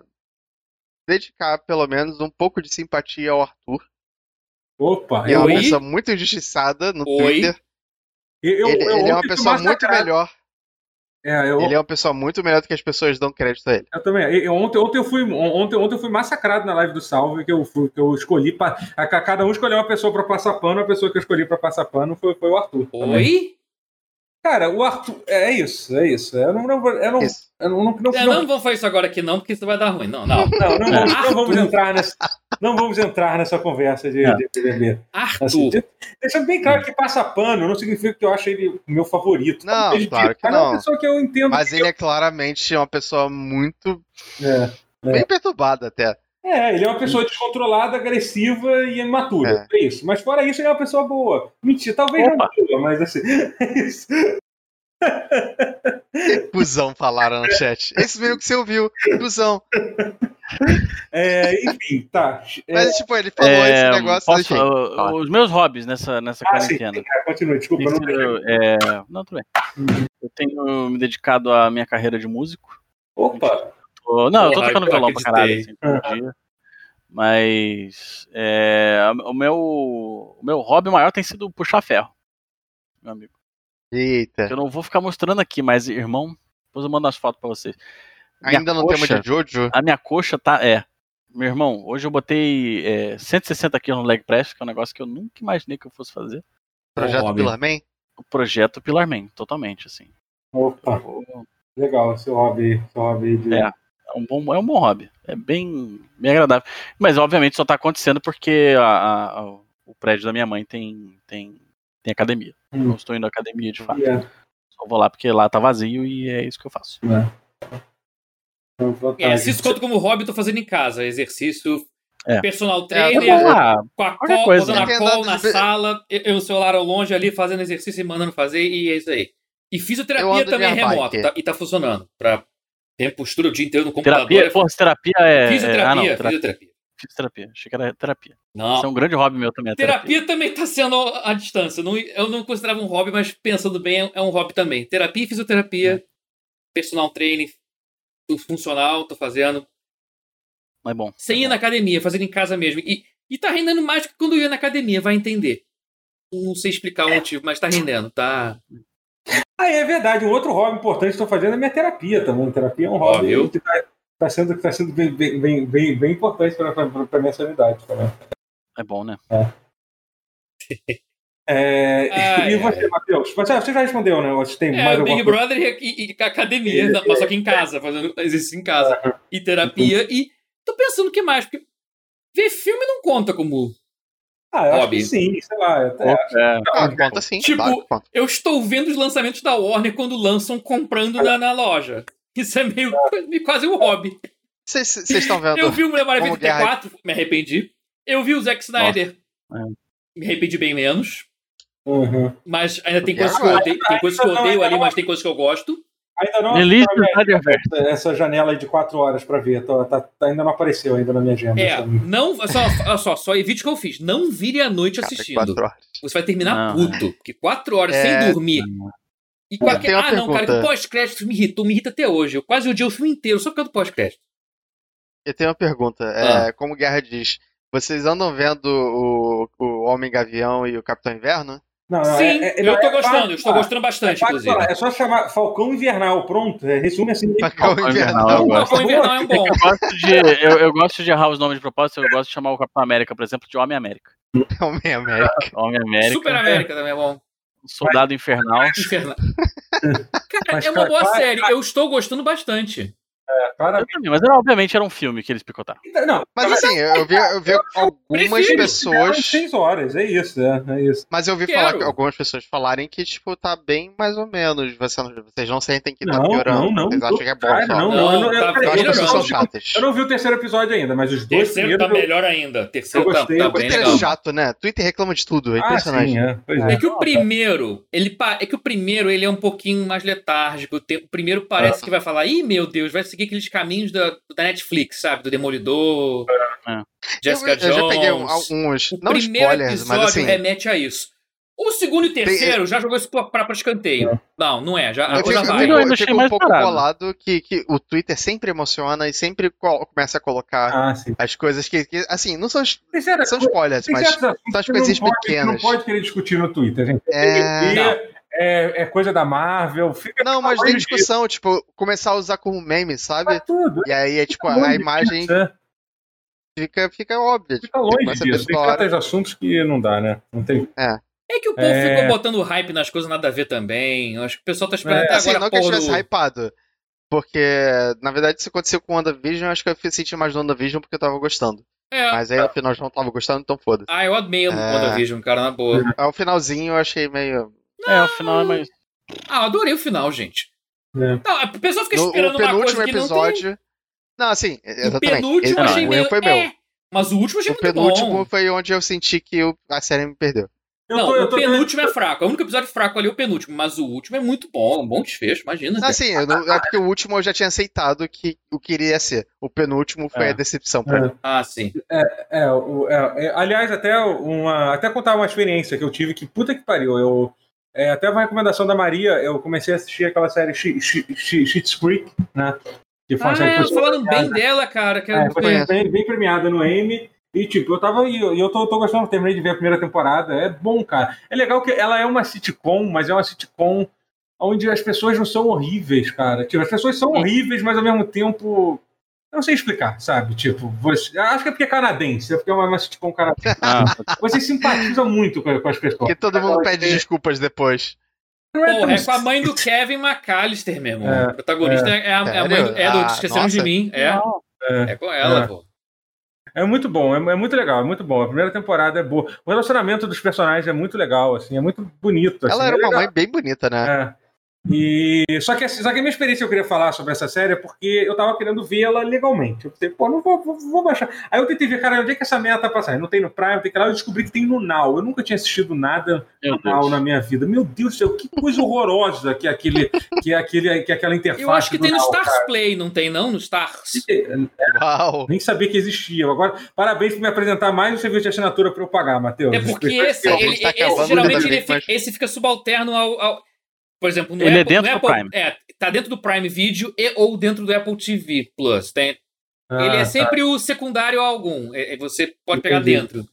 [SPEAKER 3] dedicar pelo menos um pouco de simpatia ao Arthur.
[SPEAKER 1] Opa,
[SPEAKER 3] Ele é uma
[SPEAKER 2] Oi?
[SPEAKER 3] pessoa muito injustiçada no
[SPEAKER 2] Oi?
[SPEAKER 3] Twitter.
[SPEAKER 1] eu,
[SPEAKER 3] ele,
[SPEAKER 1] eu
[SPEAKER 3] ele é uma
[SPEAKER 1] ontem fui
[SPEAKER 3] pessoa muito
[SPEAKER 1] massacrado.
[SPEAKER 3] melhor.
[SPEAKER 1] É, eu,
[SPEAKER 3] Ele é uma pessoa muito melhor do que as pessoas dão crédito a ele.
[SPEAKER 1] Eu também. Eu- eu- ontem, ontem, eu fui, ontem, ontem eu fui massacrado na live do Salve, que eu, fui- que eu escolhi. Pra, a- a- cada um escolheu uma pessoa pra passar pano, a pessoa que eu escolhi pra passar pano foi, foi o Arthur. também.
[SPEAKER 2] Oi?
[SPEAKER 1] Cara, o Arthur. É isso, é isso. Eu não. não vou- eu não,
[SPEAKER 3] Isso.
[SPEAKER 1] eu não, não, não,
[SPEAKER 2] É, não, não vamos fazer isso agora aqui não, porque isso vai dar ruim. Não, não.
[SPEAKER 1] não, não vamos, não vamos
[SPEAKER 2] Arthur.
[SPEAKER 1] entrar nessa. Não vamos entrar nessa conversa de, de BBB. *laughs*
[SPEAKER 2] Arthur. é,
[SPEAKER 1] Assim, de- deixando bem claro que passa pano, não significa que eu acho ele o meu favorito.
[SPEAKER 3] Não,
[SPEAKER 1] Talvez de-
[SPEAKER 3] claro que
[SPEAKER 1] mas é uma
[SPEAKER 3] não.
[SPEAKER 1] pessoa que eu entendo.
[SPEAKER 3] Mas ele é claramente uma pessoa muito.
[SPEAKER 1] É.
[SPEAKER 3] bem perturbada até.
[SPEAKER 1] É, ele é uma pessoa descontrolada, agressiva e imatura. É. isso. Mas fora isso, ele é uma pessoa boa. Mentira, talvez
[SPEAKER 5] Opa.
[SPEAKER 1] não boa, mas assim. *laughs* É isso.
[SPEAKER 3] Cusão falaram no chat. Esse mesmo que você ouviu, cuzão.
[SPEAKER 1] É, enfim, tá. É,
[SPEAKER 3] Mas, tipo, ele falou
[SPEAKER 4] É,
[SPEAKER 3] esse negócio,
[SPEAKER 4] posso-
[SPEAKER 3] mas, enfim.
[SPEAKER 4] o-
[SPEAKER 5] fala.
[SPEAKER 4] os meus hobbies nessa, nessa
[SPEAKER 1] Ah, sim,
[SPEAKER 4] quarentena.
[SPEAKER 1] cara, continua, desculpa. eu Não...
[SPEAKER 4] Eu, é, não, tudo bem. Eu tenho me dedicado à minha carreira de músico.
[SPEAKER 1] Opa!
[SPEAKER 4] Tô- não, eu tô
[SPEAKER 1] Ah,
[SPEAKER 2] Porra,
[SPEAKER 4] tocando
[SPEAKER 2] eu
[SPEAKER 4] violão pra caralho, assim,
[SPEAKER 2] acreditei.
[SPEAKER 4] todo dia. Mas é, o meu o meu hobby maior tem sido puxar ferro, meu amigo.
[SPEAKER 3] Eita.
[SPEAKER 4] Que Eu não vou ficar mostrando aqui, mas irmão, depois eu mando as fotos pra vocês. Minha
[SPEAKER 3] Ainda no
[SPEAKER 4] coxa-
[SPEAKER 3] tema de Jojo?
[SPEAKER 4] A minha coxa tá. É. Meu irmão, hoje eu botei é, 160 kg no leg press, que é um negócio que eu nunca imaginei que eu fosse fazer.
[SPEAKER 3] Projeto
[SPEAKER 5] Robin.
[SPEAKER 3] Pillar Man?
[SPEAKER 4] O projeto Pilar Man, totalmente, assim.
[SPEAKER 1] Opa, legal, seu hobby, seu hobby de.
[SPEAKER 4] É. É um bom, é um bom hobby. É bem, bem agradável. Mas, obviamente, só tá acontecendo porque a- a- a- o prédio da minha mãe tem, tem, tem academia.
[SPEAKER 1] Hum.
[SPEAKER 4] Não estou indo à academia, de fato.
[SPEAKER 1] Yeah.
[SPEAKER 4] Só vou lá porque lá tá vazio e é isso que eu faço.
[SPEAKER 1] Então, vantagem.
[SPEAKER 2] É, exercício conta como hobby, eu tô fazendo em casa. Exercício,
[SPEAKER 4] É.
[SPEAKER 2] personal
[SPEAKER 4] Eu
[SPEAKER 2] trainer,
[SPEAKER 4] vou lá.
[SPEAKER 2] com a
[SPEAKER 4] qualquer
[SPEAKER 2] call,
[SPEAKER 4] coisa,
[SPEAKER 2] botando
[SPEAKER 3] né?
[SPEAKER 2] a call na
[SPEAKER 3] Não tem nada de-
[SPEAKER 2] sala, eu eu e o celular ao longe ali, fazendo exercício e mandando fazer, e é isso aí. E
[SPEAKER 3] Eu ando
[SPEAKER 2] fisioterapia
[SPEAKER 3] de
[SPEAKER 2] também é
[SPEAKER 3] minha
[SPEAKER 2] remoto,
[SPEAKER 3] bike.
[SPEAKER 2] tá- e tá funcionando. Pra ter postura o dia inteiro no computador.
[SPEAKER 4] Terapia,
[SPEAKER 2] é-
[SPEAKER 4] porra, terapia é. é-
[SPEAKER 2] Fisioterapia,
[SPEAKER 4] ah, não, terapia.
[SPEAKER 2] fisioterapia.
[SPEAKER 4] Fisioterapia. Achei que era terapia.
[SPEAKER 2] Não,
[SPEAKER 4] Isso é um grande hobby meu também. a
[SPEAKER 2] Terapia também tá sendo à distância. Não- eu não considerava um hobby, mas pensando bem, é um hobby também. Terapia e fisioterapia,
[SPEAKER 4] É.
[SPEAKER 2] personal training, fun- funcional, tô fazendo.
[SPEAKER 4] Mas é Tá bom.
[SPEAKER 2] Sem ir na academia, fazendo em casa mesmo. E, e tá rendendo mais do que quando eu ia na academia, vai entender. Não sei
[SPEAKER 4] É.
[SPEAKER 2] explicar o motivo, mas tá rendendo, tá?
[SPEAKER 1] Ah, é verdade. Um outro hobby importante que estou fazendo é minha terapia também. Terapia é um hobby
[SPEAKER 2] viu?
[SPEAKER 1] que está sendo, que tá sendo bem, bem, bem, bem, bem importante para a minha sanidade também.
[SPEAKER 4] É bom, né?
[SPEAKER 1] É,
[SPEAKER 2] Ai,
[SPEAKER 1] e você, Matheus? Mas, ah, você já respondeu, né? Você tem mais
[SPEAKER 2] É, o
[SPEAKER 1] alguma
[SPEAKER 2] Big
[SPEAKER 1] coisa?
[SPEAKER 2] Brother e, e- e
[SPEAKER 4] É.
[SPEAKER 2] academia, não, mas só que em casa, fazendo exercício em casa. E terapia, e tô pensando o que mais, porque ver filme não conta como
[SPEAKER 1] Ah, eu acho
[SPEAKER 2] Hobby.
[SPEAKER 1] que sim, sei lá. eu até-
[SPEAKER 4] É,
[SPEAKER 3] Ah, conta sim.
[SPEAKER 2] Tipo-
[SPEAKER 3] claro que conta.
[SPEAKER 2] Eu estou vendo os lançamentos da Warner quando lançam comprando na, na loja. Isso é meio
[SPEAKER 3] *laughs*
[SPEAKER 2] quase um hobby.
[SPEAKER 3] Vocês vocês estão vendo.
[SPEAKER 2] Eu vi o Mulher Maravilha
[SPEAKER 3] Como Tá guerra-
[SPEAKER 2] 84, me arrependi. Eu vi o Zack Snyder,
[SPEAKER 4] Nossa.
[SPEAKER 3] É.
[SPEAKER 2] me arrependi bem menos.
[SPEAKER 1] Uhum.
[SPEAKER 2] Mas ainda tem
[SPEAKER 3] Guerra-
[SPEAKER 2] coisas que eu odeio, tem coisas que eu odeio ali, mas tem coisas que eu gosto.
[SPEAKER 1] Ainda não
[SPEAKER 4] Release
[SPEAKER 1] apareceu
[SPEAKER 4] do Snyderverse.
[SPEAKER 1] essa janela aí de quatro horas para ver. Tá- tá- tá- ainda não apareceu ainda na minha agenda.
[SPEAKER 2] É,
[SPEAKER 1] sabe?
[SPEAKER 2] não. Só, olha só, só evite o que eu fiz. Não vire à noite
[SPEAKER 3] Cara,
[SPEAKER 2] assistindo.
[SPEAKER 3] quatro horas.
[SPEAKER 2] Você vai terminar
[SPEAKER 4] Não,
[SPEAKER 2] puto. Porque quatro horas
[SPEAKER 3] É.
[SPEAKER 2] sem dormir. E com
[SPEAKER 3] Eu
[SPEAKER 2] aquele.
[SPEAKER 3] tenho
[SPEAKER 2] Ah,
[SPEAKER 3] uma
[SPEAKER 2] não, cara, que o
[SPEAKER 3] pergunta.
[SPEAKER 2] pós-crédito me irritou, me irrita até hoje. Eu quase odiei o filme inteiro, só por causa do pós-crédito.
[SPEAKER 3] Eu tenho uma pergunta.
[SPEAKER 2] Ah.
[SPEAKER 3] É, como o Guerra diz, vocês andam vendo o, o Homem Gavião e o Capitão Inverno?
[SPEAKER 1] Não, não,
[SPEAKER 2] Sim,
[SPEAKER 1] é- é-
[SPEAKER 2] eu
[SPEAKER 1] não,
[SPEAKER 2] tô
[SPEAKER 1] é
[SPEAKER 2] gostando,
[SPEAKER 1] fácil
[SPEAKER 2] eu estou
[SPEAKER 1] falar.
[SPEAKER 2] gostando bastante,
[SPEAKER 1] É fácil
[SPEAKER 2] inclusive.
[SPEAKER 1] falar, É só chamar Falcão Invernal, pronto. é, Resume assim.
[SPEAKER 3] Capitão
[SPEAKER 4] Capitão
[SPEAKER 3] Invernal.
[SPEAKER 2] O
[SPEAKER 4] Invernal, eu gosto.
[SPEAKER 2] Capão Invernal é um bom.
[SPEAKER 4] Eu gosto, de, eu, eu gosto de errar os nomes de propósito, eu gosto de chamar o Capitão América, por exemplo, de Homem América.
[SPEAKER 3] Homem América.
[SPEAKER 4] Homem América,
[SPEAKER 2] Super América também é bom.
[SPEAKER 4] Soldado Infernal.
[SPEAKER 2] Infernal. Cara,
[SPEAKER 1] *laughs* Mas,
[SPEAKER 2] é uma
[SPEAKER 1] cara,
[SPEAKER 2] boa
[SPEAKER 1] quase-
[SPEAKER 2] série. Eu estou gostando bastante.
[SPEAKER 1] Claramente.
[SPEAKER 4] Eu também, Mas era, obviamente era um filme que eles picotaram.
[SPEAKER 1] tá- Não,
[SPEAKER 3] Mas assim, eu vi, eu vi
[SPEAKER 2] é
[SPEAKER 3] algumas
[SPEAKER 2] prefiro.
[SPEAKER 1] Eram
[SPEAKER 3] pessoas.
[SPEAKER 1] seis horas, é isso, é, é isso.
[SPEAKER 3] Mas eu vi
[SPEAKER 2] Quero.
[SPEAKER 3] falar que algumas pessoas falarem que, tipo, tá bem mais ou menos. Você não- vocês não sentem que tá
[SPEAKER 1] Não,
[SPEAKER 3] piorando.
[SPEAKER 1] não, não,
[SPEAKER 3] Vocês acham
[SPEAKER 1] não,
[SPEAKER 3] que é bom
[SPEAKER 1] cara,
[SPEAKER 3] só.
[SPEAKER 1] Ah, não,
[SPEAKER 2] Não,
[SPEAKER 1] eu não- eu-
[SPEAKER 2] tá
[SPEAKER 1] eu-
[SPEAKER 3] Eu acho que
[SPEAKER 1] eu-
[SPEAKER 3] as pessoas são
[SPEAKER 1] eu-
[SPEAKER 3] chatas.
[SPEAKER 1] Eu não vi o terceiro episódio ainda, mas os dois
[SPEAKER 2] Terceiro
[SPEAKER 1] primeiros.
[SPEAKER 2] tá
[SPEAKER 1] eu-
[SPEAKER 2] melhor ainda. Terceiro
[SPEAKER 1] Eu
[SPEAKER 2] tá,
[SPEAKER 1] gostei,
[SPEAKER 2] tá
[SPEAKER 1] eu
[SPEAKER 2] bem
[SPEAKER 3] Twitter
[SPEAKER 2] legal.
[SPEAKER 3] é chato, né? Twitter reclama de tudo, é
[SPEAKER 1] Ah,
[SPEAKER 3] impressionante.
[SPEAKER 1] sim, é, pois é.
[SPEAKER 2] É que o primeiro, ele pa- é que o primeiro ele é um pouquinho mais letárgico. Tem- O primeiro parece que vai falar, ih meu Deus, vai seguir aqueles caminhos da, da Netflix, sabe? Do Demolidor,
[SPEAKER 4] É.
[SPEAKER 2] Jessica
[SPEAKER 3] eu,
[SPEAKER 2] Jones.
[SPEAKER 3] eu já peguei um- alguns,
[SPEAKER 2] O
[SPEAKER 3] não
[SPEAKER 2] primeiro
[SPEAKER 3] spoilers,
[SPEAKER 2] episódio é
[SPEAKER 3] mas assim,
[SPEAKER 2] remete a isso. O segundo e o terceiro já jogou isso pra, pra pra escanteio. Não, não é. Já, a
[SPEAKER 3] eu fico,
[SPEAKER 2] coisa vai.
[SPEAKER 4] eu ainda
[SPEAKER 3] eu
[SPEAKER 4] achei
[SPEAKER 3] fico um
[SPEAKER 4] mais
[SPEAKER 3] pouco
[SPEAKER 4] parado.
[SPEAKER 3] bolado que, que o Twitter sempre emociona e sempre co- começa a colocar
[SPEAKER 1] Ah, sim.
[SPEAKER 3] as coisas que, que, assim, não são, es-
[SPEAKER 1] Tem certas
[SPEAKER 3] são
[SPEAKER 1] coisas-
[SPEAKER 3] spoilers,
[SPEAKER 1] tem
[SPEAKER 3] mas
[SPEAKER 1] certos assuntos
[SPEAKER 3] são as
[SPEAKER 1] que não
[SPEAKER 3] coisinhas
[SPEAKER 1] pode-
[SPEAKER 3] pequenas.
[SPEAKER 1] Não pode querer discutir no Twitter, gente.
[SPEAKER 3] É...
[SPEAKER 1] E- É, é coisa da Marvel, fica
[SPEAKER 3] Não, mas
[SPEAKER 1] falando
[SPEAKER 3] nem
[SPEAKER 1] disso,
[SPEAKER 3] discussão, tipo, começar a usar como meme, sabe?
[SPEAKER 1] tá tudo.
[SPEAKER 3] E aí é tipo,
[SPEAKER 1] Tá longe
[SPEAKER 3] a imagem
[SPEAKER 1] disso, é.
[SPEAKER 3] fica, fica óbvia.
[SPEAKER 1] Fica
[SPEAKER 3] tipo,
[SPEAKER 1] longe
[SPEAKER 3] começa a
[SPEAKER 1] disso. Tem
[SPEAKER 3] pessoa-
[SPEAKER 1] certos assuntos que não dá, né? Não tem.
[SPEAKER 2] É que o povo
[SPEAKER 1] É.
[SPEAKER 2] ficou botando hype nas coisas nada a ver também. Eu Acho que o pessoal tá esperando
[SPEAKER 1] É.
[SPEAKER 2] até
[SPEAKER 3] Assim,
[SPEAKER 2] agora.
[SPEAKER 3] não que eu
[SPEAKER 2] porra
[SPEAKER 3] estivesse
[SPEAKER 2] do-
[SPEAKER 3] hypado. Porque, na verdade, isso aconteceu com o WandaVision, eu acho que eu senti mais no WandaVision porque eu tava gostando.
[SPEAKER 2] É.
[SPEAKER 3] Mas aí, afinal, eu não tava gostando, então foda-se.
[SPEAKER 2] Ah, eu amei o
[SPEAKER 3] É.
[SPEAKER 2] WandaVision, cara, na boa.
[SPEAKER 1] É.
[SPEAKER 3] Ao finalzinho eu achei meio.
[SPEAKER 4] É, o final é mais.
[SPEAKER 2] Ah, eu adorei o final, gente.
[SPEAKER 1] É.
[SPEAKER 2] Não, a pessoa fica
[SPEAKER 3] No,
[SPEAKER 2] esperando
[SPEAKER 3] o
[SPEAKER 2] uma
[SPEAKER 3] penúltimo
[SPEAKER 2] coisa que não tem.
[SPEAKER 3] episódio. Não, assim,
[SPEAKER 2] O
[SPEAKER 3] exatamente.
[SPEAKER 2] penúltimo eu
[SPEAKER 4] Ele-
[SPEAKER 2] achei
[SPEAKER 3] o
[SPEAKER 2] meio...
[SPEAKER 3] erro foi meu.
[SPEAKER 2] É, mas o último eu achei
[SPEAKER 3] O
[SPEAKER 2] muito
[SPEAKER 3] penúltimo
[SPEAKER 2] bom.
[SPEAKER 3] foi onde eu senti que eu- a série me perdeu.
[SPEAKER 1] Eu
[SPEAKER 2] não,
[SPEAKER 1] tô- eu
[SPEAKER 2] o
[SPEAKER 1] tô-
[SPEAKER 2] penúltimo é fraco. O único episódio fraco ali é o penúltimo, mas o último é muito bom, é um bom desfecho, imagina.
[SPEAKER 3] Assim, eu não- é porque o último eu já tinha aceitado que o que iria ser. O penúltimo foi
[SPEAKER 1] É.
[SPEAKER 3] a decepção pra
[SPEAKER 1] É.
[SPEAKER 3] mim.
[SPEAKER 2] Ah, sim.
[SPEAKER 1] É, o- é, é, aliás, até uma, até contar uma experiência que eu tive que puta que pariu. Eu é, até uma recomendação da Maria, eu comecei a assistir aquela série Shi- Shi- Shi- Schitt's Creek, né? Que foi uma série
[SPEAKER 2] Ah,
[SPEAKER 1] que foi-
[SPEAKER 2] falando bem dela, cara. Que
[SPEAKER 1] é, foi
[SPEAKER 3] conheço.
[SPEAKER 1] bem, bem premiada no M. E tipo, eu tava e eu, e eu tô, tô gostando, terminei de ver a primeira temporada. É bom, cara. É legal que ela é uma sitcom, mas é uma sitcom onde as pessoas não são horríveis, cara. Tipo, as pessoas são horríveis, mas ao mesmo tempo eu não sei explicar, sabe? Tipo, você, acho que é porque é canadense, é porque é uma, uma sitcom canadense.
[SPEAKER 4] *laughs* Ah,
[SPEAKER 1] Você simpatiza muito com, com as pessoas.
[SPEAKER 3] Porque todo mundo
[SPEAKER 1] Aquelas
[SPEAKER 3] pede
[SPEAKER 1] que-
[SPEAKER 3] desculpas depois.
[SPEAKER 1] Não é tão-
[SPEAKER 2] Porra, é com a mãe do Kevin McAllister, meu irmão.
[SPEAKER 1] É,
[SPEAKER 2] o protagonista é, é a, é a mãe do.
[SPEAKER 3] Sério?
[SPEAKER 2] É do
[SPEAKER 3] Ah,
[SPEAKER 2] Esqueceram de
[SPEAKER 3] nossa.
[SPEAKER 2] Mim. É,
[SPEAKER 4] não.
[SPEAKER 1] é.
[SPEAKER 2] é com ela,
[SPEAKER 1] É.
[SPEAKER 2] pô.
[SPEAKER 1] É muito bom, é, é muito legal, é muito bom. A primeira temporada é boa. O relacionamento dos personagens é muito legal, assim, é muito bonito.
[SPEAKER 3] Ela
[SPEAKER 1] assim,
[SPEAKER 3] era
[SPEAKER 1] é
[SPEAKER 3] uma
[SPEAKER 1] legal.
[SPEAKER 3] mãe bem bonita, né?
[SPEAKER 1] É. E, só, que, só que a minha experiência que eu queria falar sobre essa série é porque eu tava querendo vê-la legalmente. Eu pensei, pô, não vou, vou, vou baixar. Aí eu tentei ver, cara, onde é que essa merda tá passando? Não tem no Prime, tem que ir lá. Eu descobri que tem no Now. Eu nunca tinha assistido nada
[SPEAKER 4] Ah, Meu
[SPEAKER 1] Now
[SPEAKER 4] Deus.
[SPEAKER 1] na minha vida. Meu Deus do céu, que coisa horrorosa que é, aquele, que é, aquele, que é aquela interface.
[SPEAKER 2] Eu acho que
[SPEAKER 1] do
[SPEAKER 2] tem no
[SPEAKER 1] Now,
[SPEAKER 2] Stars
[SPEAKER 1] cara.
[SPEAKER 2] Play, não tem, não? No Stars?
[SPEAKER 1] É.
[SPEAKER 3] Uau!
[SPEAKER 1] Nem sabia que existia. Agora, parabéns por me apresentar mais um serviço de assinatura pra eu pagar, Matheus.
[SPEAKER 2] É porque esse,
[SPEAKER 3] Realmente
[SPEAKER 2] ele-
[SPEAKER 3] tá
[SPEAKER 2] esse
[SPEAKER 3] acabando
[SPEAKER 2] geralmente
[SPEAKER 3] cada
[SPEAKER 2] ele
[SPEAKER 3] vez
[SPEAKER 2] fica,
[SPEAKER 3] mais.
[SPEAKER 2] esse fica subalterno ao. ao- por exemplo, no
[SPEAKER 4] Ele é
[SPEAKER 2] Apple,
[SPEAKER 4] dentro
[SPEAKER 2] no
[SPEAKER 4] do
[SPEAKER 2] Apple- É, tá dentro do Prime Video e, ou dentro do Apple TV Plus. Tem,
[SPEAKER 1] Ah,
[SPEAKER 2] ele é
[SPEAKER 1] tá.
[SPEAKER 2] sempre o secundário a algum. É- é- você pode pegar
[SPEAKER 1] Entendi.
[SPEAKER 2] dentro.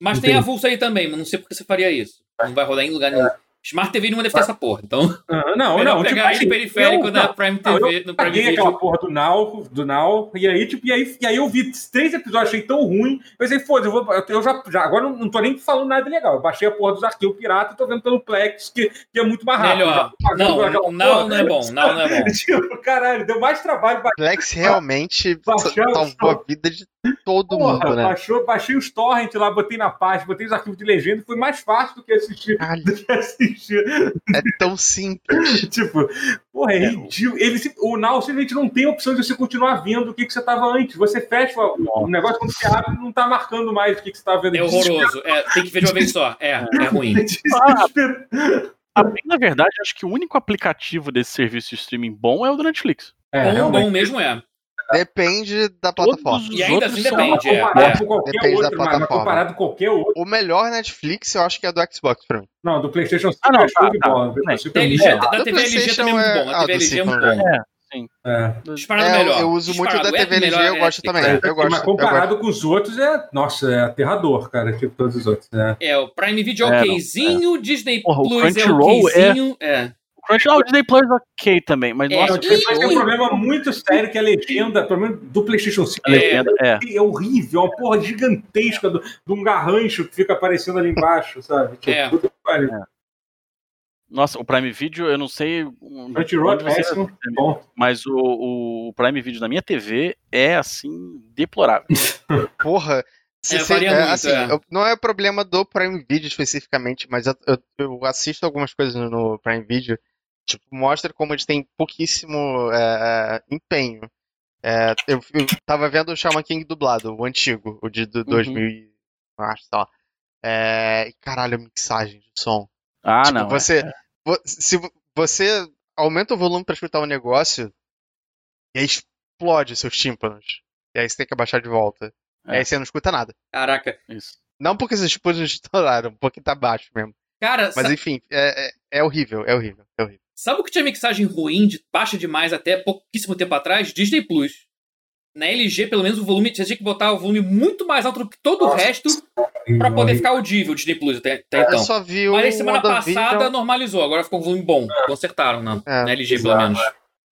[SPEAKER 2] Mas tem
[SPEAKER 1] Entendi.
[SPEAKER 2] avulso aí também, mas não sei por que você faria isso. Não vai rodar em lugar nenhum. Smart TV não deve ter essa porra, então.
[SPEAKER 1] Ah, não,
[SPEAKER 2] Melhor
[SPEAKER 1] não.
[SPEAKER 2] pegar ele
[SPEAKER 1] assim,
[SPEAKER 2] periférico
[SPEAKER 1] eu-
[SPEAKER 2] da
[SPEAKER 1] não,
[SPEAKER 2] Prime
[SPEAKER 1] não,
[SPEAKER 2] TV, no Prime
[SPEAKER 1] Paguei
[SPEAKER 2] Video.
[SPEAKER 1] é aquela porra do Now, do Now, e aí, tipo, e aí, e aí eu vi três episódios, achei tão ruim. Eu pensei, foda, eu, vou, eu já, já- agora não, não tô nem falando nada legal. Eu baixei a porra dos arquivos pirata e tô vendo pelo Plex, que, que é muito mais rápido. Já
[SPEAKER 2] Melhor.
[SPEAKER 1] tô pagando
[SPEAKER 2] Não,
[SPEAKER 1] aquela
[SPEAKER 2] não, não,
[SPEAKER 1] porra.
[SPEAKER 2] é bom. Não, não é bom.
[SPEAKER 1] *laughs* Tipo, caralho, deu mais trabalho ba-
[SPEAKER 3] Plex
[SPEAKER 4] *laughs*
[SPEAKER 3] realmente
[SPEAKER 4] Tá
[SPEAKER 1] Baixando-
[SPEAKER 3] salvou a vida de todo
[SPEAKER 1] porra,
[SPEAKER 3] mundo, né?
[SPEAKER 1] baixou, baixei os torrents lá, botei na paz, botei os arquivos de legenda, foi mais fácil do que assistir, *laughs*
[SPEAKER 3] Caralho,
[SPEAKER 1] do que assistir
[SPEAKER 3] é tão simples.
[SPEAKER 4] *laughs*
[SPEAKER 1] tipo, porra, é,
[SPEAKER 4] É,
[SPEAKER 1] ridículo. Ele, se- o Now simplesmente não tem opção de você continuar vendo o que, que você estava antes. Você fecha o, o negócio quando você abre, não tá marcando mais o que, que você estava vendo.
[SPEAKER 2] É horroroso. É, tem que ver de uma vez só. É, é ruim.
[SPEAKER 1] Desespero.
[SPEAKER 4] Ah, bem, na verdade, acho que o único aplicativo desse serviço de streaming bom é o do Netflix.
[SPEAKER 1] É,
[SPEAKER 2] Bom,
[SPEAKER 1] realmente.
[SPEAKER 2] bom mesmo é.
[SPEAKER 3] Depende da plataforma.
[SPEAKER 4] Todos os
[SPEAKER 2] E ainda
[SPEAKER 4] outros
[SPEAKER 2] assim
[SPEAKER 4] são
[SPEAKER 2] depende. é,
[SPEAKER 1] comparado
[SPEAKER 2] é.
[SPEAKER 1] com qualquer
[SPEAKER 3] Depende da
[SPEAKER 1] outro, mas- mas
[SPEAKER 3] plataforma.
[SPEAKER 1] comparado com qualquer outro.
[SPEAKER 3] O melhor Netflix eu acho que é do Xbox pra mim.
[SPEAKER 1] Não, do PlayStation 5
[SPEAKER 4] Ah, não,
[SPEAKER 1] é show
[SPEAKER 4] tá,
[SPEAKER 1] de
[SPEAKER 4] tá.
[SPEAKER 1] bola. do
[SPEAKER 4] Tudo bem.
[SPEAKER 1] PlayStation
[SPEAKER 2] TLG,
[SPEAKER 1] 5 é-
[SPEAKER 2] da
[SPEAKER 3] do
[SPEAKER 2] TV LG também é
[SPEAKER 3] PlayStation
[SPEAKER 2] muito
[SPEAKER 3] é-
[SPEAKER 2] bom. A TV
[SPEAKER 3] ah, do
[SPEAKER 2] LG é muito
[SPEAKER 3] Simon,
[SPEAKER 2] bom.
[SPEAKER 1] é.
[SPEAKER 2] Disparado
[SPEAKER 3] É, eu-
[SPEAKER 2] melhor.
[SPEAKER 3] eu uso muito
[SPEAKER 2] Disparado,
[SPEAKER 3] da
[SPEAKER 2] é
[SPEAKER 3] TV LG,
[SPEAKER 2] melhor,
[SPEAKER 3] eu gosto
[SPEAKER 2] é,
[SPEAKER 3] também. eu gosto,
[SPEAKER 1] Mas
[SPEAKER 3] eu
[SPEAKER 1] comparado com os outros, é. Nossa, é aterrador, cara. Tipo, todos os outros. né?
[SPEAKER 2] É, o Prime Video é
[SPEAKER 4] É,
[SPEAKER 2] okzinho, Disney
[SPEAKER 4] Porra, o
[SPEAKER 2] Plus é
[SPEAKER 4] Crunchyroll é-
[SPEAKER 2] okzinho. É.
[SPEAKER 4] O Crunchyroll, o Disney Plus ok também, mas
[SPEAKER 2] É,
[SPEAKER 1] Não,
[SPEAKER 4] nossa,
[SPEAKER 1] tipo, mas tem um
[SPEAKER 2] Ui.
[SPEAKER 1] problema muito sério que é a legenda, pelo menos do PlayStation 5.
[SPEAKER 4] a legenda é.
[SPEAKER 1] é horrível, é uma porra gigantesca do- de um garrancho que fica aparecendo ali embaixo, sabe? Tipo,
[SPEAKER 2] É.
[SPEAKER 1] puta que pariu.
[SPEAKER 4] Nossa, o Prime Video, eu não sei um,
[SPEAKER 1] Crunchyroll
[SPEAKER 4] onde
[SPEAKER 1] é
[SPEAKER 4] você
[SPEAKER 1] péssimo,
[SPEAKER 4] assiste,
[SPEAKER 1] bom.
[SPEAKER 4] mas o, o Prime Video na minha TV é assim deplorável.
[SPEAKER 3] Porra. Se,
[SPEAKER 2] É,
[SPEAKER 3] se-
[SPEAKER 2] varia
[SPEAKER 3] é,
[SPEAKER 2] muito,
[SPEAKER 3] assim,
[SPEAKER 2] é.
[SPEAKER 3] eu- não é problema do Prime Video especificamente, mas eu, eu- eu assisto algumas coisas no, no Prime Video, tipo, mostra como eles têm pouquíssimo é, é, empenho. É, eu, eu tava vendo o Shaman King dublado, o antigo, o de
[SPEAKER 2] Uhum.
[SPEAKER 3] do 2000, e- acho, sei lá. É, e caralho, a mixagem de som.
[SPEAKER 4] Ah,
[SPEAKER 3] Tipo,
[SPEAKER 4] não. é.
[SPEAKER 3] você, vo- se vo- você aumenta o volume pra escutar um negócio, e aí explode seus tímpanos. E aí você tem que abaixar de volta. E
[SPEAKER 4] É.
[SPEAKER 3] aí você não escuta nada.
[SPEAKER 2] Caraca.
[SPEAKER 4] Isso.
[SPEAKER 3] Não porque seus tímpanos *laughs* estouraram, porque tá baixo mesmo.
[SPEAKER 2] Cara,
[SPEAKER 3] Mas
[SPEAKER 2] sa-
[SPEAKER 3] enfim, é, é- é horrível, é horrível, é horrível.
[SPEAKER 2] sabe o que tinha mixagem ruim, de baixa demais até pouquíssimo tempo atrás? Disney Plus. Na LG, pelo menos, o volume, você tinha que botar o volume muito mais alto do que todo o
[SPEAKER 1] Nossa.
[SPEAKER 2] resto pra poder ficar audível o Disney Plus até, até
[SPEAKER 3] Eu
[SPEAKER 2] então.
[SPEAKER 3] só vi um o
[SPEAKER 2] Mas aí semana
[SPEAKER 3] WandaVision,
[SPEAKER 2] passada normalizou, agora ficou um volume bom. Consertaram na,
[SPEAKER 3] É,
[SPEAKER 2] na LG, pelo menos.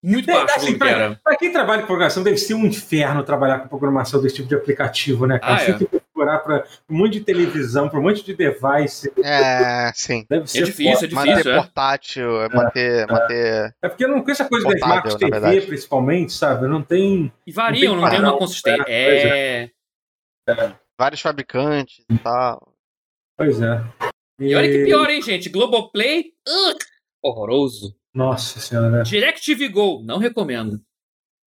[SPEAKER 2] Muito
[SPEAKER 1] É,
[SPEAKER 2] baixo o
[SPEAKER 1] assim,
[SPEAKER 2] volume que era.
[SPEAKER 1] Pra quem trabalha com programação, deve ser um inferno trabalhar com programação desse tipo de aplicativo, né, cara?
[SPEAKER 2] Ah,
[SPEAKER 1] Você
[SPEAKER 2] é.
[SPEAKER 1] tem que procurar pra um monte de televisão, pra um monte de device.
[SPEAKER 3] É, sim.
[SPEAKER 1] Deve
[SPEAKER 2] É
[SPEAKER 1] ser
[SPEAKER 2] difícil, é
[SPEAKER 1] foda.
[SPEAKER 3] Manter
[SPEAKER 2] difícil, é.
[SPEAKER 3] portátil, é manter. manter...
[SPEAKER 1] É porque eu não com essa coisa das
[SPEAKER 3] Portável,
[SPEAKER 1] marcas
[SPEAKER 3] na
[SPEAKER 1] TV,
[SPEAKER 3] verdade.
[SPEAKER 1] principalmente, sabe? Não tem.
[SPEAKER 2] E variam,
[SPEAKER 1] Não
[SPEAKER 2] não
[SPEAKER 1] tem
[SPEAKER 2] tem, uma
[SPEAKER 1] padrão,
[SPEAKER 2] consistência.
[SPEAKER 1] é,
[SPEAKER 2] É.
[SPEAKER 1] É.
[SPEAKER 3] Vários fabricantes e tal.
[SPEAKER 1] Pois é.
[SPEAKER 2] E olha que pior, hein, gente? Globoplay, ugh, horroroso.
[SPEAKER 1] Nossa senhora, né?
[SPEAKER 2] DirecTV Go, não recomendo.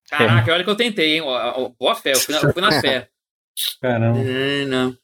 [SPEAKER 1] Tá.
[SPEAKER 2] Caraca, olha que eu tentei, hein? Ó, ó, Boa fé, eu fui na, eu fui na
[SPEAKER 1] *laughs*
[SPEAKER 2] fé.
[SPEAKER 1] Caramba.
[SPEAKER 2] É, não.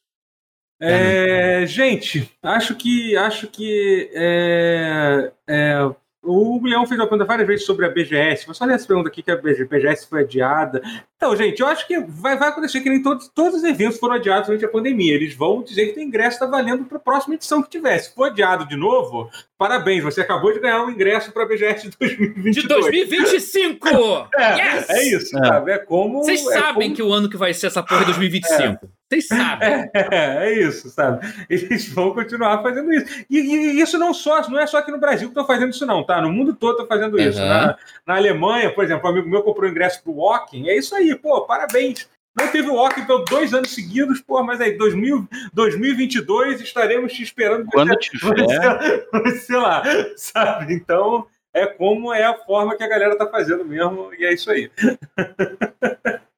[SPEAKER 1] É, gente, acho que acho que é, é, o Hugo Leão fez uma pergunta várias vezes sobre a BGS. Mas olha essa pergunta aqui que a BG BGS foi adiada. Então, gente, eu acho que vai, vai acontecer que nem todos, todos os eventos foram adiados durante a pandemia. Eles vão dizer que o ingresso está valendo para a próxima edição que tiver. Se for adiado de novo, parabéns, você acabou de ganhar um ingresso para a BGS de 2022.
[SPEAKER 2] De 2025!
[SPEAKER 1] É,
[SPEAKER 2] yes!
[SPEAKER 1] é isso, sabe? É como.
[SPEAKER 2] Vocês
[SPEAKER 1] é
[SPEAKER 2] sabem que o ano que vai ser essa porra é 2025. Vocês sabem.
[SPEAKER 1] É, é isso, sabe? Eles vão continuar fazendo isso. E, e isso não, só, não é só aqui no Brasil que estão fazendo isso, não, tá? No mundo todo estão fazendo isso.
[SPEAKER 2] Uhum.
[SPEAKER 1] Na, na Alemanha, por exemplo, um amigo meu comprou ingresso pro Walking. É isso aí, pô, parabéns. Não teve o Walking por dois anos seguidos, pô, mas aí, 2000, 2022, estaremos te esperando.
[SPEAKER 4] *laughs* Quando
[SPEAKER 2] É.
[SPEAKER 4] tiver.
[SPEAKER 1] Sei, sei lá, sabe? Então, é como é a forma que a galera tá fazendo mesmo, e é isso aí. *laughs*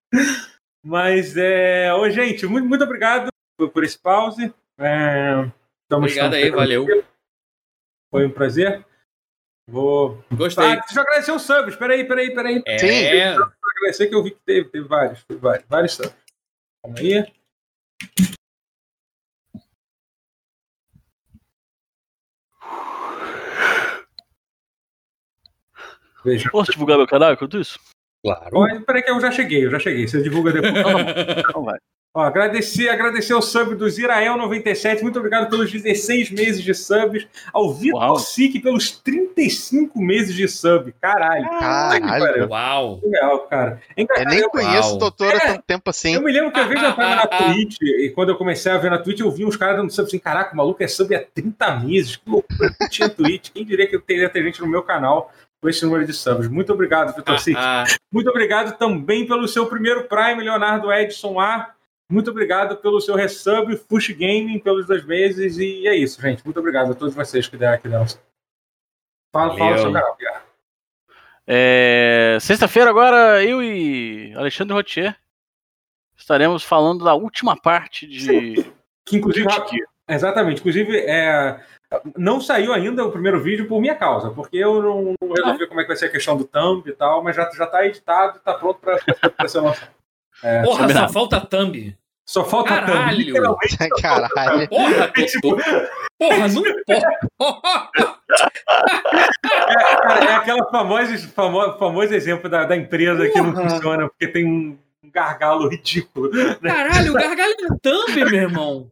[SPEAKER 1] Mas, é... Ô, gente, muito, muito obrigado por, por esse pause. É, tamo-
[SPEAKER 2] Obrigado
[SPEAKER 1] tamo-
[SPEAKER 2] aí, valeu.
[SPEAKER 1] Foi um prazer. Vou. Ah,
[SPEAKER 2] Gostei.
[SPEAKER 1] deixa eu agradecer os subs. Peraí, peraí, peraí.
[SPEAKER 2] É,
[SPEAKER 3] Sim.
[SPEAKER 1] Agradecer que eu vi que teve, teve vários. Teve vários, vários subs. Calma aí. Veja.
[SPEAKER 4] Posso divulgar meu canal enquanto isso?
[SPEAKER 5] Claro.
[SPEAKER 1] Olha, Peraí, que eu já cheguei, eu já cheguei. Você divulga depois.
[SPEAKER 4] Não vai.
[SPEAKER 1] Ó, agradecer, agradecer o sub do Zirael97. Muito obrigado pelos 16 meses de subs. Ao
[SPEAKER 4] Uau.
[SPEAKER 1] Vitor Sick pelos 35 meses de sub. Caralho.
[SPEAKER 3] Caralho.
[SPEAKER 1] pariu.
[SPEAKER 2] Uau.
[SPEAKER 1] Legal, cara. É engraçado,
[SPEAKER 3] Eu nem
[SPEAKER 1] eu-
[SPEAKER 3] conheço o doutor há
[SPEAKER 1] É.
[SPEAKER 3] tanto tempo assim. *laughs*
[SPEAKER 1] eu me lembro que eu vez eu tava
[SPEAKER 2] *laughs*
[SPEAKER 1] na Twitch, e quando eu comecei a ver na Twitch, eu vi uns caras dando sub assim, caraca, o maluco é sub há 30 meses, que loucura que tinha Twitch. Quem diria que eu teria ter gente no meu canal com esse número de subs. Muito obrigado, Vitor Sick.
[SPEAKER 2] Ah, ah.
[SPEAKER 1] Muito obrigado também pelo seu primeiro Prime, Leonardo Edson A. Muito obrigado pelo seu resub, Fush Gaming, pelos dois meses. E é isso, gente. Muito obrigado a todos vocês que deram aqui. deram. Fala, fala
[SPEAKER 2] Valeu.
[SPEAKER 1] do seu canal, Guiar.
[SPEAKER 4] É, Sexta-feira agora, eu e Alexandre Rotier estaremos falando da última parte de
[SPEAKER 1] Que inclusive.
[SPEAKER 4] Critique.
[SPEAKER 1] Exatamente. Inclusive, é, não saiu ainda o primeiro vídeo por minha causa, porque eu não, não resolvi como é que vai ser a questão do thumb e tal, mas já, já tá editado e tá pronto pra, pra ser lançado. É,
[SPEAKER 2] Porra, só
[SPEAKER 4] combinado.
[SPEAKER 2] falta thumb.
[SPEAKER 1] só falta thumb.
[SPEAKER 2] Caralho.
[SPEAKER 1] Literalmente.
[SPEAKER 2] *laughs*
[SPEAKER 1] *laughs*
[SPEAKER 3] Caralho.
[SPEAKER 2] Porra,
[SPEAKER 1] Tipo-
[SPEAKER 2] doutor. Porra, não porra.
[SPEAKER 1] Cara, é aquela famosa, famo- famoso exemplo da, da empresa que não
[SPEAKER 2] Porra.
[SPEAKER 1] funciona porque tem um gargalo ridículo.
[SPEAKER 2] *laughs* Caralho, o gargalho é thumb, meu irmão.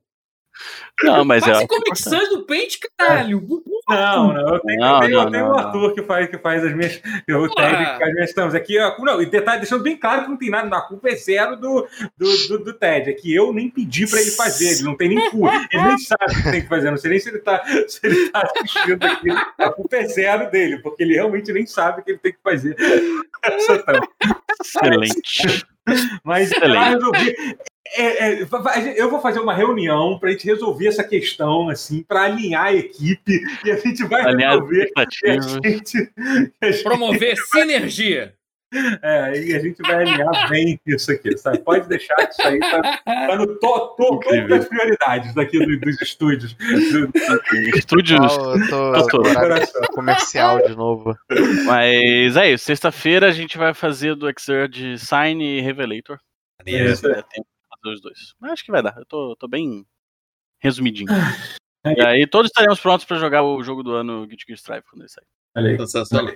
[SPEAKER 4] Não, mas é.
[SPEAKER 2] Passe Comic Sans do Paint, caralho.
[SPEAKER 1] Não, não. Eu tenho,
[SPEAKER 4] Não,
[SPEAKER 1] eu tenho, eu
[SPEAKER 4] não,
[SPEAKER 1] tenho
[SPEAKER 4] não,
[SPEAKER 1] o
[SPEAKER 4] não.
[SPEAKER 1] Arthur que faz, que faz as minhas. Eu
[SPEAKER 2] Porra.
[SPEAKER 1] técnico que faz as minhas thumbs. Aqui, ó, não, e detalhe, deixando bem claro que não tem nada. na culpa é zero do, do, do, do Ted. É que eu nem pedi pra ele fazer. Ele não tem nem cu. Ele nem sabe o que tem que fazer. Não sei nem se ele tá, se ele tá assistindo aqui. A culpa é zero dele, porque ele realmente nem sabe o que ele tem que fazer. Essa thumb. *laughs*
[SPEAKER 4] Excelente.
[SPEAKER 1] Mas
[SPEAKER 4] Excelente.
[SPEAKER 1] pra resolver. é, é, va- va- eu vou fazer uma reunião pra gente resolver essa questão, assim, pra alinhar a equipe e a gente vai
[SPEAKER 4] Aliás,
[SPEAKER 1] resolver. E a
[SPEAKER 4] expectativas.
[SPEAKER 1] gente, e a gente-
[SPEAKER 2] Promover sinergia.
[SPEAKER 1] é, e a gente vai alinhar bem isso aqui, sabe? Pode deixar que isso aí, tá, tá no to- to- topo
[SPEAKER 4] Incrível.
[SPEAKER 1] das prioridades daqui do- dos estúdios. Do, do
[SPEAKER 4] Estúdios.
[SPEAKER 3] Ó, eu tô
[SPEAKER 4] Doutor.
[SPEAKER 3] horário
[SPEAKER 1] coração.
[SPEAKER 3] comercial de novo.
[SPEAKER 4] Mas é isso. Sexta-feira a gente vai fazer do Exerd Sign e Revelator.
[SPEAKER 1] É isso aí.
[SPEAKER 4] É, tem que fazer os dois. Mas acho que vai dar. Eu tô, tô bem
[SPEAKER 1] *laughs*
[SPEAKER 4] resumidinho.
[SPEAKER 1] É
[SPEAKER 4] E aí todos estaremos prontos pra jogar o jogo do ano Guilty Gear Strive quando ele sair.
[SPEAKER 1] Olha aí.
[SPEAKER 2] Sensacional.